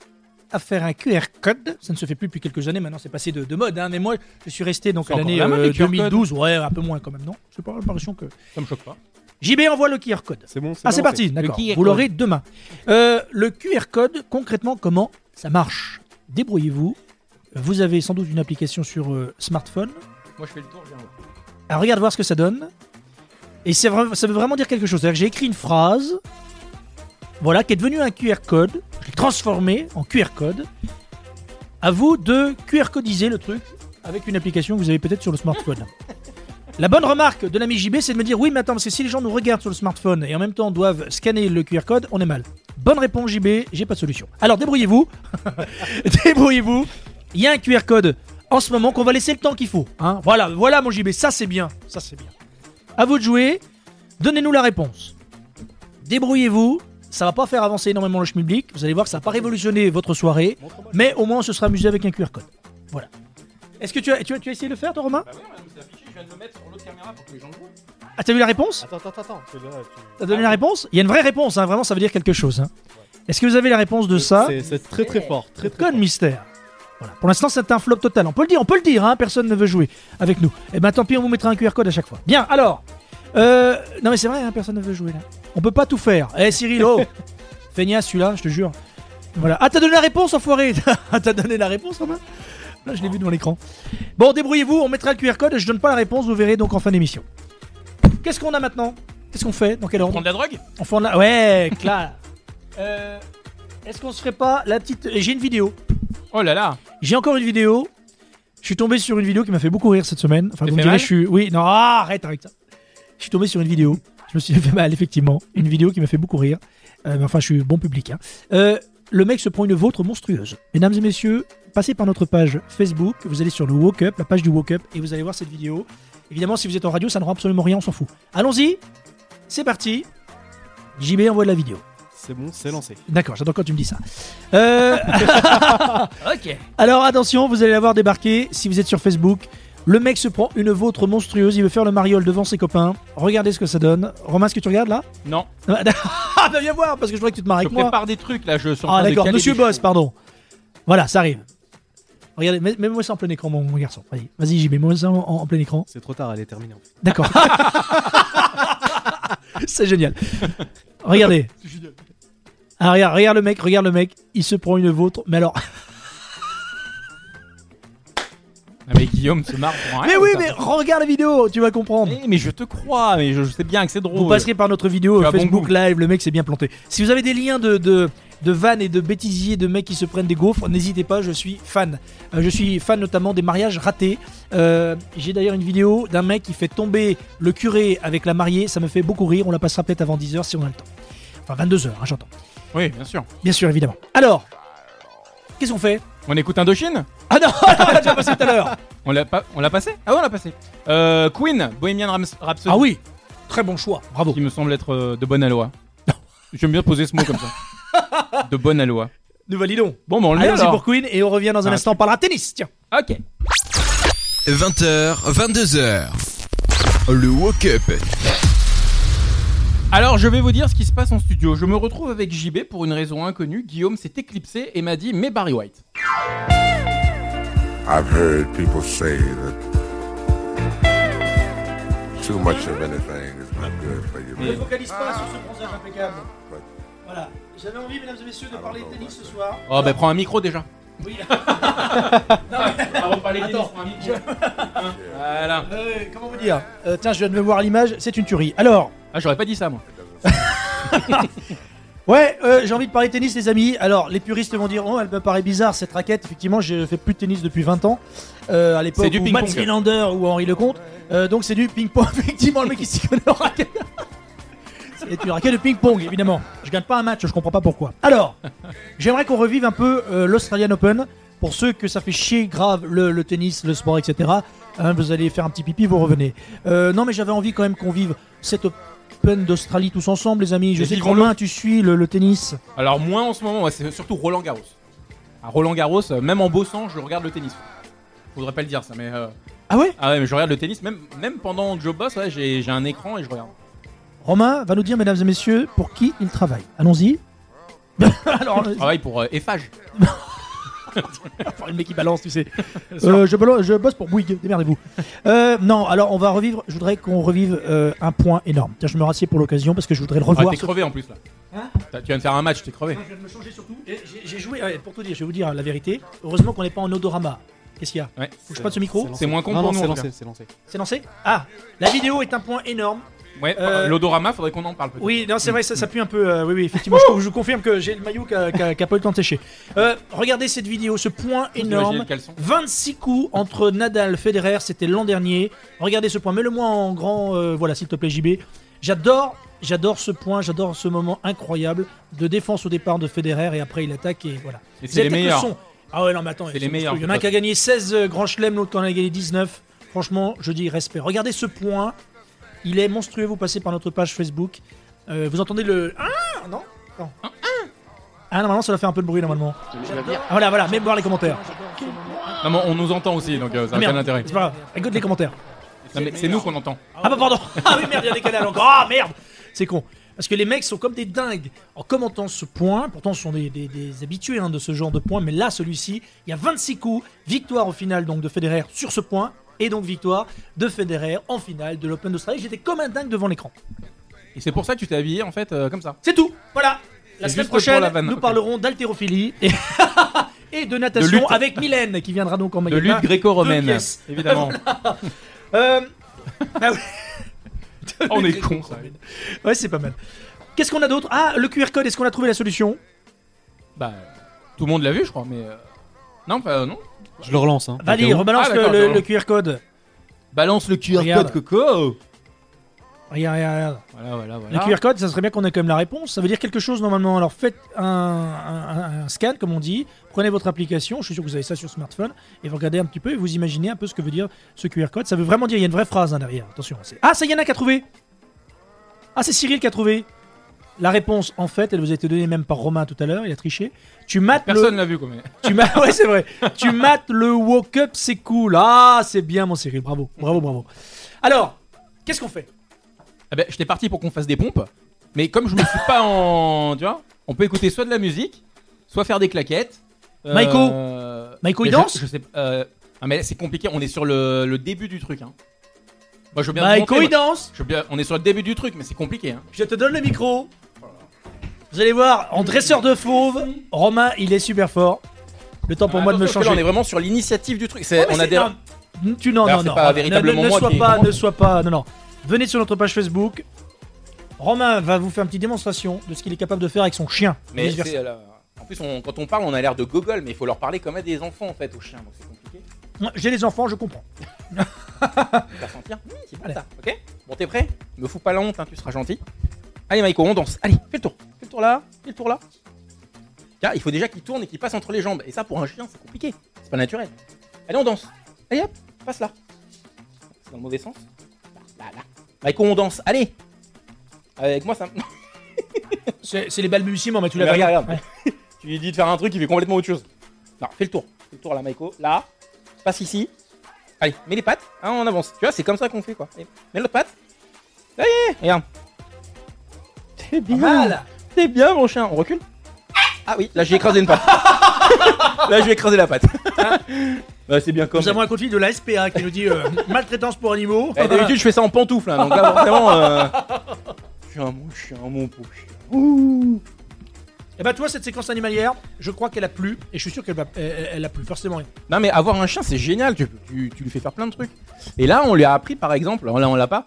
[SPEAKER 4] à faire un QR code. Ça ne se fait plus depuis quelques années. Maintenant, c'est passé de, de mode. hein. Mais moi, je suis resté donc
[SPEAKER 5] C'est
[SPEAKER 4] à
[SPEAKER 5] encore
[SPEAKER 4] l'année
[SPEAKER 5] la mode,
[SPEAKER 4] euh,
[SPEAKER 5] les QR codes.
[SPEAKER 4] 2012. Ouais, un peu moins quand même, non Je sais pas, j'ai l'impression que.
[SPEAKER 5] Ça me choque pas.
[SPEAKER 4] JB envoie le QR code.
[SPEAKER 7] C'est bon, c'est
[SPEAKER 4] Ah, c'est parti,
[SPEAKER 7] balancé.
[SPEAKER 4] d'accord.
[SPEAKER 5] QR
[SPEAKER 4] Vous l'aurez demain. Euh, le QR code, concrètement, comment ça marche Débrouillez-vous. Vous avez sans doute une application sur euh, smartphone.
[SPEAKER 5] Moi, je fais le tour, je viens voir.
[SPEAKER 4] Alors regarde voir ce que ça donne. Et c'est vra- ça veut vraiment dire quelque chose. C'est-à-dire que j'ai écrit une phrase, voilà, qui est devenue un QR code. Je l'ai transformé en QR code. À vous de QR codiser le truc avec une application que vous avez peut-être sur le smartphone. La bonne remarque de l'ami JB, c'est de me dire oui, mais attends, parce que si les gens nous regardent sur le smartphone et en même temps doivent scanner le QR code, on est mal. Bonne réponse, JB, j'ai pas de solution. Alors débrouillez-vous. [laughs] débrouillez-vous. Il y a un QR code en ce moment qu'on va laisser le temps qu'il faut. hein. Voilà, voilà mon JB, ça c'est bien, ça c'est bien. À vous de jouer, donnez-nous la réponse. Débrouillez-vous, ça va pas faire avancer énormément le schmilblick, vous allez voir que ça va pas révolutionner votre soirée, mais au moins on se sera amusé avec un QR code. Voilà. Est-ce que tu as, tu, as, tu as essayé de le faire toi Romain
[SPEAKER 5] Bah oui, madame, c'est affiché. Je viens de le mettre sur l'autre caméra pour que les gens le voient.
[SPEAKER 4] Ah t'as vu la réponse
[SPEAKER 7] Attends, attends, attends. parce que là, tu-
[SPEAKER 4] T'as donné la réponse Il y a une vraie réponse, hein, vraiment ça veut dire quelque chose. hein. Est-ce que vous avez la réponse de ça
[SPEAKER 7] C'est- C'est très très fort, très très
[SPEAKER 4] Code
[SPEAKER 7] fort.
[SPEAKER 4] mystère. Voilà. Pour l'instant, c'est un flop total. On peut le dire, on peut le dire. hein, Personne ne veut jouer avec nous. Eh ben, tant pis, on vous mettra un QR code à chaque fois. Bien. Alors, euh, non mais c'est vrai, hein, personne ne veut jouer là. On peut pas tout faire. Eh Cyril,
[SPEAKER 7] [laughs]
[SPEAKER 4] oh, feignasse celui-là, je te jure. Voilà. Ah, t'as donné la réponse, enfoiré. [laughs] ah, t'as donné la réponse, Romain. Là, je l'ai vu devant l'écran. Bon, débrouillez-vous. On mettra le QR code. Je donne pas la réponse. Vous verrez donc en fin d'émission. Qu'est-ce qu'on a maintenant Qu'est-ce qu'on fait Dans quel ordre
[SPEAKER 5] Prendre de la drogue
[SPEAKER 4] on fait en la- Ouais, clair. Euh, Est-ce qu'on se ferait pas la petite. J'ai une vidéo.
[SPEAKER 5] Oh là là.
[SPEAKER 4] J'ai encore une vidéo. Je suis tombé sur une vidéo qui m'a fait beaucoup rire cette semaine. Enfin,
[SPEAKER 5] T'es
[SPEAKER 4] vous me
[SPEAKER 5] fait
[SPEAKER 4] direz,
[SPEAKER 5] mal
[SPEAKER 4] je suis. Oui, non, ah, arrête avec ça. Je suis tombé sur une vidéo. Je me suis fait mal, effectivement. Une vidéo qui m'a fait beaucoup rire. Euh, mais enfin, je suis bon public. hein. Euh, le mec se prend une vôtre monstrueuse. Mesdames et messieurs, passez par notre page Facebook. Vous allez sur le Woke Up, la page du Woke Up, et vous allez voir cette vidéo. Évidemment, si vous êtes en radio, ça ne rend absolument rien, on s'en fout. Allons-y. C'est parti. JB envoie la vidéo.
[SPEAKER 7] C'est bon, c'est lancé.
[SPEAKER 4] D'accord, j'adore quand tu me dis ça. Euh, [laughs]
[SPEAKER 5] Ok.
[SPEAKER 4] alors attention, vous allez l'avoir débarqué si vous êtes sur Facebook. Le mec se prend une vôtre monstrueuse, il veut faire le mariole devant ses copains. Regardez ce que ça donne. Romain, ce que tu regardes là
[SPEAKER 5] Non.
[SPEAKER 4] [laughs] Ah bah viens voir, parce que je vois que tu te marres
[SPEAKER 5] Je
[SPEAKER 4] avec moi.
[SPEAKER 5] prépare des trucs là. Je suis en
[SPEAKER 4] Ah
[SPEAKER 5] train de
[SPEAKER 4] d'accord,
[SPEAKER 5] caler
[SPEAKER 4] Monsieur
[SPEAKER 5] des
[SPEAKER 4] Boss,
[SPEAKER 5] choses.
[SPEAKER 4] pardon. Voilà, ça arrive. Regardez, mets- mets-moi ça en plein écran, mon, mon garçon. Vas-y, vas-y, j'y mets-moi ça en, en plein écran.
[SPEAKER 7] C'est trop tard, elle est terminée. en fait.
[SPEAKER 4] D'accord. [laughs] C'est génial. Regardez. Ah, regarde, regarde le mec, regarde le mec. Il se prend une vôtre. Mais alors.
[SPEAKER 5] Ah, mais Guillaume se marre pour rien.
[SPEAKER 4] Mais oui,
[SPEAKER 5] ça.
[SPEAKER 4] mais regarde la vidéo, tu vas comprendre.
[SPEAKER 5] Eh, mais je te crois, mais je, je sais bien que c'est drôle.
[SPEAKER 4] Vous passerez par notre vidéo
[SPEAKER 5] Oh, Tu as bon
[SPEAKER 4] Facebook
[SPEAKER 5] goût.
[SPEAKER 4] Live, le mec s'est bien planté. Si vous avez des liens de, de, de vannes et de bêtisiers de mecs qui se prennent des gaufres, n'hésitez pas, je suis fan. Euh, je suis fan notamment des mariages ratés. Euh, J'ai d'ailleurs une vidéo d'un mec qui fait tomber le curé avec la mariée, ça me fait beaucoup rire, on la passera peut-être avant 10h si on a le temps. Enfin 22h, j'entends.
[SPEAKER 5] Oui, bien sûr.
[SPEAKER 4] Bien sûr, évidemment. Alors, qu'est-ce qu'on fait
[SPEAKER 5] On écoute Indochine
[SPEAKER 4] Ah non, [laughs] on l'a déjà passé tout à l'heure
[SPEAKER 5] On l'a pas, on l'a passé Ah ouais, on l'a passé. Euh, Queen, Bohemian Rhapsody.
[SPEAKER 4] Ah oui, très bon choix, bravo.
[SPEAKER 5] Qui me semble être euh, de bonne
[SPEAKER 4] [laughs]
[SPEAKER 5] aloi. J'aime bien poser ce mot comme ça. De bonne aloi.
[SPEAKER 4] Nous validons.
[SPEAKER 5] Bon, bah on le met
[SPEAKER 4] Allons-y
[SPEAKER 5] alors.
[SPEAKER 4] pour Queen et on revient dans un
[SPEAKER 5] Ah,
[SPEAKER 4] instant, on parlera tennis, tiens.
[SPEAKER 5] Ok.
[SPEAKER 6] 20h, 22h. Le Woke Up
[SPEAKER 5] Alors, je vais vous dire ce qui se passe en studio. Je me retrouve avec JB pour une raison inconnue. Guillaume s'est éclipsé et m'a dit Mais Barry White.
[SPEAKER 11] I've heard people say that too much of anything is not good for you.
[SPEAKER 4] Ne focalise pas Ah, sur ce bronzage impeccable.
[SPEAKER 11] Ouais.
[SPEAKER 4] Voilà, j'avais envie, mesdames et messieurs, de parler tennis ce soir.
[SPEAKER 5] Oh, bah prends un micro déjà.
[SPEAKER 4] Oui. [laughs]
[SPEAKER 5] Avant de parler tennis,
[SPEAKER 4] Attends.
[SPEAKER 5] prends un micro. Hein, voilà.
[SPEAKER 4] Euh, comment vous dire Euh, Tiens, je viens de me voir à l'image, c'est une tuerie. Alors,
[SPEAKER 5] Ah, j'aurais pas dit ça, moi.
[SPEAKER 4] ouais, euh, j'ai envie de parler tennis, les amis. Alors, les puristes vont dire, oh, elle me paraît bizarre cette raquette. Effectivement, je fais plus de tennis depuis 20 ans. Euh, à
[SPEAKER 5] C'est
[SPEAKER 4] l'époque
[SPEAKER 5] du
[SPEAKER 4] où
[SPEAKER 5] ping-pong.
[SPEAKER 4] Max Wilander ou Henri Lecomte. Euh, donc, c'est du ping-pong. [laughs] Effectivement, le mec, il s'y connaît en raquette. [laughs] C'est une raquette de ping-pong, évidemment. Je gagne pas un match, je comprends pas pourquoi. Alors, j'aimerais qu'on revive un peu euh, l'Australian Open. Pour ceux que ça fait chier grave le, le tennis, le sport, etc. Hein, vous allez faire un petit pipi, vous revenez. Euh, non, mais j'avais envie quand même qu'on vive cette Open d'Australie tous ensemble, les amis. Je
[SPEAKER 5] Et
[SPEAKER 4] sais que
[SPEAKER 5] vivons-le.
[SPEAKER 4] Romain, tu suis le, le tennis.
[SPEAKER 5] Alors, moins en ce moment, ouais, c'est surtout Roland Garros. À Roland Garros, euh, même en bossant, je regarde le tennis. Faudrait pas le dire ça, mais. euh,
[SPEAKER 4] Ah ouais
[SPEAKER 5] Ah ouais, mais je regarde le tennis, même, même pendant que je bosse, ouais, j'ai j'ai un écran et je regarde.
[SPEAKER 4] Romain va nous dire, mesdames et messieurs, pour qui il travaille. [laughs] Allons-y. Alors,
[SPEAKER 5] Je travaille pour euh, Eiffage.
[SPEAKER 4] le mec qui balance, tu sais. Euh, je, balo- je bosse pour Bouygues, démerdez-vous. Euh, non, alors on va revivre, je voudrais qu'on revive euh, un point énorme. Tiens, je me rassieds pour l'occasion parce que je voudrais le
[SPEAKER 5] Ah,
[SPEAKER 4] revoir.
[SPEAKER 5] t'es crevé en plus là.
[SPEAKER 4] Hein
[SPEAKER 5] T'as- tu viens de faire un match, t'es crevé.
[SPEAKER 4] je viens de me changer surtout. Et j'ai- J'ai joué, ouais, pour tout dire, je vais vous dire la vérité. Heureusement qu'on n'est pas en odorama. Qu'est-ce qu'il y a
[SPEAKER 5] Ouais.
[SPEAKER 4] Faut que je passe ce micro
[SPEAKER 5] C'est moins con
[SPEAKER 7] Non,
[SPEAKER 5] pour
[SPEAKER 7] non,
[SPEAKER 5] nous.
[SPEAKER 7] c'est
[SPEAKER 5] en tout
[SPEAKER 7] lancé,
[SPEAKER 5] cas.
[SPEAKER 7] c'est lancé.
[SPEAKER 4] C'est lancé Ah La vidéo est un point énorme.
[SPEAKER 5] Ouais,
[SPEAKER 4] Euh,
[SPEAKER 5] l'odorama, faudrait qu'on en parle. peut-être.
[SPEAKER 4] Oui, non, c'est vrai, ça, ça pue un peu. euh, oui, oui, effectivement, je, je vous confirme que j'ai le maillot qui a, qui a- qui a pas eu le temps de sécher. Euh, regardez cette vidéo, ce point
[SPEAKER 5] T'imagines
[SPEAKER 4] énorme.
[SPEAKER 5] le caleçon
[SPEAKER 4] 26 coups entre Nadal, Federer, c'était l'an dernier. Regardez ce point, mets-le-moi en grand, euh, voilà, s'il te plaît, JB. J'adore, j'adore ce point, j'adore ce moment incroyable de défense au départ de Federer et après il attaque et voilà.
[SPEAKER 5] Et
[SPEAKER 4] Vous
[SPEAKER 5] c'est
[SPEAKER 4] avez
[SPEAKER 5] les
[SPEAKER 4] peut-être le
[SPEAKER 5] meilleurs.
[SPEAKER 4] son. Ah ouais, non, mais attends,
[SPEAKER 5] C'est les meilleurs,
[SPEAKER 4] Il y en a un qui a gagné 16 euh, grands chelems, l'autre qui en a gagné 19. Franchement, je dis respect. Regardez ce point, il est monstrueux. Vous passez par notre page Facebook. Euh, vous entendez le. Ah Non Non. Ah, normalement, ça doit faire un peu de bruit, normalement. Ah, voilà, voilà, même voir les commentaires.
[SPEAKER 5] Non, mais on nous entend aussi, donc euh, ça
[SPEAKER 4] Ah,
[SPEAKER 5] a
[SPEAKER 4] merde,
[SPEAKER 5] aucun intérêt.
[SPEAKER 4] C'est pas grave, écoute les commentaires.
[SPEAKER 5] Non, mais C'est nous qu'on entend.
[SPEAKER 4] Ah bah pardon [laughs] Ah oui merde, il y a des canals encore Ah merde C'est con Parce que les mecs sont comme des dingues en commentant ce point, pourtant ce sont des, des- des habitués hein, de ce genre de point, mais là celui-ci, il y a 26 coups, victoire au final donc de Federer sur ce point, et donc victoire de Federer en finale de l'Open d'Australie. J'étais comme un dingue devant l'écran.
[SPEAKER 5] Et c'est pour ça que tu t'es habillé en fait euh, comme ça.
[SPEAKER 4] C'est tout Voilà La
[SPEAKER 5] C'est
[SPEAKER 4] semaine
[SPEAKER 5] juste pour
[SPEAKER 4] prochaine,
[SPEAKER 5] la vanne,
[SPEAKER 4] nous
[SPEAKER 5] ok.
[SPEAKER 4] parlerons d'haltérophilie [laughs] et... et de
[SPEAKER 5] De
[SPEAKER 4] natation
[SPEAKER 5] lutte.
[SPEAKER 4] avec Mylène qui viendra donc en
[SPEAKER 5] De
[SPEAKER 4] magasin.
[SPEAKER 5] lutte
[SPEAKER 4] Deux
[SPEAKER 5] gréco-romaine.
[SPEAKER 4] pièces.
[SPEAKER 5] Évidemment.
[SPEAKER 4] Euh, bah oui.
[SPEAKER 5] [laughs] on est con. Ça.
[SPEAKER 4] Ouais, c'est pas mal. Qu'est-ce qu'on a d'autre Ah, le QR code, est-ce qu'on a trouvé la solution
[SPEAKER 5] Bah, euh, tout le monde l'a vu, je crois, mais. euh, Non, enfin, euh, non.
[SPEAKER 7] Je le relance. Hein, au
[SPEAKER 4] Vas-y,
[SPEAKER 7] cas où.
[SPEAKER 4] rebalance
[SPEAKER 5] Ah,
[SPEAKER 4] le,
[SPEAKER 5] d'accord, d'accord.
[SPEAKER 4] le- le QR code.
[SPEAKER 5] Balance le QR
[SPEAKER 4] Regarde.
[SPEAKER 5] code Coco.
[SPEAKER 4] Regarde, regarde, regarde.
[SPEAKER 5] Voilà, voilà, voilà.
[SPEAKER 4] Le QR code, ça serait bien qu'on ait quand même la réponse. Ça veut dire quelque chose normalement. Alors faites un, un- un scan, comme on dit. Prenez votre application. Je suis sûr que vous avez ça sur smartphone. Et vous regardez un petit peu et vous imaginez un peu ce que veut dire ce QR code. Ça veut vraiment dire. Il y a une vraie phrase hein, derrière. Attention. c'est- Ah, ça y en a qui a trouvé. Ah, c'est Cyril qui a trouvé. La réponse, en fait, elle vous a été donnée même par Romain tout à l'heure. Il a triché. Tu mates le-
[SPEAKER 5] Personne l'a vu, quoi. mais-
[SPEAKER 4] Tu mates, [laughs] ouais, c'est vrai. Tu mates le woke up, c'est cool. Ah, c'est bien, mon Cyril. Bravo, bravo, bravo. Alors, qu'est-ce qu'on fait
[SPEAKER 5] Ah ben, j'étais parti pour qu'on fasse des pompes, mais comme je me suis pas en. [laughs] Tu vois, on peut écouter soit de la musique, soit faire des claquettes. Euh,
[SPEAKER 4] Maïko Maïko, il
[SPEAKER 5] mais je-
[SPEAKER 4] danse
[SPEAKER 5] je, sais pas, euh, Ah, mais là, c'est compliqué, on est sur le, le début du truc. Hein. Moi, je veux bien.
[SPEAKER 4] Bah,
[SPEAKER 5] te montrer,
[SPEAKER 4] Echo, il
[SPEAKER 5] moi.
[SPEAKER 4] danse.
[SPEAKER 5] Je veux bien- On est sur le début du truc, mais c'est compliqué. Hein.
[SPEAKER 4] Je te donne le micro. Vous allez voir, en dresseur de fauve, Romain, il est super fort. Le temps pour
[SPEAKER 5] Ah,
[SPEAKER 4] moi de me
[SPEAKER 5] attention, parce que là, on est
[SPEAKER 4] changer.
[SPEAKER 5] vraiment sur l'initiative du truc. C'est-
[SPEAKER 4] Ouais, mais
[SPEAKER 5] on a
[SPEAKER 4] c'est-
[SPEAKER 5] des.
[SPEAKER 4] non, Tu non,
[SPEAKER 5] Alors,
[SPEAKER 4] non,
[SPEAKER 5] c'est
[SPEAKER 4] non.
[SPEAKER 5] pas
[SPEAKER 4] ne-
[SPEAKER 5] véritablement
[SPEAKER 4] ne, ne
[SPEAKER 5] moi
[SPEAKER 4] sois
[SPEAKER 5] qui ai
[SPEAKER 4] pas,
[SPEAKER 5] commencé.
[SPEAKER 4] ne sois pas. Non, non. Venez sur notre page Facebook. Romain va vous faire une petite démonstration de ce qu'il est capable de faire avec son chien.
[SPEAKER 5] Mais
[SPEAKER 4] Vice-versa.
[SPEAKER 5] c'est, euh, en plus, on- quand on parle, on a l'air de gogol, mais il faut leur parler comme à des enfants en fait, aux chiens, donc c'est compliqué.
[SPEAKER 4] Moi, J'ai les enfants, je comprends.
[SPEAKER 5] Tu vas sentir, Mmh, c'est bon ça, ok Bon, t'es prêt Me fous pas la honte, hein, tu seras gentil. Allez, Maïko, on danse. Allez, fais le tour. Fais le tour là, fais le tour là. Tiens, il faut déjà qu'il tourne et qu'il passe entre les jambes. Et ça, pour un chien, c'est compliqué. C'est pas naturel. Allez, on danse. Allez, hop, passe là. C'est dans le mauvais sens. Là, là, là. Maïko, on danse. Allez Avec moi, ça.
[SPEAKER 4] c'est c'est les balbutiements, mais tu l'as
[SPEAKER 5] Mais
[SPEAKER 4] pas
[SPEAKER 5] regarde, regarde. [laughs] Tu lui dis de faire un truc, il fait complètement autre chose. Non, fais le tour. Fais le tour là, Maiko. Là, passe ici. Allez, mets les pattes. Hein, on avance. Tu vois, c'est comme ça qu'on fait quoi. Allez, mets l'autre patte. Ça y est, regarde. C'est bien.
[SPEAKER 4] mal.
[SPEAKER 5] C'est bien, mon chien. On recule. Ah oui, là, j'ai écrasé une [laughs] patte. là, je vais écraser la patte. [laughs] bah, c'est bien comme.
[SPEAKER 4] Nous avons un conflit de la SPA qui nous dit euh, [laughs] maltraitance pour animaux.
[SPEAKER 5] Eh, D'habitude, je fais ça en pantoufle. hein, donc là, vraiment.
[SPEAKER 4] [laughs]
[SPEAKER 5] euh, Je suis un mon chien, mon pauvre chien.
[SPEAKER 4] Et bah, toi, cette séquence animalière, je crois qu'elle a plu. Et je suis sûr qu'elle va- elle, elle a plu, forcément.
[SPEAKER 5] Non mais avoir un chien c'est génial, tu, tu- tu lui fais faire plein de trucs. Et là on lui a appris par exemple, là on l'a pas,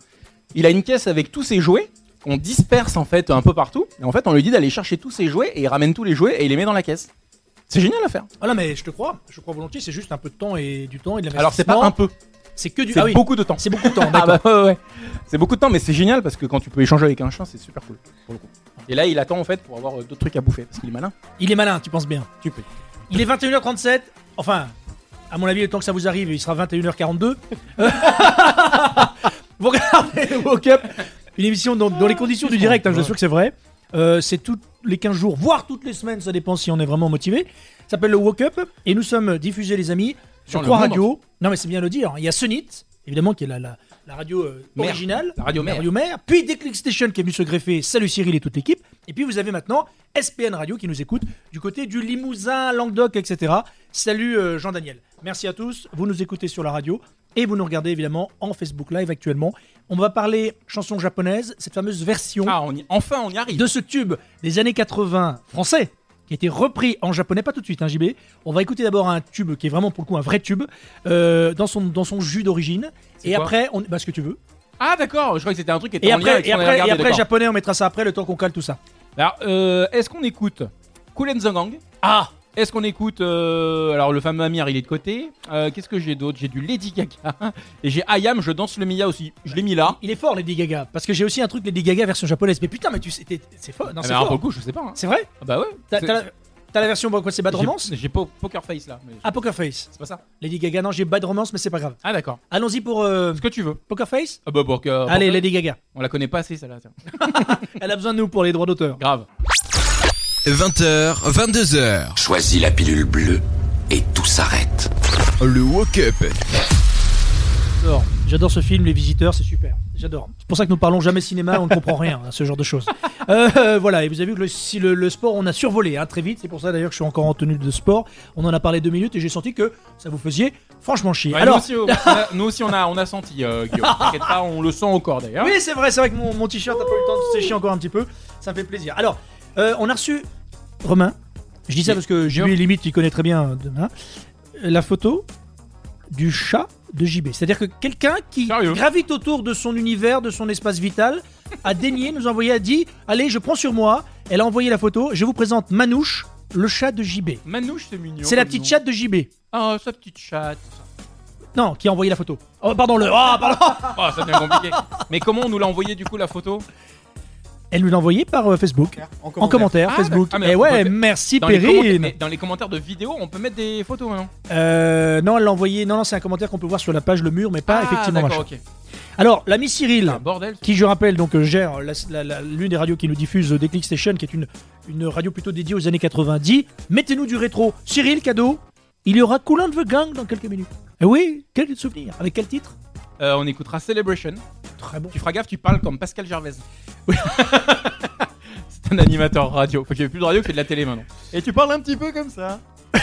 [SPEAKER 5] il a une caisse avec tous ses jouets qu'on disperse en fait un peu partout. Et en fait on lui dit d'aller chercher tous ses jouets et il ramène tous les jouets et il les met dans la caisse. C'est génial à faire.
[SPEAKER 4] Ah non, mais je te crois. Je crois volontiers. C'est juste un peu de temps et du temps et de
[SPEAKER 5] Alors c'est pas un peu,
[SPEAKER 4] C'est que du.
[SPEAKER 5] c'est
[SPEAKER 4] ah oui.
[SPEAKER 5] beaucoup de temps.
[SPEAKER 4] C'est beaucoup
[SPEAKER 5] [laughs]
[SPEAKER 4] de temps.
[SPEAKER 5] Ah
[SPEAKER 4] d'accord.
[SPEAKER 5] bah ouais, ouais. C'est beaucoup de temps mais c'est génial parce que quand tu peux échanger avec un chien c'est super cool. pour le coup. Et là il attend en fait pour avoir euh, d'autres trucs à bouffer parce qu'il est malin.
[SPEAKER 4] Il est malin, tu penses bien.
[SPEAKER 5] Tu peux.
[SPEAKER 4] Il est 21h37. Enfin, à mon avis, le temps que ça vous arrive, il sera
[SPEAKER 5] [laughs]
[SPEAKER 4] 21h42. vous regardez le Woke Up, une émission dans, dans les conditions du direct, hein, je vous assure que c'est vrai. Euh, c'est tous les 15 jours, voire toutes les semaines, ça dépend si on est vraiment motivé. Ça s'appelle le Woke Up et nous sommes diffusés, les amis, sur
[SPEAKER 5] Dans le
[SPEAKER 4] trois
[SPEAKER 5] monde
[SPEAKER 4] radios. Non, mais c'est bien le dire. hein. Il y a Sunit, évidemment, qui est la, la, la radio euh,
[SPEAKER 5] Mère.
[SPEAKER 4] originale.
[SPEAKER 5] La radio mère.
[SPEAKER 4] mère. Puis Déclic Station qui est venu se greffer. Salut Cyril et toute l'équipe. Et puis vous avez maintenant SPN Radio qui nous écoute du côté du Limousin, Languedoc, etc. Salut euh, Jean-Daniel. Merci à tous. Vous nous écoutez sur la radio et vous nous regardez évidemment en Facebook Live actuellement. On va parler chanson japonaise, cette fameuse version
[SPEAKER 5] Ah on y- enfin on y arrive.
[SPEAKER 4] de ce tube des années 80 français qui a été repris en japonais, pas tout de suite, hein, JB. On va écouter d'abord un tube qui est vraiment pour le coup un vrai tube euh, dans, son, dans son jus d'origine.
[SPEAKER 5] C'est
[SPEAKER 4] Et
[SPEAKER 5] quoi
[SPEAKER 4] après, on... bah, ce que tu veux.
[SPEAKER 5] Ah d'accord, je crois que c'était un truc qui était
[SPEAKER 4] Et
[SPEAKER 5] en lien avec ce
[SPEAKER 4] après, et
[SPEAKER 5] qu'on avait
[SPEAKER 4] après, et
[SPEAKER 5] regardé,
[SPEAKER 4] après
[SPEAKER 5] d'accord.
[SPEAKER 4] japonais, on mettra ça après le temps qu'on cale tout ça.
[SPEAKER 5] Alors, euh, est-ce qu'on écoute Cool and the Gang Ah Est-ce qu'on écoute. euh, alors, le fameux Amir, il est de côté. Euh, Qu'est-ce que j'ai d'autre J'ai du Lady Gaga. Et j'ai Ayam, je danse le Mia aussi. Je l'ai mis là.
[SPEAKER 4] Il est fort, Lady Gaga, parce que j'ai aussi un truc Lady Gaga version japonaise. Mais putain, mais tu sais, t'es- c'est fort. Non,
[SPEAKER 5] Ah,
[SPEAKER 4] c'est
[SPEAKER 5] mais alors,
[SPEAKER 4] fort.
[SPEAKER 5] pour le coup, je sais pas. hein.
[SPEAKER 4] C'est vrai
[SPEAKER 5] Ah bah ouais.
[SPEAKER 4] T'as
[SPEAKER 5] C'est-
[SPEAKER 4] t'as la, t'as la version, bon, quoi, c'est Bad
[SPEAKER 5] j'ai-
[SPEAKER 4] Romance
[SPEAKER 5] J'ai po- Poker Face là. mais
[SPEAKER 4] Ah, Poker Face.
[SPEAKER 5] C'est pas ça
[SPEAKER 4] Lady Gaga, non, j'ai Bad Romance, mais c'est pas grave.
[SPEAKER 5] Ah d'accord.
[SPEAKER 4] Allons-y pour euh,
[SPEAKER 5] Ce que tu veux.
[SPEAKER 4] Poker Face
[SPEAKER 5] Ah bah, Poker.
[SPEAKER 4] Allez,
[SPEAKER 5] Poker-
[SPEAKER 4] Lady Gaga.
[SPEAKER 5] On la connaît pas assez celle-là. tiens.
[SPEAKER 4] Elle a besoin de nous pour les droits d'auteur.
[SPEAKER 5] Grave.
[SPEAKER 6] 20h, 22h,
[SPEAKER 2] Choisis la pilule bleue et tout s'arrête.
[SPEAKER 6] le Woke Up
[SPEAKER 4] J'adore. J'adore ce film, Les Visiteurs, c'est super. J'adore. C'est pour ça que nous parlons jamais cinéma, on ne comprend rien à ce genre de choses. Euh, euh, voilà, et vous avez vu que le, si le, le sport, on a survolé hein, très vite. C'est pour ça d'ailleurs que je suis encore en tenue de sport. On en a parlé deux minutes et j'ai senti que ça vous faisait franchement chier.
[SPEAKER 5] Ouais,
[SPEAKER 4] Alors,
[SPEAKER 5] nous, aussi, on a, nous aussi, on a, on a senti, euh, Guillaume.
[SPEAKER 4] [laughs]
[SPEAKER 5] T'inquiète pas, on le sent encore d'ailleurs.
[SPEAKER 4] Oui, c'est vrai, c'est vrai que mon, mon t-shirt a pas eu le temps de sécher encore un petit peu. Ça me fait plaisir. Alors, euh, on a reçu Romain. Je dis ça parce que JB, limite, il connaît très bien demain. La photo du chat de JB. C'est-à-dire que quelqu'un qui
[SPEAKER 5] Sérieux
[SPEAKER 4] gravite autour de son univers, de son espace vital, a daigné nous envoyer, a dit Allez, je prends sur moi. Elle a envoyé la photo. Je vous présente Manouche, le chat de JB.
[SPEAKER 5] Manouche, c'est mignon.
[SPEAKER 4] C'est la
[SPEAKER 5] comme
[SPEAKER 4] petite
[SPEAKER 5] nom.
[SPEAKER 4] chatte de JB.
[SPEAKER 5] Ah, sa petite chatte.
[SPEAKER 4] Non, qui a envoyé la photo. Oh, pardon, le. ah, pardon
[SPEAKER 5] Ah, ça devient compliqué. Mais comment on nous l'a envoyé du coup la photo
[SPEAKER 4] Elle nous l'a envoyé par euh, Facebook.
[SPEAKER 7] En
[SPEAKER 4] En commentaire,
[SPEAKER 5] Ah,
[SPEAKER 4] Facebook.
[SPEAKER 5] d'accord. Ah, mais
[SPEAKER 4] Et
[SPEAKER 5] on
[SPEAKER 4] ouais,
[SPEAKER 5] peut-
[SPEAKER 4] merci
[SPEAKER 5] dans les, commentaires,
[SPEAKER 4] Perrine.
[SPEAKER 5] mais dans les commentaires de vidéos, on peut mettre des photos hein. maintenant.
[SPEAKER 4] Euh, non, elle l'a envoyé. Non, non, c'est un commentaire qu'on peut voir sur la page Le Mur, mais pas effectivement.
[SPEAKER 5] Ah, d'accord,
[SPEAKER 4] machin.
[SPEAKER 5] ok. Ah,
[SPEAKER 4] Alors, l'ami Cyril,
[SPEAKER 5] Un bordel.
[SPEAKER 4] qui je rappelle donc euh, gère la- la- la- l'une des radios qui nous diffuse euh, Déclic Station, qui est une, une radio plutôt dédiée aux années 90. Mettez-nous du rétro. Cyril, cadeau. Il y aura Cool and the Gang dans quelques minutes. Eh oui, quel souvenir. Avec quel titre
[SPEAKER 5] Euh, on écoutera Celebration.
[SPEAKER 4] Très bon.
[SPEAKER 5] Tu feras gaffe, tu parles comme Pascal Gervais. [laughs] c'est un animateur radio. Faut qu'il n'y ait plus de radio, qu'il fait de la télé maintenant. Et tu parles un petit peu comme ça. [laughs] je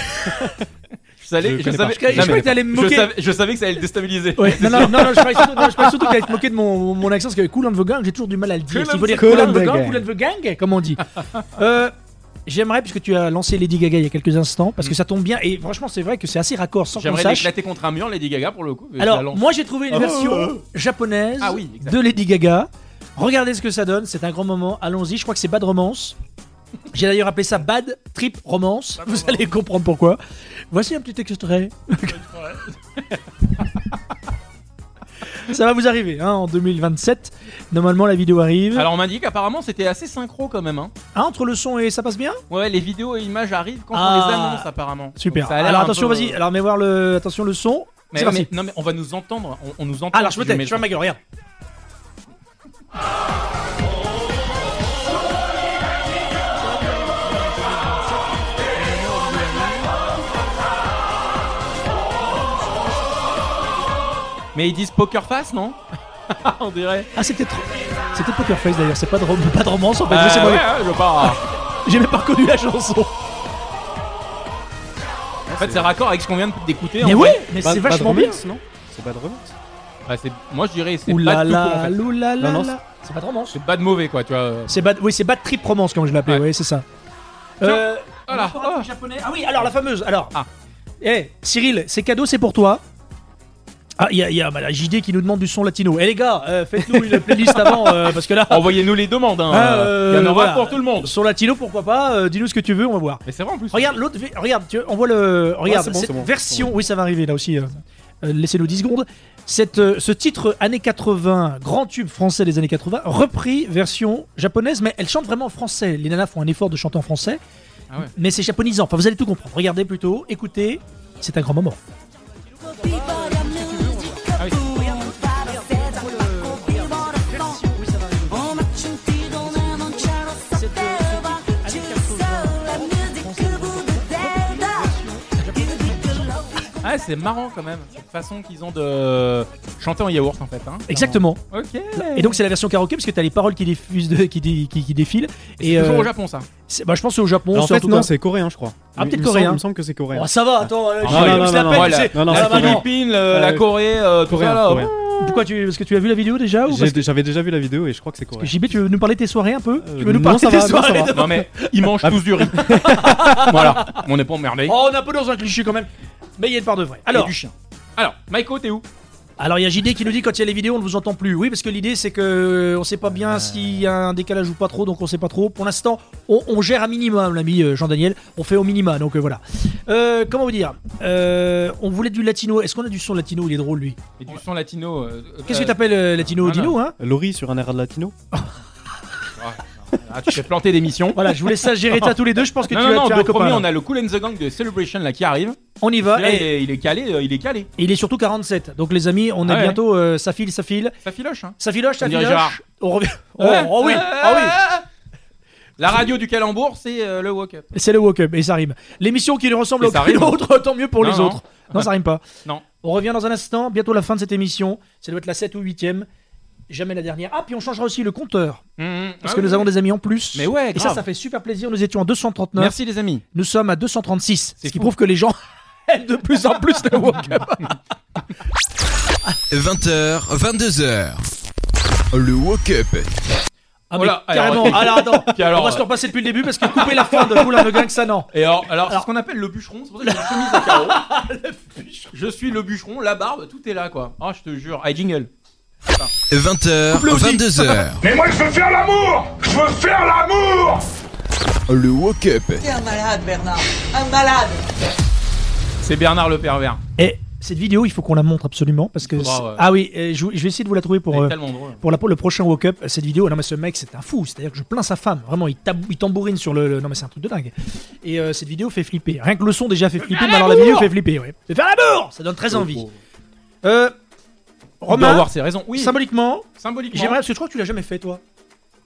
[SPEAKER 5] savais, je,
[SPEAKER 7] connais pas.
[SPEAKER 5] savais,
[SPEAKER 4] Je croyais- je
[SPEAKER 5] non,
[SPEAKER 4] croyais
[SPEAKER 5] mais-
[SPEAKER 4] que t'allais me moquer.
[SPEAKER 5] je savais- je savais que ça allait le
[SPEAKER 4] [laughs]
[SPEAKER 5] déstabiliser.
[SPEAKER 4] Ouais, non, non, non, non, je parlais surtout, non, je parlais surtout qu'elle allait te moquer de mon, mon accent, parce que Cool and the Gang, j'ai toujours du mal à le dire.
[SPEAKER 5] Cool
[SPEAKER 4] S'il faut
[SPEAKER 5] and
[SPEAKER 4] dire
[SPEAKER 5] the
[SPEAKER 4] Cool
[SPEAKER 5] Gang.
[SPEAKER 4] and [laughs] the Gang, Cool and the Gang, comme on dit. Euh, J'aimerais, puisque tu as lancé Lady Gaga il y a quelques instants, parce que ça tombe bien, et franchement, c'est vrai que c'est assez raccord sans qu'on
[SPEAKER 5] J'aimerais
[SPEAKER 4] sache.
[SPEAKER 5] l'éclater contre un mur, Lady Gaga, pour le coup. mais je la
[SPEAKER 4] Alors,
[SPEAKER 5] lance.
[SPEAKER 4] moi j'ai trouvé une
[SPEAKER 5] Ah,
[SPEAKER 4] version
[SPEAKER 5] euh,
[SPEAKER 4] japonaise
[SPEAKER 5] Ah oui, exact.
[SPEAKER 4] de Lady Gaga. Regardez ce que ça donne, c'est un grand moment. Allons-y, je crois que c'est Bad Romance. J'ai d'ailleurs appelé ça Bad Trip Romance. Vous allez comprendre pourquoi. Voici un
[SPEAKER 5] [laughs]
[SPEAKER 4] petit extrait. ça va vous arriver hein, en 2027. Normalement, la vidéo arrive.
[SPEAKER 5] Alors, on m'a dit qu'apparemment c'était assez synchro quand même. Hein.
[SPEAKER 4] Ah, entre le son et ça passe bien
[SPEAKER 5] Ouais, les vidéos et images arrivent quand on
[SPEAKER 4] Ah.
[SPEAKER 5] les annonce apparemment.
[SPEAKER 4] Super.
[SPEAKER 5] Donc, ça a l'air
[SPEAKER 4] Alors
[SPEAKER 5] un
[SPEAKER 4] attention,
[SPEAKER 5] peu-
[SPEAKER 4] vas-y. Alors, mais voir le. Attention, le son.
[SPEAKER 5] Mais,
[SPEAKER 4] C'est
[SPEAKER 5] non,
[SPEAKER 4] parti. Ah,
[SPEAKER 5] mais- non, mais on va nous entendre. On, on nous entend.
[SPEAKER 4] Alors, je me
[SPEAKER 5] si
[SPEAKER 4] tais,
[SPEAKER 5] mets
[SPEAKER 4] je ferme
[SPEAKER 5] le-
[SPEAKER 4] ma gueule, regarde.
[SPEAKER 5] Mais ils disent poker face,
[SPEAKER 4] [laughs]
[SPEAKER 5] non On dirait.
[SPEAKER 4] Ah, c'est peut-être. C'est peut-être Pokerface d'ailleurs, c'est pas de, rom- [laughs] pas de romance en fait.
[SPEAKER 5] Euh,
[SPEAKER 4] laissez-moi-
[SPEAKER 5] ouais, ouais, je pars.
[SPEAKER 4] Ah, J'ai même pas reconnu la chanson.
[SPEAKER 5] En fait, c'est raccord avec ce qu'on vient d'écouter.
[SPEAKER 4] Mais
[SPEAKER 5] en
[SPEAKER 4] ouais,
[SPEAKER 5] fait.
[SPEAKER 4] mais
[SPEAKER 7] Bad-
[SPEAKER 4] c'est
[SPEAKER 7] Bad
[SPEAKER 4] vachement bien.
[SPEAKER 7] Romance, non C'est pas de romance.
[SPEAKER 5] Bah, c'est- moi, je dirais c'est pas
[SPEAKER 4] Oulala,
[SPEAKER 5] de tout court, en fait.
[SPEAKER 7] Non, non,
[SPEAKER 4] oulala. C'est pas de romance.
[SPEAKER 5] C'est pas de mauvais, quoi, tu vois. euh.
[SPEAKER 4] C'est bad, oui, c'est bad trip romance comme je l'appelais.
[SPEAKER 5] Ouais.
[SPEAKER 4] Ouais, c'est ça.
[SPEAKER 5] Tiens,
[SPEAKER 4] Euh,
[SPEAKER 5] voilà.
[SPEAKER 4] on va voir un truc japonais. Ah oui, alors la fameuse. Alors.
[SPEAKER 5] Ah.
[SPEAKER 4] Eh, Cyril, ces cadeaux, c'est pour toi. Ah, il y a, il y a bah, la JD qui nous demande du son latino. Eh les gars, euh, faites-nous une playlist avant euh, parce
[SPEAKER 5] [laughs]
[SPEAKER 4] que là.
[SPEAKER 5] Envoyez-nous les demandes. Hein.
[SPEAKER 4] Ah,
[SPEAKER 5] Il y en
[SPEAKER 4] euh,
[SPEAKER 5] aura
[SPEAKER 4] voilà.
[SPEAKER 5] pour tout le monde.
[SPEAKER 4] Son latino, pourquoi pas euh, Dis-nous ce que tu veux, on va voir.
[SPEAKER 5] Mais c'est vrai en plus.
[SPEAKER 4] Regarde l'autre, vi- regarde, tu, on voit le, regarde
[SPEAKER 7] c'est bon,
[SPEAKER 4] cette
[SPEAKER 7] c'est bon,
[SPEAKER 4] version. Oui, ça va arriver là aussi. euh, euh, Laissez-nous 10 secondes. Cette, euh, ce titre années 80, grand tube français des années 80, repris version japonaise, mais elle chante vraiment en français. Les nanas font un effort de chanter en français,
[SPEAKER 5] Ah ouais.
[SPEAKER 4] mais c'est japonisant. Enfin, vous allez tout comprendre. Regardez plutôt, écoutez, c'est un grand moment.
[SPEAKER 7] Ah
[SPEAKER 5] Ah, c'est marrant quand même. Cette façon qu'ils ont de chanter en yaourt en fait. Hein.
[SPEAKER 4] Exactement.
[SPEAKER 5] Ok.
[SPEAKER 4] Et donc c'est la version karaoké parce que t'as les paroles qui diffusent, de- qui, dé- qui, qui défilent. Et
[SPEAKER 5] toujours
[SPEAKER 4] euh,
[SPEAKER 5] au Japon ça.
[SPEAKER 4] c'est- bah, je pense que c'est au Japon.
[SPEAKER 7] en
[SPEAKER 4] c'est en
[SPEAKER 7] fait,
[SPEAKER 4] tout
[SPEAKER 7] non,
[SPEAKER 4] cas-
[SPEAKER 7] c'est coréen, je crois.
[SPEAKER 4] Ah,
[SPEAKER 7] Il-
[SPEAKER 4] peut-être
[SPEAKER 7] il me semble-
[SPEAKER 4] coréen.
[SPEAKER 7] Il me semble que c'est coréen.
[SPEAKER 4] Oh, ça va, attends. euh,
[SPEAKER 7] Ah,
[SPEAKER 4] j'ai-
[SPEAKER 7] non,
[SPEAKER 4] je
[SPEAKER 7] non,
[SPEAKER 4] me
[SPEAKER 7] non,
[SPEAKER 4] l'appelle,
[SPEAKER 7] non,
[SPEAKER 4] tu sais.
[SPEAKER 7] non, non,
[SPEAKER 4] Ah,
[SPEAKER 5] la
[SPEAKER 7] c'est
[SPEAKER 4] bah, non.
[SPEAKER 7] coréen.
[SPEAKER 5] Philippine, le- la
[SPEAKER 7] Euh,
[SPEAKER 5] Corée, euh, tout
[SPEAKER 7] Coréen,
[SPEAKER 5] ça là.
[SPEAKER 7] coréen.
[SPEAKER 4] Pourquoi tu, parce que tu as vu la vidéo déjà ou
[SPEAKER 7] J'ai-
[SPEAKER 4] parce
[SPEAKER 7] J'avais déjà vu la vidéo et je crois que c'est coréen.
[SPEAKER 4] JB, tu veux nous parler de tes soirées un peu
[SPEAKER 7] Euh,
[SPEAKER 4] Tu veux nous
[SPEAKER 7] non,
[SPEAKER 4] parler
[SPEAKER 7] ça
[SPEAKER 4] de tes
[SPEAKER 7] va, non, ça
[SPEAKER 4] soirées
[SPEAKER 7] va.
[SPEAKER 4] de-
[SPEAKER 5] oh. Non
[SPEAKER 4] [laughs]
[SPEAKER 5] mais ils mangent tous du riz. [laughs] voilà, on n'est pas emmerdé.
[SPEAKER 4] Oh, on est un peu dans un cliché quand même. Mais il y a une part de vrai. Alors,
[SPEAKER 5] du chien. Alors, Maiko, t'es où
[SPEAKER 4] alors il y a JD qui nous dit quand il y a les vidéos, on ne vous entend plus. Oui, parce que l'idée c'est que on sait pas bien s'il y a un décalage ou pas trop, donc on sait pas trop. Pour l'instant, on, on gère à minimum, l'ami euh, Jean-Daniel. On fait au minima, donc euh, voilà. Euh, comment vous dire Euh, On voulait du latino. Est-ce qu'on a du son latino Il est drôle lui.
[SPEAKER 5] Et du son latino. euh,
[SPEAKER 4] Qu'est-ce
[SPEAKER 5] euh,
[SPEAKER 4] que t'appelles euh, latino
[SPEAKER 5] voilà.
[SPEAKER 4] Dino hein
[SPEAKER 7] Laurie sur un air latino
[SPEAKER 5] Ah, tu fais planter d'émission.
[SPEAKER 4] Voilà, je voulais ça gérer ça tous les deux. Je pense que
[SPEAKER 5] Non,
[SPEAKER 4] tu
[SPEAKER 5] non,
[SPEAKER 4] vas te
[SPEAKER 5] non,
[SPEAKER 4] faire
[SPEAKER 5] le
[SPEAKER 4] un copain.
[SPEAKER 5] premier,
[SPEAKER 4] là.
[SPEAKER 5] on a le Cool and the Gang de Celebration là qui arrive.
[SPEAKER 4] On y va.
[SPEAKER 5] Là, il,
[SPEAKER 4] Et
[SPEAKER 5] est, il est calé, euh, il est calé.
[SPEAKER 4] il est surtout 47. Donc les amis, on est
[SPEAKER 5] Ah ouais.
[SPEAKER 4] bientôt. euh, ça file, ça file.
[SPEAKER 5] Ça filoche, hein.
[SPEAKER 4] Ça filoche, ça
[SPEAKER 5] On dirait
[SPEAKER 4] filoche.
[SPEAKER 5] Gérard.
[SPEAKER 4] On revient. Oh,
[SPEAKER 5] Ouais.
[SPEAKER 4] oh oui, ah
[SPEAKER 5] La radio du calembour, c'est euh, le walk-up.
[SPEAKER 4] oui. C'est le woke up et ça rime. L'émission qui ne ressemble
[SPEAKER 5] Et
[SPEAKER 4] à
[SPEAKER 5] ça
[SPEAKER 4] aucune
[SPEAKER 5] rime.
[SPEAKER 4] autre, [laughs] tant mieux pour
[SPEAKER 5] Non,
[SPEAKER 4] les
[SPEAKER 5] non.
[SPEAKER 4] autres. Non, ça rime pas.
[SPEAKER 5] Non.
[SPEAKER 4] On revient dans un instant, bientôt la fin de cette émission. Ça doit être la 7 ou 8 e Jamais la dernière. Ah, puis on changera aussi le compteur.
[SPEAKER 5] Mm,
[SPEAKER 4] Parce que nous avons des amis en plus.
[SPEAKER 5] Ah Mais ouais,
[SPEAKER 4] Et ça,
[SPEAKER 5] grave.
[SPEAKER 4] ça fait super plaisir. Nous étions à 239.
[SPEAKER 5] Merci les amis.
[SPEAKER 4] Nous sommes à 236. Ce
[SPEAKER 5] C'est
[SPEAKER 4] qui
[SPEAKER 5] fou.
[SPEAKER 4] prouve que les gens [laughs] aiment de plus en plus le woke
[SPEAKER 5] [laughs]
[SPEAKER 4] up.
[SPEAKER 6] 20h, 22h. Le woke-up.
[SPEAKER 4] Ah, mais
[SPEAKER 5] Voilà, alors,
[SPEAKER 4] carrément.
[SPEAKER 5] ok.
[SPEAKER 4] Alors, attends.
[SPEAKER 5] [laughs] Puis alors, euh.
[SPEAKER 4] on va se repasser depuis le début parce que couper la fin de Poulain de Gang,
[SPEAKER 5] [laughs]
[SPEAKER 4] ça non.
[SPEAKER 5] Et alors, alors, c'est ce qu'on appelle le bûcheron, c'est pour ça que j'ai une chemise à
[SPEAKER 4] [laughs]
[SPEAKER 5] carreaux. je suis le bûcheron, la barbe, tout est là quoi. Ah, je te jure. Ah, jingle.
[SPEAKER 6] 20h, 22h.
[SPEAKER 1] Mais moi je veux faire l'amour Je veux faire l'amour
[SPEAKER 6] Le woke-up.
[SPEAKER 5] C'est Bernard le pervers.
[SPEAKER 4] Et cette vidéo, il faut qu'on la montre absolument parce que.
[SPEAKER 5] Faudra,
[SPEAKER 4] c'est-
[SPEAKER 5] ouais.
[SPEAKER 4] Ah oui, euh, je, je vais essayer de vous la trouver
[SPEAKER 5] C'est
[SPEAKER 4] pour. euh,
[SPEAKER 5] tellement drôle.
[SPEAKER 4] pour, la, pour le prochain Woke Up, cette vidéo, non mais ce mec c'est un fou, c'est-à-dire que je plains sa femme, vraiment il, tab- il tambourine sur le, le- Non mais c'est un truc de dingue. Et euh, cette vidéo fait flipper, rien que le son déjà fait flipper, mais alors la vidéo fait flipper, ouais. C'est faire l'amour Ça donne très envie. Euh,
[SPEAKER 5] On doit
[SPEAKER 4] Romain,
[SPEAKER 5] avoir ses raisons. Oui,
[SPEAKER 4] symboliquement,
[SPEAKER 5] symboliquement.
[SPEAKER 4] j'aimerais, parce que je crois que tu l'as jamais fait toi.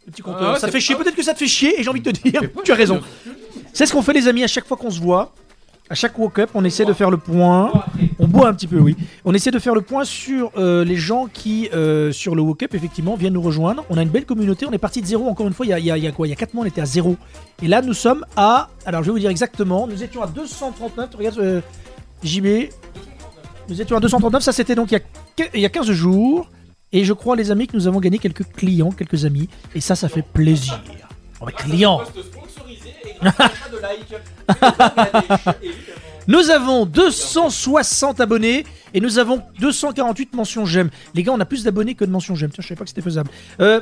[SPEAKER 4] Le petit compteur,
[SPEAKER 5] Ah ouais,
[SPEAKER 4] ça
[SPEAKER 5] c'est-
[SPEAKER 4] fait chier, peut-être que ça te fait chier, et j'ai envie de te dire,
[SPEAKER 5] fait pas
[SPEAKER 4] tu as raison.
[SPEAKER 5] chier.
[SPEAKER 4] C'est ce qu'on fait les amis à chaque fois qu'on se voit. À chaque Woke Up, on essaie de faire le point. On boit un petit peu, oui. On essaie de faire le point sur euh, les gens qui, euh, sur le Woke Up, effectivement, viennent nous rejoindre. On a une belle communauté. On est parti de zéro, encore une fois, il y a, il y a- il y a quoi Il y a 4 mois, on était à zéro. Et là, nous sommes à. Alors, je vais vous dire exactement. Nous étions à 239. Regarde, euh, JB. Nous étions à 239. Ça, c'était donc il y, a, qu- il y a 15 jours. Et je crois, les amis, que nous avons gagné quelques clients, quelques amis. Et ça, ça fait plaisir. Oh, mais clients
[SPEAKER 5] sponsorisé et
[SPEAKER 4] Nous avons 260 abonnés et nous avons 248 mentions j'aime. Les gars, on a plus d'abonnés que de mentions j'aime. Tiens, je savais pas que c'était faisable. Euh,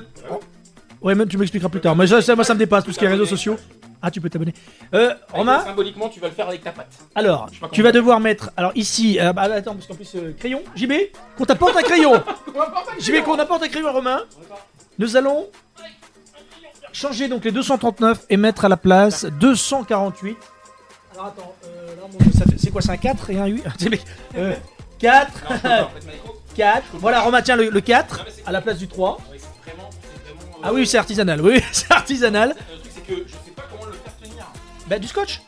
[SPEAKER 4] ouais, même tu m'expliqueras plus tard. Mais ça, ça, moi, ça me dépasse tout ce qui est réseaux sociaux. Ah, tu peux t'abonner. Euh, Romain,
[SPEAKER 5] Symboliquement, tu vas le faire avec ta patte.
[SPEAKER 4] alors, tu vas devoir mettre. Alors, ici. euh, bah, attends, parce qu'en plus, euh, crayon. JB, qu'on t'apporte un crayon. JB, [laughs] qu'on apporte un crayon à Romain. Nous allons changer donc les 239 et mettre à la place 248. Alors attends, euh, là, mon- ça fait- c'est quoi, c'est un 4 et un [laughs] 8 euh, 4 [laughs] 4 Voilà, Romain, tiens le, le 4 à la place du 3.
[SPEAKER 5] Ah
[SPEAKER 4] Ah oui, c'est artisanal, oui, [laughs] c'est artisanal.
[SPEAKER 5] euh, Le truc, c'est que je sais pas comment le faire tenir.
[SPEAKER 4] Bah, du scotch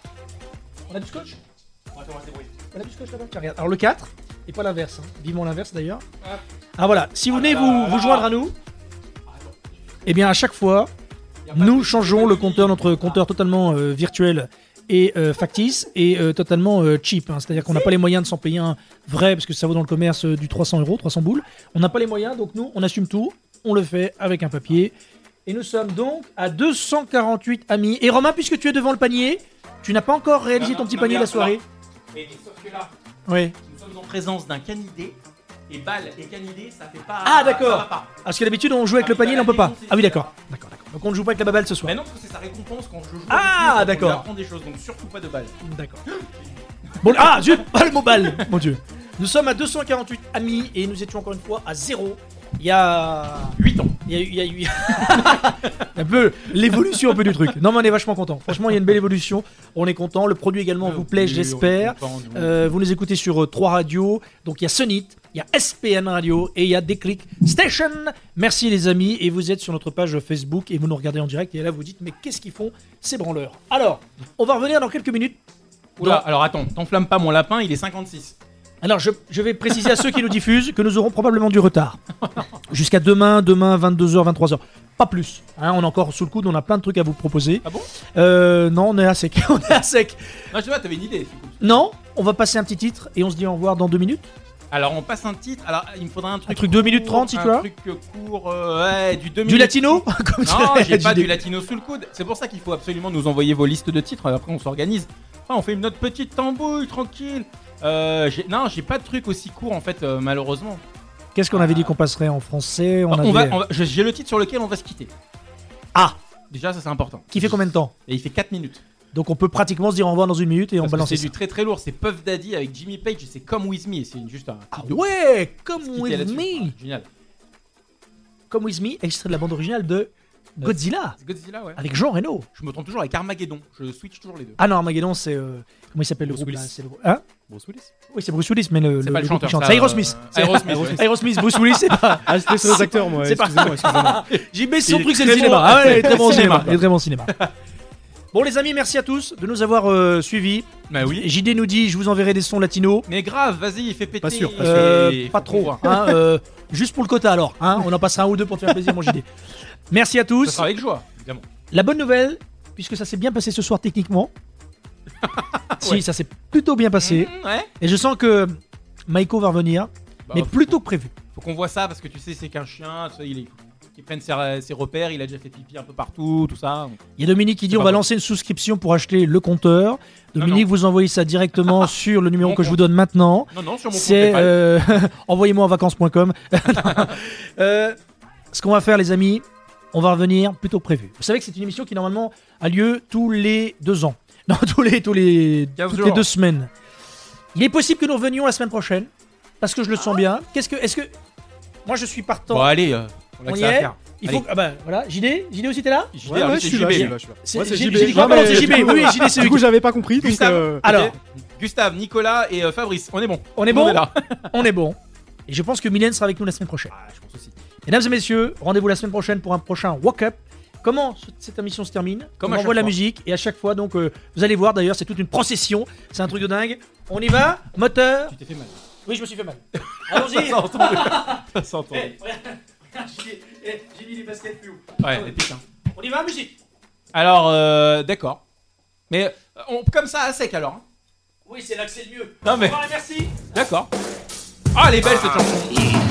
[SPEAKER 4] On a du scotch
[SPEAKER 5] On va faire assez bruit.
[SPEAKER 4] Voilà du scotch là-bas, tiens, regarde. Alors le 4, et pas l'inverse, hein. vivement l'inverse d'ailleurs.
[SPEAKER 5] Ah.
[SPEAKER 4] Ah voilà, si vous venez
[SPEAKER 5] là
[SPEAKER 4] vous,
[SPEAKER 5] là
[SPEAKER 4] vous
[SPEAKER 5] là.
[SPEAKER 4] joindre à nous, eh bien à chaque fois, nous changeons le compteur, notre compteur totalement euh, virtuel et euh, factice et euh, totalement euh, cheap. hein. C'est-à-dire qu'on n'a pas les moyens de s'en payer un vrai, parce que ça vaut dans le commerce euh, du 300 euros, 300 boules. On n'a pas les moyens, donc nous, on assume tout, on le fait avec un papier. Et nous sommes donc à 248 amis. Et Romain, puisque tu es devant le panier, tu n'as pas encore réalisé
[SPEAKER 5] Non,
[SPEAKER 4] ton
[SPEAKER 5] non,
[SPEAKER 4] petit
[SPEAKER 5] non, mais
[SPEAKER 4] panier de la
[SPEAKER 5] là,
[SPEAKER 4] soirée.
[SPEAKER 5] Mais sauf que là,
[SPEAKER 4] Oui.
[SPEAKER 5] nous sommes en présence d'un canidé. Et balle et canidé, ça fait pas.
[SPEAKER 4] Ah
[SPEAKER 5] ça va
[SPEAKER 4] d'accord.
[SPEAKER 5] pas.
[SPEAKER 4] Parce que d'habitude on joue avec le panier, là on peut pas. Ah oui d'accord. D'accord d'accord. Donc on ne joue pas avec la babelle ce soir.
[SPEAKER 5] Mais non, parce que c'est sa récompense quand je joue.
[SPEAKER 4] Ah,
[SPEAKER 5] avec lui,
[SPEAKER 4] d'accord.
[SPEAKER 5] On lui apprend des choses, donc surtout pas de balles.
[SPEAKER 4] D'accord. Bon ah zut, [laughs] pas le mot balle, mon dieu. Nous sommes à 248 amis et nous étions encore une fois à zéro. Il y a
[SPEAKER 5] 8 ans.
[SPEAKER 4] il y a eu il y a eu [laughs] un peu l'évolution un peu du truc. Non mais on est vachement content. Franchement, il y a une belle évolution. On est content, le produit également vous plaît, j'espère. Euh, vous nous écoutez sur euh, trois radios. Donc il y a Sonit, il y a SPN Radio et il y a Déclic Station. Merci les amis. Et vous êtes sur notre page Facebook et vous nous regardez en direct. Et là vous dites, mais qu'est-ce qu'ils font ces branleurs Alors, on va revenir dans quelques minutes.
[SPEAKER 5] Oula, alors attends, t'enflamme pas mon lapin, il est 56.
[SPEAKER 4] Alors je, je vais préciser à ceux qui nous diffusent que nous aurons probablement du retard. Jusqu'à demain, demain 22h, 23h. Pas plus. Hein, on est encore sous le coude, on a plein de trucs à vous proposer.
[SPEAKER 5] Ah bon
[SPEAKER 4] Euh, non, on est à sec. [laughs] on est à sec.
[SPEAKER 5] Non, je sais pas, t'avais une idée. du coup.
[SPEAKER 4] Non, on va passer un petit titre et on se dit au revoir dans deux minutes.
[SPEAKER 5] Alors on passe un titre, alors il me faudra un truc.
[SPEAKER 4] truc 2 minutes
[SPEAKER 5] court,
[SPEAKER 4] 30, si
[SPEAKER 5] un
[SPEAKER 4] tu as.
[SPEAKER 5] truc euh, court, euh, ouais, du 2
[SPEAKER 4] Du
[SPEAKER 5] [laughs]
[SPEAKER 4] latino Comme [laughs]
[SPEAKER 5] Non,
[SPEAKER 4] dirait
[SPEAKER 5] j'ai pas
[SPEAKER 4] JD.
[SPEAKER 5] du latino sous le coude. C'est pour ça qu'il faut absolument nous envoyer vos listes de titres. Après, on s'organise. Ah, on fait une notre petite tambouille, tranquille. Euh, j'ai- non, j'ai pas de truc aussi court en fait, euh, malheureusement.
[SPEAKER 4] Qu'est-ce qu'on avait dit qu'on passerait en français on
[SPEAKER 5] Ah,
[SPEAKER 4] avait...
[SPEAKER 5] on va, on va- je- j'ai le titre sur lequel on va se quitter.
[SPEAKER 4] Ah
[SPEAKER 5] Déjà, ça c'est important.
[SPEAKER 4] Qui fait combien de temps
[SPEAKER 5] Et il fait 4 minutes.
[SPEAKER 4] Donc on peut pratiquement se dire au revoir dans une minute et on
[SPEAKER 5] Parce que
[SPEAKER 4] balance
[SPEAKER 5] c'est du très très lourd. C'est Puff Daddy avec Jimmy Page. et C'est Come With Me. et C'est une- juste un.
[SPEAKER 4] Ah ouais Come
[SPEAKER 5] Quitter
[SPEAKER 4] With
[SPEAKER 5] là-dessus.
[SPEAKER 4] Me
[SPEAKER 5] Ah, Génial.
[SPEAKER 4] Come With Me, extrait de la bande originale de Godzilla
[SPEAKER 5] C'est Godzilla, ouais.
[SPEAKER 4] avec Jean Reno.
[SPEAKER 5] Je me trompe toujours avec Armageddon. Je switch toujours les deux.
[SPEAKER 4] Ah non, Armageddon, c'est. euh, Comment il s'appelle le
[SPEAKER 7] Bruce
[SPEAKER 4] groupe là
[SPEAKER 7] Willis.
[SPEAKER 4] C'est le groupe- hein
[SPEAKER 7] Bruce Willis.
[SPEAKER 4] Oui, c'est Bruce Willis, mais le.
[SPEAKER 5] C'est pas le
[SPEAKER 4] groupe qui
[SPEAKER 5] chanteur.
[SPEAKER 4] chante.
[SPEAKER 5] ça,
[SPEAKER 4] C'est Aerosmith.
[SPEAKER 5] euh,
[SPEAKER 4] C'est-
[SPEAKER 5] Aerosmith. ouais.
[SPEAKER 4] Aerosmith, Bruce Willis,
[SPEAKER 5] [laughs]
[SPEAKER 4] c'est pas.
[SPEAKER 7] Ah, j'étais sur les acteurs, moi.
[SPEAKER 4] c'est pas-
[SPEAKER 7] Excusez-moi, excusez-moi.
[SPEAKER 4] J'ai baissé son
[SPEAKER 7] Il est
[SPEAKER 4] truc, c'est le
[SPEAKER 7] très bon.
[SPEAKER 4] cinéma. Ah ouais, il est très bon au
[SPEAKER 7] Cinéma,
[SPEAKER 4] cinéma.
[SPEAKER 7] quoi.
[SPEAKER 4] Il est très bon au cinéma. Bon, les amis, merci à tous de nous avoir euh, suivis. [laughs]
[SPEAKER 5] Bah oui.
[SPEAKER 4] JD nous dit je vous enverrai des sons latinos.
[SPEAKER 5] Mais grave, vas-y, fais péter.
[SPEAKER 7] Pas sûr, pas
[SPEAKER 4] Euh,
[SPEAKER 5] Et-
[SPEAKER 4] pas
[SPEAKER 5] faut
[SPEAKER 4] trop.
[SPEAKER 5] voir.
[SPEAKER 4] hein, euh, juste pour le quota alors. hein, on en passera un ou deux pour te faire plaisir, mon JD. Merci à
[SPEAKER 5] Ça
[SPEAKER 4] tous.
[SPEAKER 5] sera avec joie, évidemment.
[SPEAKER 4] La bonne nouvelle, puisque ça s'est bien passé ce soir
[SPEAKER 5] [laughs]
[SPEAKER 4] techniquement.
[SPEAKER 5] Ouais.
[SPEAKER 4] Si, ça s'est plutôt bien passé.
[SPEAKER 5] Mmh, ouais.
[SPEAKER 4] Et je sens que Maiko va revenir,
[SPEAKER 5] Bah,
[SPEAKER 4] mais
[SPEAKER 5] faut-
[SPEAKER 4] plutôt que prévu.
[SPEAKER 5] Faut qu'on voit ça parce que tu sais, c'est qu'un chien, tu sais, il est. Il prenne ses, ses repères, il a déjà fait pipi un peu partout, tout ça.
[SPEAKER 4] Il y a Dominique qui dit
[SPEAKER 5] C'est
[SPEAKER 4] on
[SPEAKER 5] pas
[SPEAKER 4] va
[SPEAKER 5] bon.
[SPEAKER 4] lancer une souscription pour acheter le compteur. Dominique, vous envoyez
[SPEAKER 5] [laughs]
[SPEAKER 4] ça directement sur le numéro
[SPEAKER 5] Mon
[SPEAKER 4] que je vous
[SPEAKER 5] compte.
[SPEAKER 4] donne maintenant.
[SPEAKER 5] Non, non, sur mon compte
[SPEAKER 4] C'est
[SPEAKER 5] PayPal.
[SPEAKER 4] euh, [laughs] envoyez-moi en [laughs] vacances.com. Euh, ce qu'on va faire, les amis, on va revenir plutôt que prévu. Vous savez que c'est une émission qui normalement a lieu tous les deux ans, [laughs] non tous les tous les
[SPEAKER 5] 15
[SPEAKER 4] toutes les
[SPEAKER 5] jours.
[SPEAKER 4] deux semaines. Il est possible que nous revenions la semaine prochaine parce que je le sens bien. Qu'est-ce que est-ce que moi je suis partant.
[SPEAKER 5] Bon, allez, euh, on a
[SPEAKER 4] On
[SPEAKER 5] que
[SPEAKER 4] y
[SPEAKER 5] ça à
[SPEAKER 4] est
[SPEAKER 5] faire.
[SPEAKER 4] Il faut
[SPEAKER 5] Allez.
[SPEAKER 4] que- ah bah voilà, JD, JD aussi t'es là
[SPEAKER 5] JD,
[SPEAKER 7] Ouais,
[SPEAKER 5] ah oui,
[SPEAKER 7] ouais, je
[SPEAKER 5] c'est
[SPEAKER 7] suis là, je
[SPEAKER 5] JB.
[SPEAKER 7] suis là, je suis là.
[SPEAKER 4] C'est
[SPEAKER 7] Ouais, c'est
[SPEAKER 4] JB,
[SPEAKER 7] JB.
[SPEAKER 4] JB, pardon, c'est JB,
[SPEAKER 7] du coup,
[SPEAKER 4] oui, JB, c'est
[SPEAKER 7] Ah, Du
[SPEAKER 4] lui
[SPEAKER 7] coup,
[SPEAKER 4] qui-
[SPEAKER 7] j'avais pas compris. Donc,
[SPEAKER 5] Gustave.
[SPEAKER 7] euh,
[SPEAKER 4] Alors,
[SPEAKER 5] Gustave, Nicolas et euh, Fabrice, on est bon.
[SPEAKER 4] on est bon
[SPEAKER 5] est
[SPEAKER 7] [laughs]
[SPEAKER 5] là.
[SPEAKER 4] [laughs] On est bon. Et je pense que Mylène sera avec nous la semaine prochaine.
[SPEAKER 5] Ah, je pense aussi.
[SPEAKER 4] Mesdames et messieurs, rendez-vous la semaine prochaine pour un prochain Walk Up. Comment ce- cette émission se termine
[SPEAKER 5] Comme à
[SPEAKER 4] On envoie
[SPEAKER 5] chaque
[SPEAKER 4] la
[SPEAKER 5] fois.
[SPEAKER 4] musique et à chaque fois, donc euh, vous allez voir d'ailleurs, c'est toute une procession, c'est un truc de dingue. On y va, moteur.
[SPEAKER 5] Tu t'es fait mal.
[SPEAKER 4] Oui, je me suis fait mal. Allons-y.
[SPEAKER 5] Ça s'entend.
[SPEAKER 4] [laughs]
[SPEAKER 5] Ça s'entend.
[SPEAKER 4] Eh, J'ai mis les baskets plus haut.
[SPEAKER 5] Ouais, les piques, hein.
[SPEAKER 4] On y va, musique.
[SPEAKER 5] Alors, euh, d'accord. Mais euh, on, comme ça, à sec alors. hein.
[SPEAKER 4] Oui, c'est là que c'est le mieux.
[SPEAKER 5] Non, mais- Au revoir,
[SPEAKER 4] merci.
[SPEAKER 5] D'accord. Ah, elle est belle cette chanson.